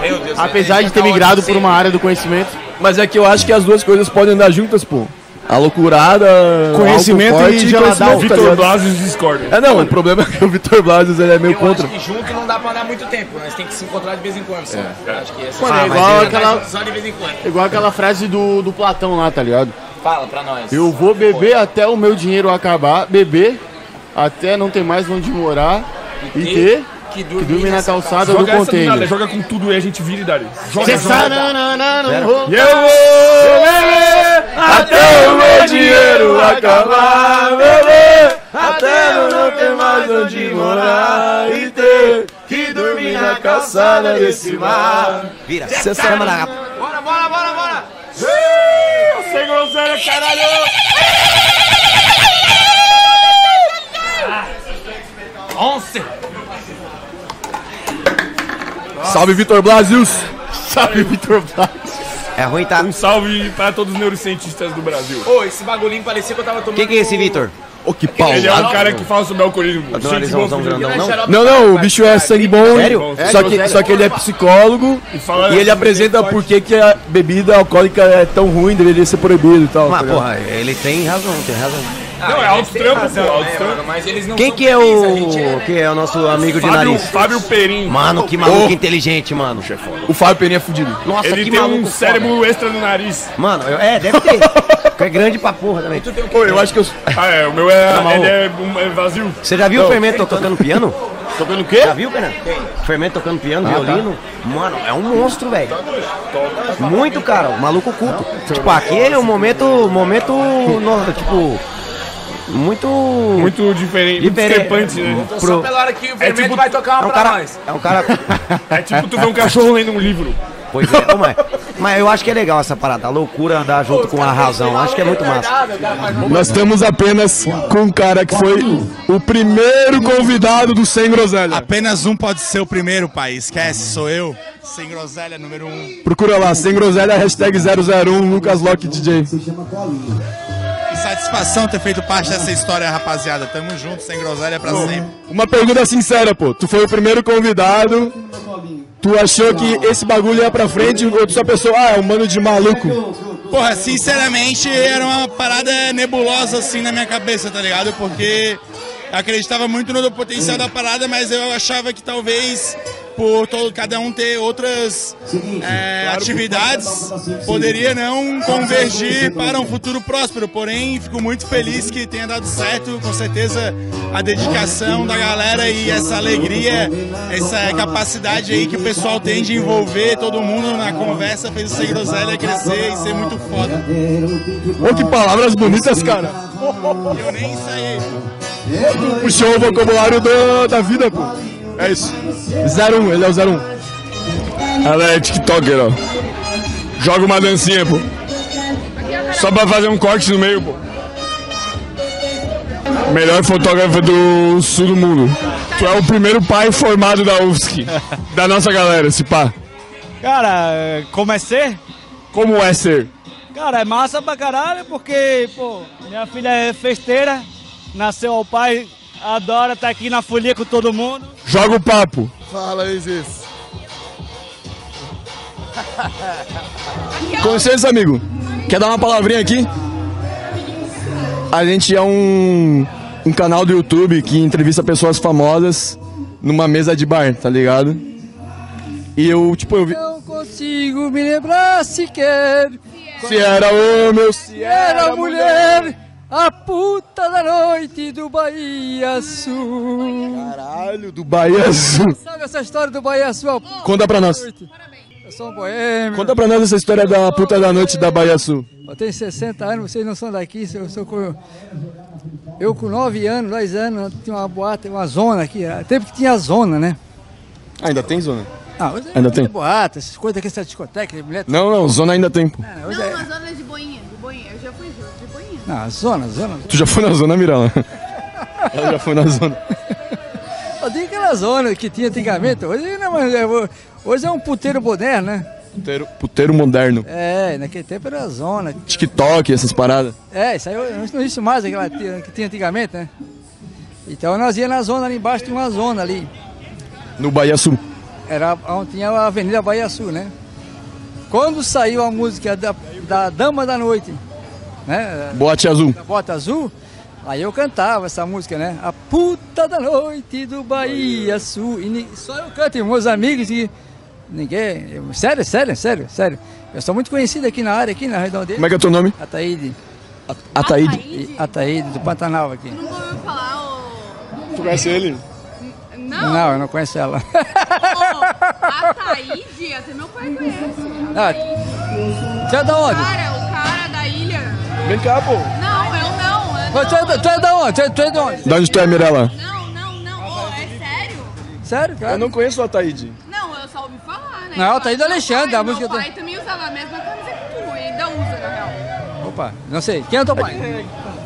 [SPEAKER 28] Meu Deus,
[SPEAKER 2] Apesar de ter migrado por uma área do conhecimento.
[SPEAKER 4] Mas é que eu acho que as duas coisas podem andar juntas, pô. A loucurada,
[SPEAKER 2] Conhecimento
[SPEAKER 4] álcool forte
[SPEAKER 2] e geladão.
[SPEAKER 4] conhecimento, tá
[SPEAKER 1] É Vitor
[SPEAKER 4] ligado?
[SPEAKER 1] Blasius discorda.
[SPEAKER 4] É não, o problema é que o Vitor Blazes ele é meio
[SPEAKER 28] Eu acho
[SPEAKER 4] contra.
[SPEAKER 28] que junto não dá pra andar muito tempo, nós tem que se encontrar de vez em quando, sabe? Eu Acho que essa
[SPEAKER 2] Mano, é
[SPEAKER 28] Ah, mas
[SPEAKER 2] igual
[SPEAKER 28] ele
[SPEAKER 2] aquela-
[SPEAKER 28] andar Só de vez em quando.
[SPEAKER 2] Igual aquela frase do, do Platão lá, tá ligado?
[SPEAKER 28] Fala pra nós.
[SPEAKER 2] Eu vou beber até o meu dinheiro acabar, beber até não ter mais onde morar e ter que
[SPEAKER 28] que dorme,
[SPEAKER 2] dormir na
[SPEAKER 28] nessa
[SPEAKER 2] calçada do
[SPEAKER 1] Joga essa do nada,
[SPEAKER 2] container.
[SPEAKER 1] joga com tudo e a gente vira e dá ali. Joga,
[SPEAKER 2] Cê
[SPEAKER 1] joga.
[SPEAKER 2] sabe, não, não, não, não, vou-
[SPEAKER 1] E eu vou beber até o meu dinheiro acabar, beber até eu não ter mais onde morar e ter que dormir na calçada desse mar.
[SPEAKER 21] Vira.
[SPEAKER 4] é
[SPEAKER 21] Você sabe, mano.
[SPEAKER 28] Bora, bora, bora, bora!
[SPEAKER 1] Sem groselha, caralho!
[SPEAKER 28] Onze!
[SPEAKER 4] Salve Vitor Blasius!
[SPEAKER 2] Sabe, Vitor Blas.
[SPEAKER 21] É ruim, tá?
[SPEAKER 1] Um salve pra todos os neurocientistas do Brasil.
[SPEAKER 28] Ô, esse bagulhinho parecia que eu tava tomando...
[SPEAKER 21] Quem que é esse Vitor?
[SPEAKER 4] Ô que
[SPEAKER 1] Ele é um
[SPEAKER 4] paulada!
[SPEAKER 1] cara que fala sobre alcoolismo.
[SPEAKER 21] Não, eles
[SPEAKER 1] boa,
[SPEAKER 21] são um
[SPEAKER 1] filho.
[SPEAKER 21] grandão, não?
[SPEAKER 4] Não, não, o bicho é sangue bom.
[SPEAKER 21] Sério?
[SPEAKER 4] Só
[SPEAKER 2] É,
[SPEAKER 4] que,
[SPEAKER 2] sério.
[SPEAKER 4] só que ele é psicólogo
[SPEAKER 1] E fala-
[SPEAKER 4] e
[SPEAKER 21] assim,
[SPEAKER 4] ele apresenta por que que a bebida alcoólica é tão ruim, deveria ser proibido e tal. tá
[SPEAKER 21] Mas,
[SPEAKER 4] ligado?
[SPEAKER 21] porra, ele tem razão, tem razão.
[SPEAKER 28] Ah,
[SPEAKER 1] Não, é alto trampo, pô, alto
[SPEAKER 28] né, Mano,
[SPEAKER 1] trampo.
[SPEAKER 28] mas eles não
[SPEAKER 21] Quem
[SPEAKER 28] são
[SPEAKER 21] que é
[SPEAKER 28] feliz, a gente né?
[SPEAKER 21] o... que é o nosso amigo de
[SPEAKER 1] Fábio,
[SPEAKER 21] nariz?
[SPEAKER 1] Fábio Perim.
[SPEAKER 21] Mano, que maluco inteligente, mano.
[SPEAKER 4] O Fábio Peninha é fudido.
[SPEAKER 21] Nossa,
[SPEAKER 1] Ele
[SPEAKER 21] que
[SPEAKER 1] tem
[SPEAKER 21] maluco
[SPEAKER 1] um
[SPEAKER 21] foda.
[SPEAKER 1] cérebro extra no nariz.
[SPEAKER 21] Mano, eu- é, deve ter. Que é grande pra porra também. Tá
[SPEAKER 1] Pô, eu acho que eu. Ah, é, o meu é. ele é, um- é vazio.
[SPEAKER 21] Você já viu o Fermento to- tocando piano?
[SPEAKER 1] Tocando o quê?
[SPEAKER 21] Já viu, Fernando? Fermento tocando piano,
[SPEAKER 1] Ah,
[SPEAKER 21] violino. Mano, é um monstro, velho. Muito, cara. o Maluco culto. Tipo, aqui é um momento. Momento. no- tipo. Muito.
[SPEAKER 1] Muito diferente. muito discrepante, né?
[SPEAKER 21] Pro-
[SPEAKER 28] Só pela hora que o Vermelho
[SPEAKER 21] tipo-
[SPEAKER 28] vai tocar uma
[SPEAKER 21] é um
[SPEAKER 28] pra
[SPEAKER 21] cara-
[SPEAKER 28] nós.
[SPEAKER 21] É um cara.
[SPEAKER 1] É tipo tu vê um cachorro lendo um livro.
[SPEAKER 21] Pois é, ô, mas, mas eu acho que é legal essa parada. A loucura andar junto com a razão. Acho que é muito massa.
[SPEAKER 4] Nós estamos apenas com um cara que foi o primeiro convidado do Sem Groselha.
[SPEAKER 3] Apenas um pode ser o primeiro, pai. Esquece, sou eu. Sem groselha, número um.
[SPEAKER 4] Procura lá, Sem Groselha, hashtag 001, Lucas Locke DJ.
[SPEAKER 3] Que satisfação ter feito parte dessa história, rapaziada. Tamo junto, sem groselha pra sempre.
[SPEAKER 4] Uma pergunta sincera, pô. Tu foi o primeiro convidado. Tu achou que esse bagulho ia pra frente ou tu só pensou, ah, é um mano de maluco?
[SPEAKER 3] Porra, sinceramente, era uma parada nebulosa assim na minha cabeça, tá ligado? Porque eu acreditava muito no potencial da parada, mas eu achava que talvez por todo, cada um ter outras é, atividades, poderia não convergir para um futuro próspero. Porém, fico muito feliz que tenha dado certo. Com certeza, a dedicação da galera e essa alegria, essa capacidade aí que o pessoal tem de envolver todo mundo na conversa fez o Sem Groselha crescer e ser muito foda.
[SPEAKER 4] Pô, que palavras bonitas, cara.
[SPEAKER 3] Eu nem ensaiei.
[SPEAKER 4] Puxou o vocabulário do- da vida, pô. É isso. 01, ele é o 01.
[SPEAKER 1] Ela é TikToker, ó. Joga uma dancinha, pô. Só pra fazer um corte no meio, pô.
[SPEAKER 4] Melhor fotógrafo do sul do mundo. Tu é o primeiro pai formado da UFSC. Da nossa galera, esse pá.
[SPEAKER 10] Cara, como é ser?
[SPEAKER 4] Como é ser?
[SPEAKER 10] Cara, é massa pra caralho porque, pô, minha filha é festeira, nasceu ao pai, adora estar aqui na folia com todo mundo.
[SPEAKER 4] Joga o papo.
[SPEAKER 5] Fala aí, Ziz.
[SPEAKER 4] Com licença, amigo. Quer dar uma palavrinha aqui? A gente é um, um canal do YouTube que entrevista pessoas famosas numa mesa de bar, tá ligado? E eu, tipo, eu vi.
[SPEAKER 16] Não consigo me lembrar sequer.
[SPEAKER 4] Se era homem, se
[SPEAKER 16] Se era mulher, a puta da noite do Bahia Sul. Caralho,
[SPEAKER 4] do Bahia Sul.
[SPEAKER 16] Sabe essa história do Bahia Sul? A puta
[SPEAKER 4] Conta pra
[SPEAKER 16] da
[SPEAKER 4] nós.
[SPEAKER 16] noite? Eu sou um boêmio.
[SPEAKER 4] Conta pra nós essa história da puta da noite da Bahia Sul.
[SPEAKER 16] Eu tenho 60 anos, vocês não são daqui, eu sou com. Eu com 9 anos, 10 anos, tinha uma boate, uma zona aqui. Era tempo que tinha zona, né?
[SPEAKER 4] Ainda tem zona?
[SPEAKER 16] Ah, hoje
[SPEAKER 4] Ainda tem?
[SPEAKER 16] Boate, essas coisas aqui, essa discoteca, mulher. É,
[SPEAKER 4] Não, não, zona ainda tem. pô.
[SPEAKER 16] Não, uma
[SPEAKER 31] zona de boinha, de boinha. Eu já fui de boinha.
[SPEAKER 16] Não, zona, zona.
[SPEAKER 4] Tu já foi na zona, *laughs* Mirala? Ela já foi na zona.
[SPEAKER 16] Eu digo aquela zona que tinha antigamente. Hoje, não, mas é, hoje é um puteiro moderno, né?
[SPEAKER 4] Puteiro, puteiro moderno.
[SPEAKER 16] É, naquele tempo era zona.
[SPEAKER 4] TikTok, essas paradas.
[SPEAKER 16] É, isso aí hoje não existe mais aquela tia- que tinha antigamente, né? Então nós ia na zona ali embaixo, tinha uma zona ali.
[SPEAKER 4] No Bahia Sul.
[SPEAKER 16] Era onde tinha a Avenida Bahia Sul, né? Quando saiu a música da, da Dama da Noite, né?
[SPEAKER 4] Boate Azul.
[SPEAKER 16] Da Bota Azul, aí eu cantava essa música, né? A puta da noite do Bahia Sul. E ni- só eu canto, e meus amigos e ninguém. eu- sério, sério, sério, sério. Eu sou muito conhecido aqui na área, aqui na redondeza.
[SPEAKER 4] Como é que é teu nome?
[SPEAKER 16] Ataíde.
[SPEAKER 4] Ataíde?
[SPEAKER 16] E- Ataíde, do Pantanal aqui.
[SPEAKER 4] Tu conhece ele?
[SPEAKER 16] Não, eu não conheço ela.
[SPEAKER 31] A Taíde, até meu pai conhece.
[SPEAKER 16] Ah, tu é da onde?
[SPEAKER 31] Cara, o cara da ilha.
[SPEAKER 4] Vem cá, pô.
[SPEAKER 31] Não, eu não. né? eu
[SPEAKER 16] Ô, Tu é, da- tu é da onde? Tu é, tu é de onde?
[SPEAKER 4] Da onde tu é, Mirella?
[SPEAKER 31] não. É sério?
[SPEAKER 16] Sério, cara?
[SPEAKER 4] Eu não conheço o Ataíde.
[SPEAKER 31] Não, eu só ouvi falar, né?
[SPEAKER 16] Não,
[SPEAKER 31] Eu
[SPEAKER 16] a Taíde
[SPEAKER 31] acho que
[SPEAKER 16] Alexandre, a
[SPEAKER 31] meu pai-
[SPEAKER 16] música
[SPEAKER 31] Meu
[SPEAKER 16] tem-
[SPEAKER 31] pai também usava a mesma camisa é que tu, e ainda usa, na real.
[SPEAKER 16] Opa, não sei. Quem é teu pai?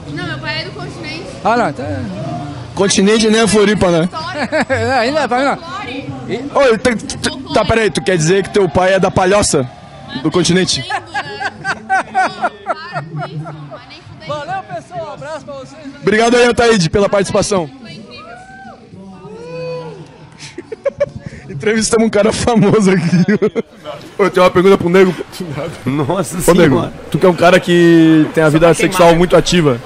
[SPEAKER 31] Não, meu pai é do continente.
[SPEAKER 16] Ah, não. Então...
[SPEAKER 4] Continente nem a Floripa, né?
[SPEAKER 16] *laughs* é, ainda, pra mim não.
[SPEAKER 4] Oi, tá, tá- tá, peraí, tu quer dizer que teu pai é da palhoça do continente?
[SPEAKER 16] Valeu, pessoal. Um abraço pra vocês.
[SPEAKER 4] Obrigado aí, Ataíde, pela participação. *laughs* Entrevistamos um cara famoso aqui. Eu tenho uma pergunta pro Nego.
[SPEAKER 21] Nossa
[SPEAKER 4] Ô, Nego,
[SPEAKER 21] Senhora.
[SPEAKER 4] tu que é um cara que tem a vida
[SPEAKER 21] pra queimar,
[SPEAKER 4] sexual
[SPEAKER 21] né?
[SPEAKER 4] muito ativa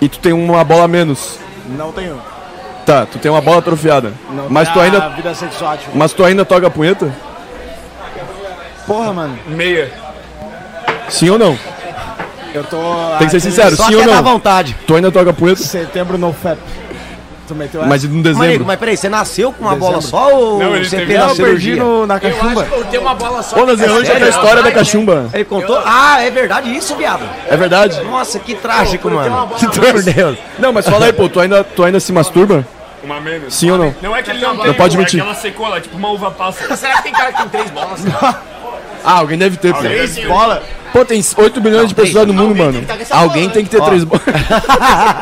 [SPEAKER 4] e tu tem uma bola a menos.
[SPEAKER 33] Não
[SPEAKER 3] um.
[SPEAKER 33] tenho.
[SPEAKER 4] Tá, tu tem uma bola atrofiada.
[SPEAKER 33] Não
[SPEAKER 4] mas
[SPEAKER 33] tem
[SPEAKER 4] tu
[SPEAKER 33] a
[SPEAKER 4] ainda.
[SPEAKER 33] vida sexual ativa.
[SPEAKER 4] Mas tu ainda toca punheta?
[SPEAKER 33] Porra, mano.
[SPEAKER 1] Meia.
[SPEAKER 4] Sim ou não?
[SPEAKER 3] Eu tô.
[SPEAKER 4] Tem
[SPEAKER 3] Ah,
[SPEAKER 4] que ser sincero, sim ou não? Tu ainda toca punheta?
[SPEAKER 3] é Setembro no FAP. Tu meteu
[SPEAKER 4] Mas em dezembro.
[SPEAKER 21] Mas, mas peraí, você nasceu com uma
[SPEAKER 4] Dezembro.
[SPEAKER 21] bola só ou
[SPEAKER 4] Não, ele
[SPEAKER 21] você
[SPEAKER 4] teve-
[SPEAKER 21] fez
[SPEAKER 4] Não,
[SPEAKER 21] a
[SPEAKER 4] eu perdi
[SPEAKER 21] cirurgia?
[SPEAKER 4] no- na cachumba.
[SPEAKER 21] Eu tenho uma bola só.
[SPEAKER 4] Ô, Nas, eu hoje
[SPEAKER 21] Sério?
[SPEAKER 4] a história da
[SPEAKER 21] Ai,
[SPEAKER 4] cachumba.
[SPEAKER 21] Ele contou? Ah, é verdade isso, viado.
[SPEAKER 4] É verdade?
[SPEAKER 21] Nossa, que trágico,
[SPEAKER 4] Pô, eu tenho uma
[SPEAKER 21] mano.
[SPEAKER 4] bola Por Deus. Não, mas fala aí, pô, tu ainda, tu ainda se masturba?
[SPEAKER 1] Uma menos.
[SPEAKER 4] Sim ou não?
[SPEAKER 1] Não é que ele não
[SPEAKER 4] Não
[SPEAKER 1] tem,
[SPEAKER 4] pode
[SPEAKER 1] pô, é que
[SPEAKER 4] mentir.
[SPEAKER 1] ela secou, ela é tipo uma uva passa.
[SPEAKER 21] *laughs* Será que tem cara que tem três *laughs* bolas?
[SPEAKER 4] Ah, alguém deve ter, pô.
[SPEAKER 1] Alguém Três deve ter. bola?
[SPEAKER 4] Pô, tem 8 bilhões de pessoas no mundo, mano.
[SPEAKER 21] tá com essa
[SPEAKER 4] Alguém
[SPEAKER 21] bola,
[SPEAKER 4] tem que ter
[SPEAKER 21] hein?
[SPEAKER 4] três bolas.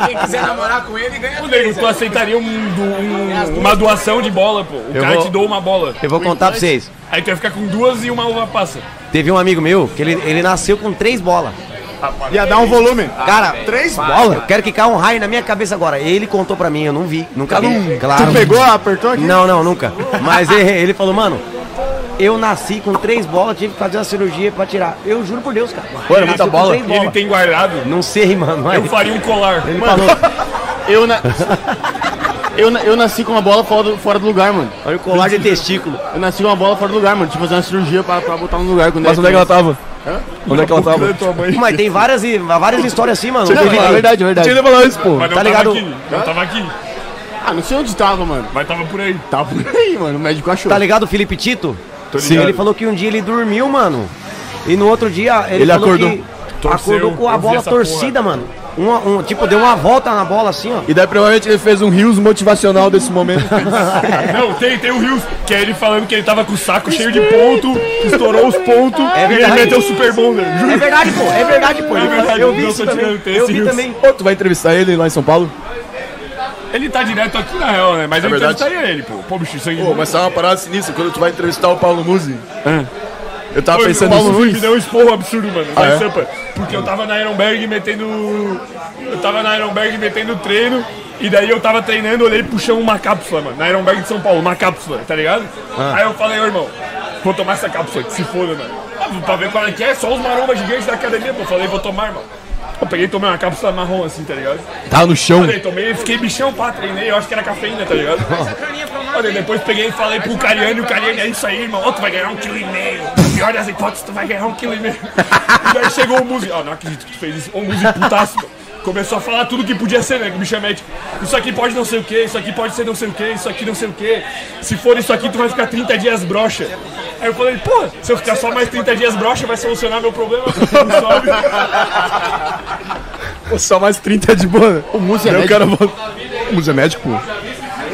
[SPEAKER 21] Quem quiser namorar com ele, ganha
[SPEAKER 1] Ô,
[SPEAKER 21] né?
[SPEAKER 1] nego, tu aceitaria um- um- uma doação de bola, pô. O
[SPEAKER 21] Eu
[SPEAKER 1] cara
[SPEAKER 21] vou-
[SPEAKER 1] te doa uma bola.
[SPEAKER 21] eu vou
[SPEAKER 1] Um
[SPEAKER 21] contar pra
[SPEAKER 1] implante,
[SPEAKER 21] vocês.
[SPEAKER 1] Aí tu ia ficar com duas e uma uva passa.
[SPEAKER 21] Teve um amigo meu que ele, ele nasceu com três bolas.
[SPEAKER 1] Ia dar um volume.
[SPEAKER 21] Cara,
[SPEAKER 1] Ah,
[SPEAKER 21] três
[SPEAKER 1] velho.
[SPEAKER 21] bolas? Eu quero que caia um raio na minha cabeça agora. Ele contou pra mim, eu não vi, nunca vi.
[SPEAKER 2] Calum.
[SPEAKER 21] Claro.
[SPEAKER 2] Tu pegou, apertou aqui?
[SPEAKER 21] Não, não, nunca. Mas ele, ele falou, mano, eu nasci com três bolas, tive que fazer uma cirurgia pra tirar. Eu juro por Deus, cara.
[SPEAKER 1] Pô, era
[SPEAKER 21] Eu
[SPEAKER 1] muita
[SPEAKER 21] nasci com
[SPEAKER 1] bola.
[SPEAKER 21] três
[SPEAKER 1] E ele tem guardado?
[SPEAKER 21] Não sei, mano. mas-
[SPEAKER 2] Eu faria um
[SPEAKER 1] colar.
[SPEAKER 21] Ele
[SPEAKER 2] Mano,
[SPEAKER 21] falou.
[SPEAKER 2] eu, na- eu, na- eu nasci com uma bola fora do, fora do lugar, mano.
[SPEAKER 21] Olha o colar de testículo.
[SPEAKER 2] Eu nasci com uma bola fora do lugar, mano. Tive que fazer uma cirurgia pra, pra botar no lugar. Quando
[SPEAKER 4] Mas onde é que ela tava?
[SPEAKER 2] Hã?
[SPEAKER 4] Onde é que ela tava?
[SPEAKER 21] Mas tem várias, e- várias histórias assim, mano.
[SPEAKER 2] Não, é verdade, é verdade.
[SPEAKER 4] Tinha que falar isso, pô.
[SPEAKER 2] Mas não
[SPEAKER 21] Tá
[SPEAKER 2] tava
[SPEAKER 21] ligado?
[SPEAKER 2] aqui. Não
[SPEAKER 1] tava aqui.
[SPEAKER 2] Ah, não sei onde tava, mano.
[SPEAKER 1] Mas tava por aí.
[SPEAKER 2] Tava por aí, mano. O médico achou.
[SPEAKER 21] Tá ligado o Felipe Tito?
[SPEAKER 2] Tô
[SPEAKER 21] Sim.
[SPEAKER 2] ligado.
[SPEAKER 21] Ele falou que um dia ele dormiu, mano. E no outro dia ele,
[SPEAKER 2] Ele
[SPEAKER 21] falou
[SPEAKER 2] acordou.
[SPEAKER 21] que
[SPEAKER 4] Torceu.
[SPEAKER 21] acordou com
[SPEAKER 4] Eu
[SPEAKER 21] a
[SPEAKER 4] vi
[SPEAKER 21] bola
[SPEAKER 4] essa
[SPEAKER 21] torcida, mano. Uma- um- tipo, deu uma volta na bola assim, ó.
[SPEAKER 4] *laughs* E daí provavelmente ele fez um rios motivacional desse momento.
[SPEAKER 1] *laughs* Não, tem, tem o Rios, que é ele falando que ele tava com o saco cheio de ponto, estourou os pontos
[SPEAKER 21] É
[SPEAKER 1] e ele
[SPEAKER 21] verdade.
[SPEAKER 1] meteu o Super Bonder.
[SPEAKER 21] É verdade, pô. É verdade, pô.
[SPEAKER 1] É
[SPEAKER 21] Ele falou-
[SPEAKER 1] verdade,
[SPEAKER 21] eu vi
[SPEAKER 1] não,
[SPEAKER 21] isso
[SPEAKER 1] tô
[SPEAKER 21] também.
[SPEAKER 1] tirando, tem
[SPEAKER 21] Eu
[SPEAKER 1] esse
[SPEAKER 21] vi
[SPEAKER 1] Rios.
[SPEAKER 21] também.
[SPEAKER 4] Pô, tu vai entrevistar ele lá em São Paulo?
[SPEAKER 1] Ele tá direto aqui na real, né? Mas
[SPEAKER 4] É
[SPEAKER 1] eu
[SPEAKER 4] verdade.
[SPEAKER 1] entrevistaria ele, pô. Pô, bicho, isso aí.
[SPEAKER 4] Pô, mas tá uma parada sinistra quando tu vai entrevistar o Paulo Musi. Eu tava
[SPEAKER 1] Oi,
[SPEAKER 4] pensando
[SPEAKER 1] o Paulo
[SPEAKER 4] nisso.
[SPEAKER 1] Ruiz me deu um esporro absurdo, mano.
[SPEAKER 4] Ah,
[SPEAKER 1] na
[SPEAKER 4] é?
[SPEAKER 1] Sampa. Porque eu tava na Ironberg metendo. Eu tava na Ironberg metendo treino. E daí eu tava treinando, olhei pro chão uma cápsula, mano. Na Ironberg de São Paulo, uma cápsula, tá ligado?
[SPEAKER 9] Ah.
[SPEAKER 1] Aí eu falei, ô irmão, vou tomar essa cápsula, que se foda, mano. Ah, pra ver qual é que é, só os marombas gigantes da academia, pô. Eu falei, vou tomar, irmão. Eu peguei e tomei uma cápsula marrom assim, tá ligado?
[SPEAKER 4] Tá no chão.
[SPEAKER 1] Falei, tomei, fiquei bichão, pá, treinei, eu acho que era cafeína, tá ligado? Olha, depois peguei e falei pro Cariani, o Cariani, é isso aí, irmão, ó, tu vai ganhar um quilo e meio. Pior das hipóteses, tu vai ganhar um quilo e meio. E daí chegou o Muzi, ó, não acredito que tu fez isso, o Muzi putaço, mano. Começou a falar tudo que podia ser, né? Que o bicho é médico. Isso aqui pode não sei o que, isso aqui pode ser não sei o que, isso aqui não sei o que. Se for isso aqui, tu vai ficar 30 dias broxa. Aí eu falei, pô, se eu ficar só mais 30 dias broxa, vai solucionar meu problema. Não sobe.
[SPEAKER 4] Pô, Só mais 30 de boa. né? O
[SPEAKER 2] Muzi
[SPEAKER 1] é
[SPEAKER 4] Daí
[SPEAKER 1] médico?
[SPEAKER 4] O cara volta... O Muzi é médico, pô.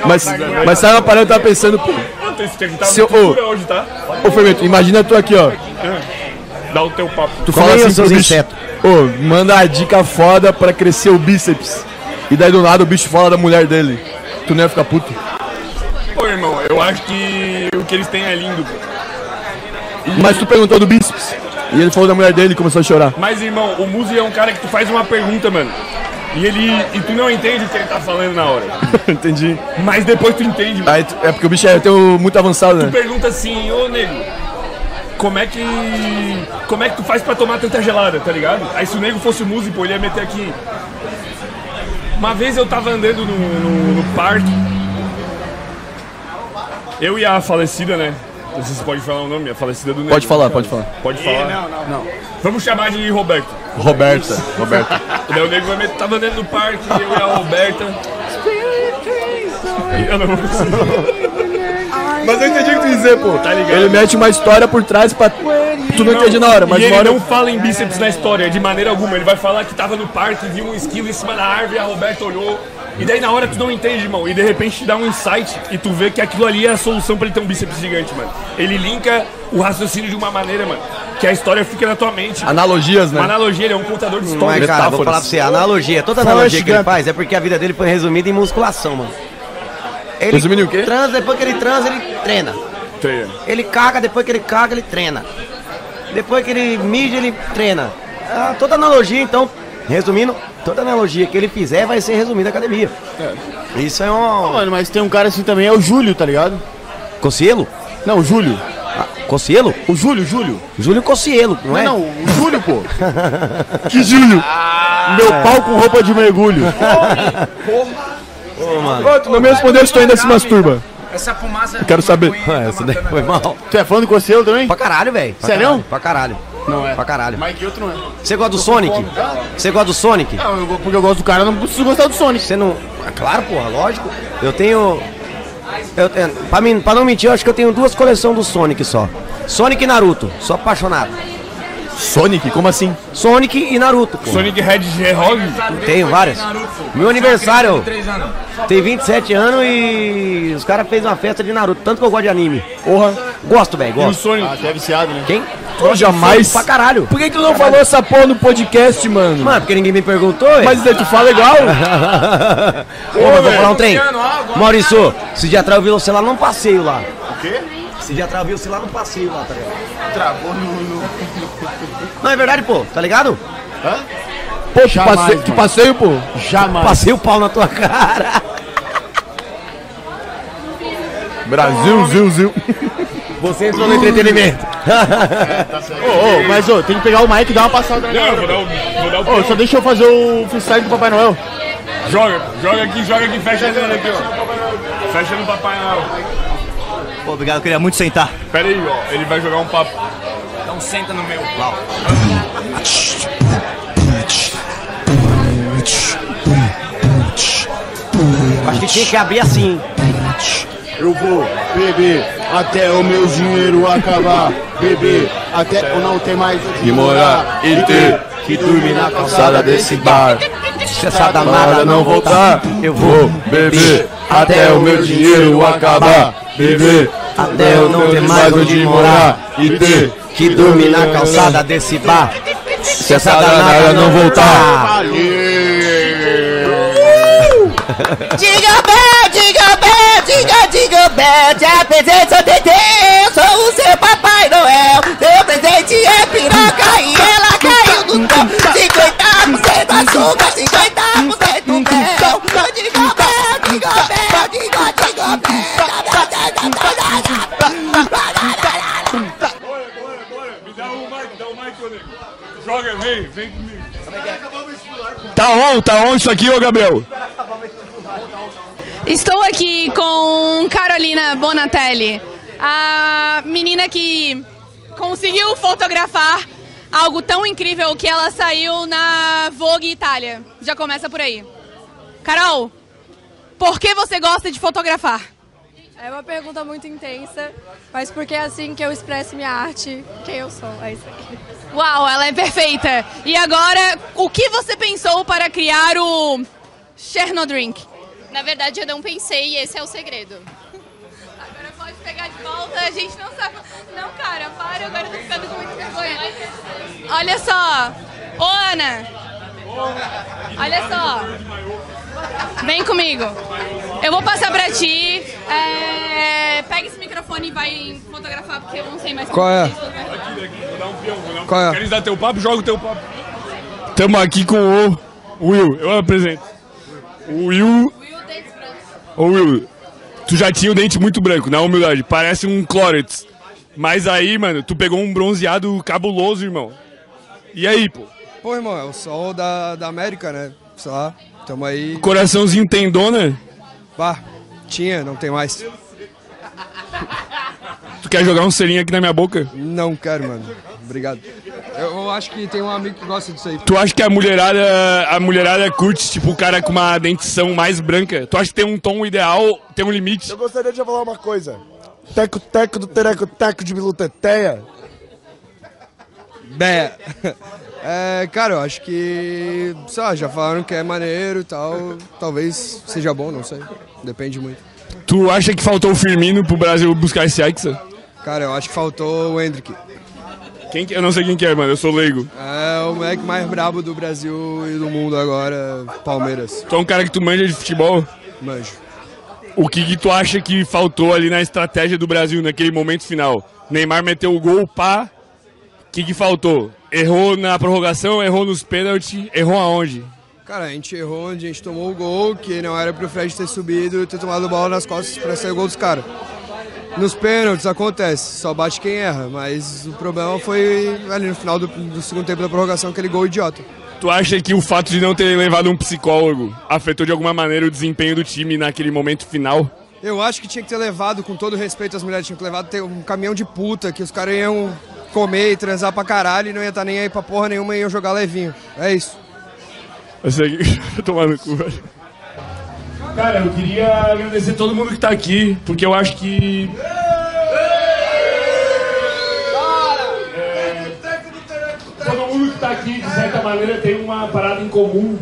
[SPEAKER 4] Mas, mas sabe uma parada que eu tava pensando, pô?
[SPEAKER 1] Mano, esse tempo tá
[SPEAKER 4] Se eu-
[SPEAKER 1] muito dura hoje, tá?
[SPEAKER 4] Ô, Fermento, imagina tu aqui, ó.
[SPEAKER 1] Dá o teu papo.
[SPEAKER 4] Tu fala assim pro bicho, ô, manda a dica foda pra crescer o bíceps. E daí do nada o bicho fala da mulher dele. Tu não ia ficar puto.
[SPEAKER 1] Pô, irmão, eu acho que o que eles têm é lindo. pô.
[SPEAKER 4] Mas tu perguntou do bíceps. E ele falou da mulher dele e começou a chorar. *laughs*
[SPEAKER 1] Mas, irmão, o Muzi é um cara que tu faz uma pergunta, mano. E ele. E tu não entende o que ele tá falando na hora.
[SPEAKER 4] Entendi.
[SPEAKER 1] Mas depois tu entende,
[SPEAKER 4] Aí, tu- é porque o bicho é teu muito avançado,
[SPEAKER 1] Tu
[SPEAKER 4] né?
[SPEAKER 1] pergunta assim, ô nego, como é que. Como é que tu faz pra tomar tanta gelada, tá ligado? Aí se o nego fosse o Muzi, pô, ele ia meter aqui. Uma vez eu tava andando no, no- no parque. Eu e a falecida, né? Não sei se pode falar o nome, a falecida do nego.
[SPEAKER 4] Pode falar, pode falar.
[SPEAKER 1] Pode falar. Não, não, não. Vamos chamar de Roberto.
[SPEAKER 4] Roberta, Roberta.
[SPEAKER 1] E daí o nego vai meter, tava dentro do parque, eu e a Roberta. Eu não vou conseguir.
[SPEAKER 4] Mas eu entendi o que tu ia dizer, pô.
[SPEAKER 1] Tá ligado?
[SPEAKER 4] Ele mete uma história por trás pra. Tu não entende é na hora, mas
[SPEAKER 1] e
[SPEAKER 4] na
[SPEAKER 1] ele
[SPEAKER 4] hora.
[SPEAKER 1] não fala em bíceps na história, de maneira alguma. Ele vai falar que tava no parque, viu um esquilo em cima da árvore, a Roberta olhou. E daí na hora tu não entende, irmão. E de repente te dá um insight e tu vê que aquilo ali é a solução pra ele ter um bíceps gigante, mano. Ele linka o raciocínio de uma maneira, mano. Que a história fica na tua mente.
[SPEAKER 4] Analogias, né?
[SPEAKER 1] Uma analogia, ele é um contador de histórias.
[SPEAKER 21] Hum, Mas, cara, vou
[SPEAKER 1] metáforas.
[SPEAKER 21] falar pra você, a analogia, toda
[SPEAKER 1] Fala,
[SPEAKER 21] analogia que ele
[SPEAKER 1] gigante.
[SPEAKER 21] faz é porque a vida dele foi resumida em musculação, mano. Ele
[SPEAKER 4] Resumindo o quê?
[SPEAKER 21] Transa, depois que ele transa, ele treina.
[SPEAKER 1] Treina.
[SPEAKER 21] Ele caga, depois que ele caga, ele treina. Depois que ele mija, ele treina. Ah, toda analogia, então, resumindo, toda analogia que ele fizer vai ser resumida na academia. Isso é um.
[SPEAKER 2] mano, mas tem um cara assim também, é o Júlio, tá ligado?
[SPEAKER 21] Cocielo?
[SPEAKER 2] Não, o Júlio.
[SPEAKER 21] Cocielo?
[SPEAKER 2] O Júlio, Júlio.
[SPEAKER 21] Ah, Júlio Cocielo, não, é?
[SPEAKER 2] Não, o Júlio,
[SPEAKER 21] *laughs*
[SPEAKER 2] pô. que Júlio? Meu
[SPEAKER 4] Ah.
[SPEAKER 2] pau com roupa de mergulho.
[SPEAKER 21] Ô, mano.
[SPEAKER 4] Ô, tu não me respondeu se tu ainda se masturba.
[SPEAKER 21] Essa fumaça.
[SPEAKER 2] Ah,
[SPEAKER 4] Eu quero saber.
[SPEAKER 21] Essa daí foi mal.
[SPEAKER 2] Tu é fã do Coceiro também?
[SPEAKER 21] Pra caralho, velho. Pra
[SPEAKER 2] Sério?
[SPEAKER 21] caralho, Pra caralho. Não é. Pra caralho.
[SPEAKER 2] Mike Hilton não é.
[SPEAKER 21] Você gosta do Sonic? Você gosta do Sonic?
[SPEAKER 2] tá? Não, eu, porque eu gosto do cara, eu não preciso gostar do Sonic.
[SPEAKER 21] Você não. Ah, Claro, porra, lógico. Eu tenho. Eu tenho pra, mim, pra não mentir, eu acho que eu tenho duas coleções do Sonic só: Sonic e Naruto. Sou apaixonado. Sonic? Como assim? Sonic e Naruto. Porra.
[SPEAKER 1] Sonic Red Hedgehog?
[SPEAKER 21] Tenho várias. Meu aniversário tem 27 anos e os caras fez uma festa de Naruto, tanto que eu gosto de anime. Porra. Gosto, velho, gosto.
[SPEAKER 2] E o Sonic? Ah, você é viciado, né?
[SPEAKER 21] Quem?
[SPEAKER 2] Eu jamais-
[SPEAKER 21] Pra caralho.
[SPEAKER 2] Por que
[SPEAKER 21] tu não falou essa porra no podcast, mano? Mano, porque ninguém me perguntou. Mas daí tu fala igual. *laughs* Ô, mas vou falar um trem. Maurício, esse dia atrás eu vi você lá num passeio lá.
[SPEAKER 2] O quê?
[SPEAKER 21] Esse dia atrás eu vi você lá no passeio lá, tá ligado?
[SPEAKER 2] Travou no. no...
[SPEAKER 21] Não, é verdade, pô, tá ligado?
[SPEAKER 2] Hã?
[SPEAKER 21] Pô, que
[SPEAKER 2] Jamais,
[SPEAKER 21] passeio, que
[SPEAKER 2] mano.
[SPEAKER 21] passeio, pô.
[SPEAKER 2] Jamais.
[SPEAKER 21] Passei o pau na tua cara.
[SPEAKER 4] Brasil, zil, zil.
[SPEAKER 21] Você entrou no entretenimento.
[SPEAKER 2] É, tá Ô, ô, mas ô, tem que pegar o Mike e dar uma passada na galera. Ô, só deixa eu fazer o freestyle do Papai Noel.
[SPEAKER 1] Joga, joga aqui, joga aqui, fecha ele aqui, ó. Fecha no Papai Noel.
[SPEAKER 8] Pô, obrigado, eu queria muito sentar.
[SPEAKER 1] Pera aí, ó. Ele vai jogar um papo.
[SPEAKER 28] Então senta no meu.
[SPEAKER 21] Acho que tinha que abrir assim.
[SPEAKER 2] Eu vou beber até o meu dinheiro acabar. Beber até eu não ter mais onde
[SPEAKER 4] E morar e ter que dormir na calçada desse bar.
[SPEAKER 21] Se
[SPEAKER 4] essa danada não voltar, eu vou beber até o meu dinheiro acabar. Beber
[SPEAKER 21] até eu não ter mais onde morar
[SPEAKER 4] e ter
[SPEAKER 21] que dormir na calçada desse bar.
[SPEAKER 4] Se essa danada não voltar.
[SPEAKER 9] Diga bem, diga bem, diga, diga bem. A presença de Deus, sou o seu Papai Noel. Seu presente é piroca e ela caiu do céu. 50% açúcar, 50% mel. Então Diga bem, diga bem, diga, diga bem.
[SPEAKER 1] Joga, vem, vem comigo.
[SPEAKER 14] Tá on, tá on isso aqui, ô Gabriel.
[SPEAKER 31] Estou aqui com Carolina Bonatelli, a menina que conseguiu fotografar algo tão incrível que ela saiu na Vogue Itália. Já começa por aí. Carol, por que você gosta de fotografar?
[SPEAKER 17] É uma pergunta muito intensa, mas porque é assim que eu expresso minha arte, quem eu sou, é isso aqui.
[SPEAKER 31] Uau, ela é perfeita. E agora, o que você pensou para criar o Chernodrink? Na verdade, eu não pensei e esse é o segredo. Agora pode pegar de volta, a gente não sabe. Não, cara, para, agora eu tô ficando com muita vergonha. Olha só. Ô, Ana. Olha só. Vem comigo. Eu vou passar pra ti. É, Pega esse microfone e vai fotografar, porque eu não sei mais
[SPEAKER 1] Qual é?
[SPEAKER 31] Aqui, daqui,
[SPEAKER 1] vou dar um peão, vou dar um
[SPEAKER 31] Qual é?
[SPEAKER 1] Queres dar teu papo? Joga o teu papo. Tamo aqui com o Will, eu apresento. O Will. Ô Will, tu já tinha o dente muito branco, na humildade, parece um Clorets. Mas aí, mano, tu pegou um bronzeado cabuloso, irmão. E aí, pô?
[SPEAKER 11] Pô, irmão, é o sol da, da América, né? Sei lá, tamo aí.
[SPEAKER 1] Coraçãozinho tendona?
[SPEAKER 11] Bah, tinha, não tem mais.
[SPEAKER 1] Tu quer jogar um selinho aqui na minha boca?
[SPEAKER 11] Não quero, mano. Obrigado. Eu acho que tem um amigo que gosta disso aí.
[SPEAKER 1] Tu acha que a mulherada, a mulherada curte, tipo, o cara com uma dentição mais branca? Tu acha que tem um tom ideal, tem um limite?
[SPEAKER 10] Eu gostaria de falar uma coisa. Teco-teco do tereco-teco de biluteteia.
[SPEAKER 11] Bé. *laughs* É, cara, eu acho que. Sei lá, já falaram que é maneiro e tal. Talvez seja bom, não sei. Depende muito.
[SPEAKER 1] Tu acha que faltou o Firmino pro Brasil buscar esse Hexa?
[SPEAKER 11] Cara, eu acho que faltou o Hendrick.
[SPEAKER 1] Quem que- Eu não sei quem que é, mano, eu sou leigo.
[SPEAKER 11] É o moleque mais brabo do Brasil e do mundo agora, Palmeiras.
[SPEAKER 1] Tu é um cara que tu manja de futebol?
[SPEAKER 11] Manjo.
[SPEAKER 1] O que, que tu acha que faltou ali na estratégia do Brasil naquele momento final? Neymar meteu o gol, pá. O que, que faltou? Errou na prorrogação, errou nos pênaltis, errou aonde?
[SPEAKER 11] Cara, a gente errou onde a gente tomou o gol, que não era pro Fred ter subido e ter tomado bola nas costas pra sair o gol dos caras. Nos pênaltis acontece, só bate quem erra, mas o problema foi ali no final do, do segundo tempo da prorrogação, aquele gol idiota.
[SPEAKER 1] Tu acha que o fato de não ter levado um psicólogo afetou de alguma maneira o desempenho do time naquele momento final?
[SPEAKER 11] Eu acho que tinha que ter levado, com todo respeito às mulheres, tinha que ter levado ter um caminhão de puta, que os caras iam comer e transar pra caralho e não ia estar nem aí pra porra nenhuma e ia jogar levinho. É isso.
[SPEAKER 1] Eu *laughs* sei que tomar no cu, velho. Cara, eu queria agradecer todo mundo que tá aqui, porque eu acho que. É, Todo mundo que tá aqui, de certa maneira, tem uma parada em comum,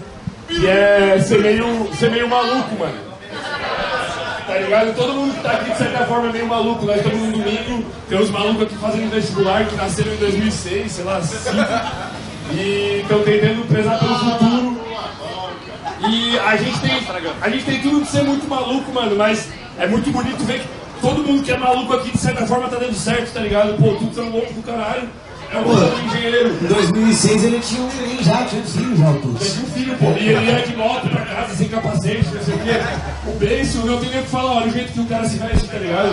[SPEAKER 1] que é ser meio, ser meio maluco, mano. Tá ligado? Todo mundo que tá aqui, de certa forma, é meio maluco. Nós estamos no domingo, tem uns malucos aqui fazendo vestibular, que nasceram em 2006, sei lá, 5. E estão tentando prezar pelo futuro. E a gente tem. A gente tem tudo de ser muito maluco, mano, mas é muito bonito ver que todo mundo que é maluco aqui, de certa forma, tá dando certo, tá ligado? Pô, tudo tão louco do caralho. É um bom engenheiro.
[SPEAKER 4] Em 2006 ele tinha um filho já, tinha uns filhos já, o Tuts.
[SPEAKER 1] Tinha um filho, pô. E ele ia de moto pra casa sem capacete, não sei o quê. O Benço, eu tenho nem o que falar, olha o jeito que o cara se veste, tá ligado?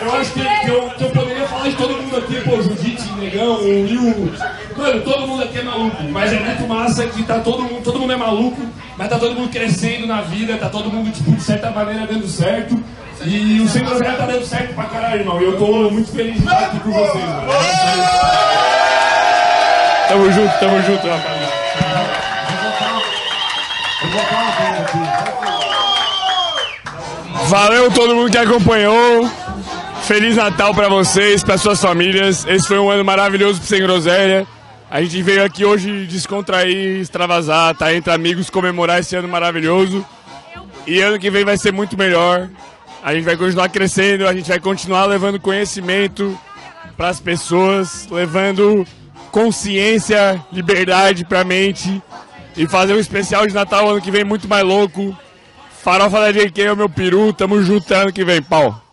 [SPEAKER 1] Eu acho que, que eu, que eu poderia falar de todo mundo aqui, pô, o Judite, o Negão, o Will. Mano, todo mundo aqui é maluco, mas é muito massa que tá todo mundo, todo mundo é maluco, mas tá todo mundo crescendo na vida, tá todo mundo, tipo, de certa maneira dando certo. E o Senhor já tá dando certo pra caralho, irmão. E eu tô muito feliz de estar aqui com vocês, mano. Tamo junto, tamo junto, rapaz. Valeu todo mundo que acompanhou. Feliz Natal pra vocês, pra suas famílias. Esse foi um ano maravilhoso pro Sem Groselha. A gente veio aqui hoje descontrair, extravasar, tá entre amigos, comemorar esse ano maravilhoso. E ano que vem vai ser muito melhor. A gente vai continuar crescendo, a gente vai continuar levando conhecimento pras pessoas, levando consciência, liberdade pra mente e fazer um especial de Natal ano que vem muito mais louco. Farofa da JK é o meu peru, tamo junto ano que vem, pau.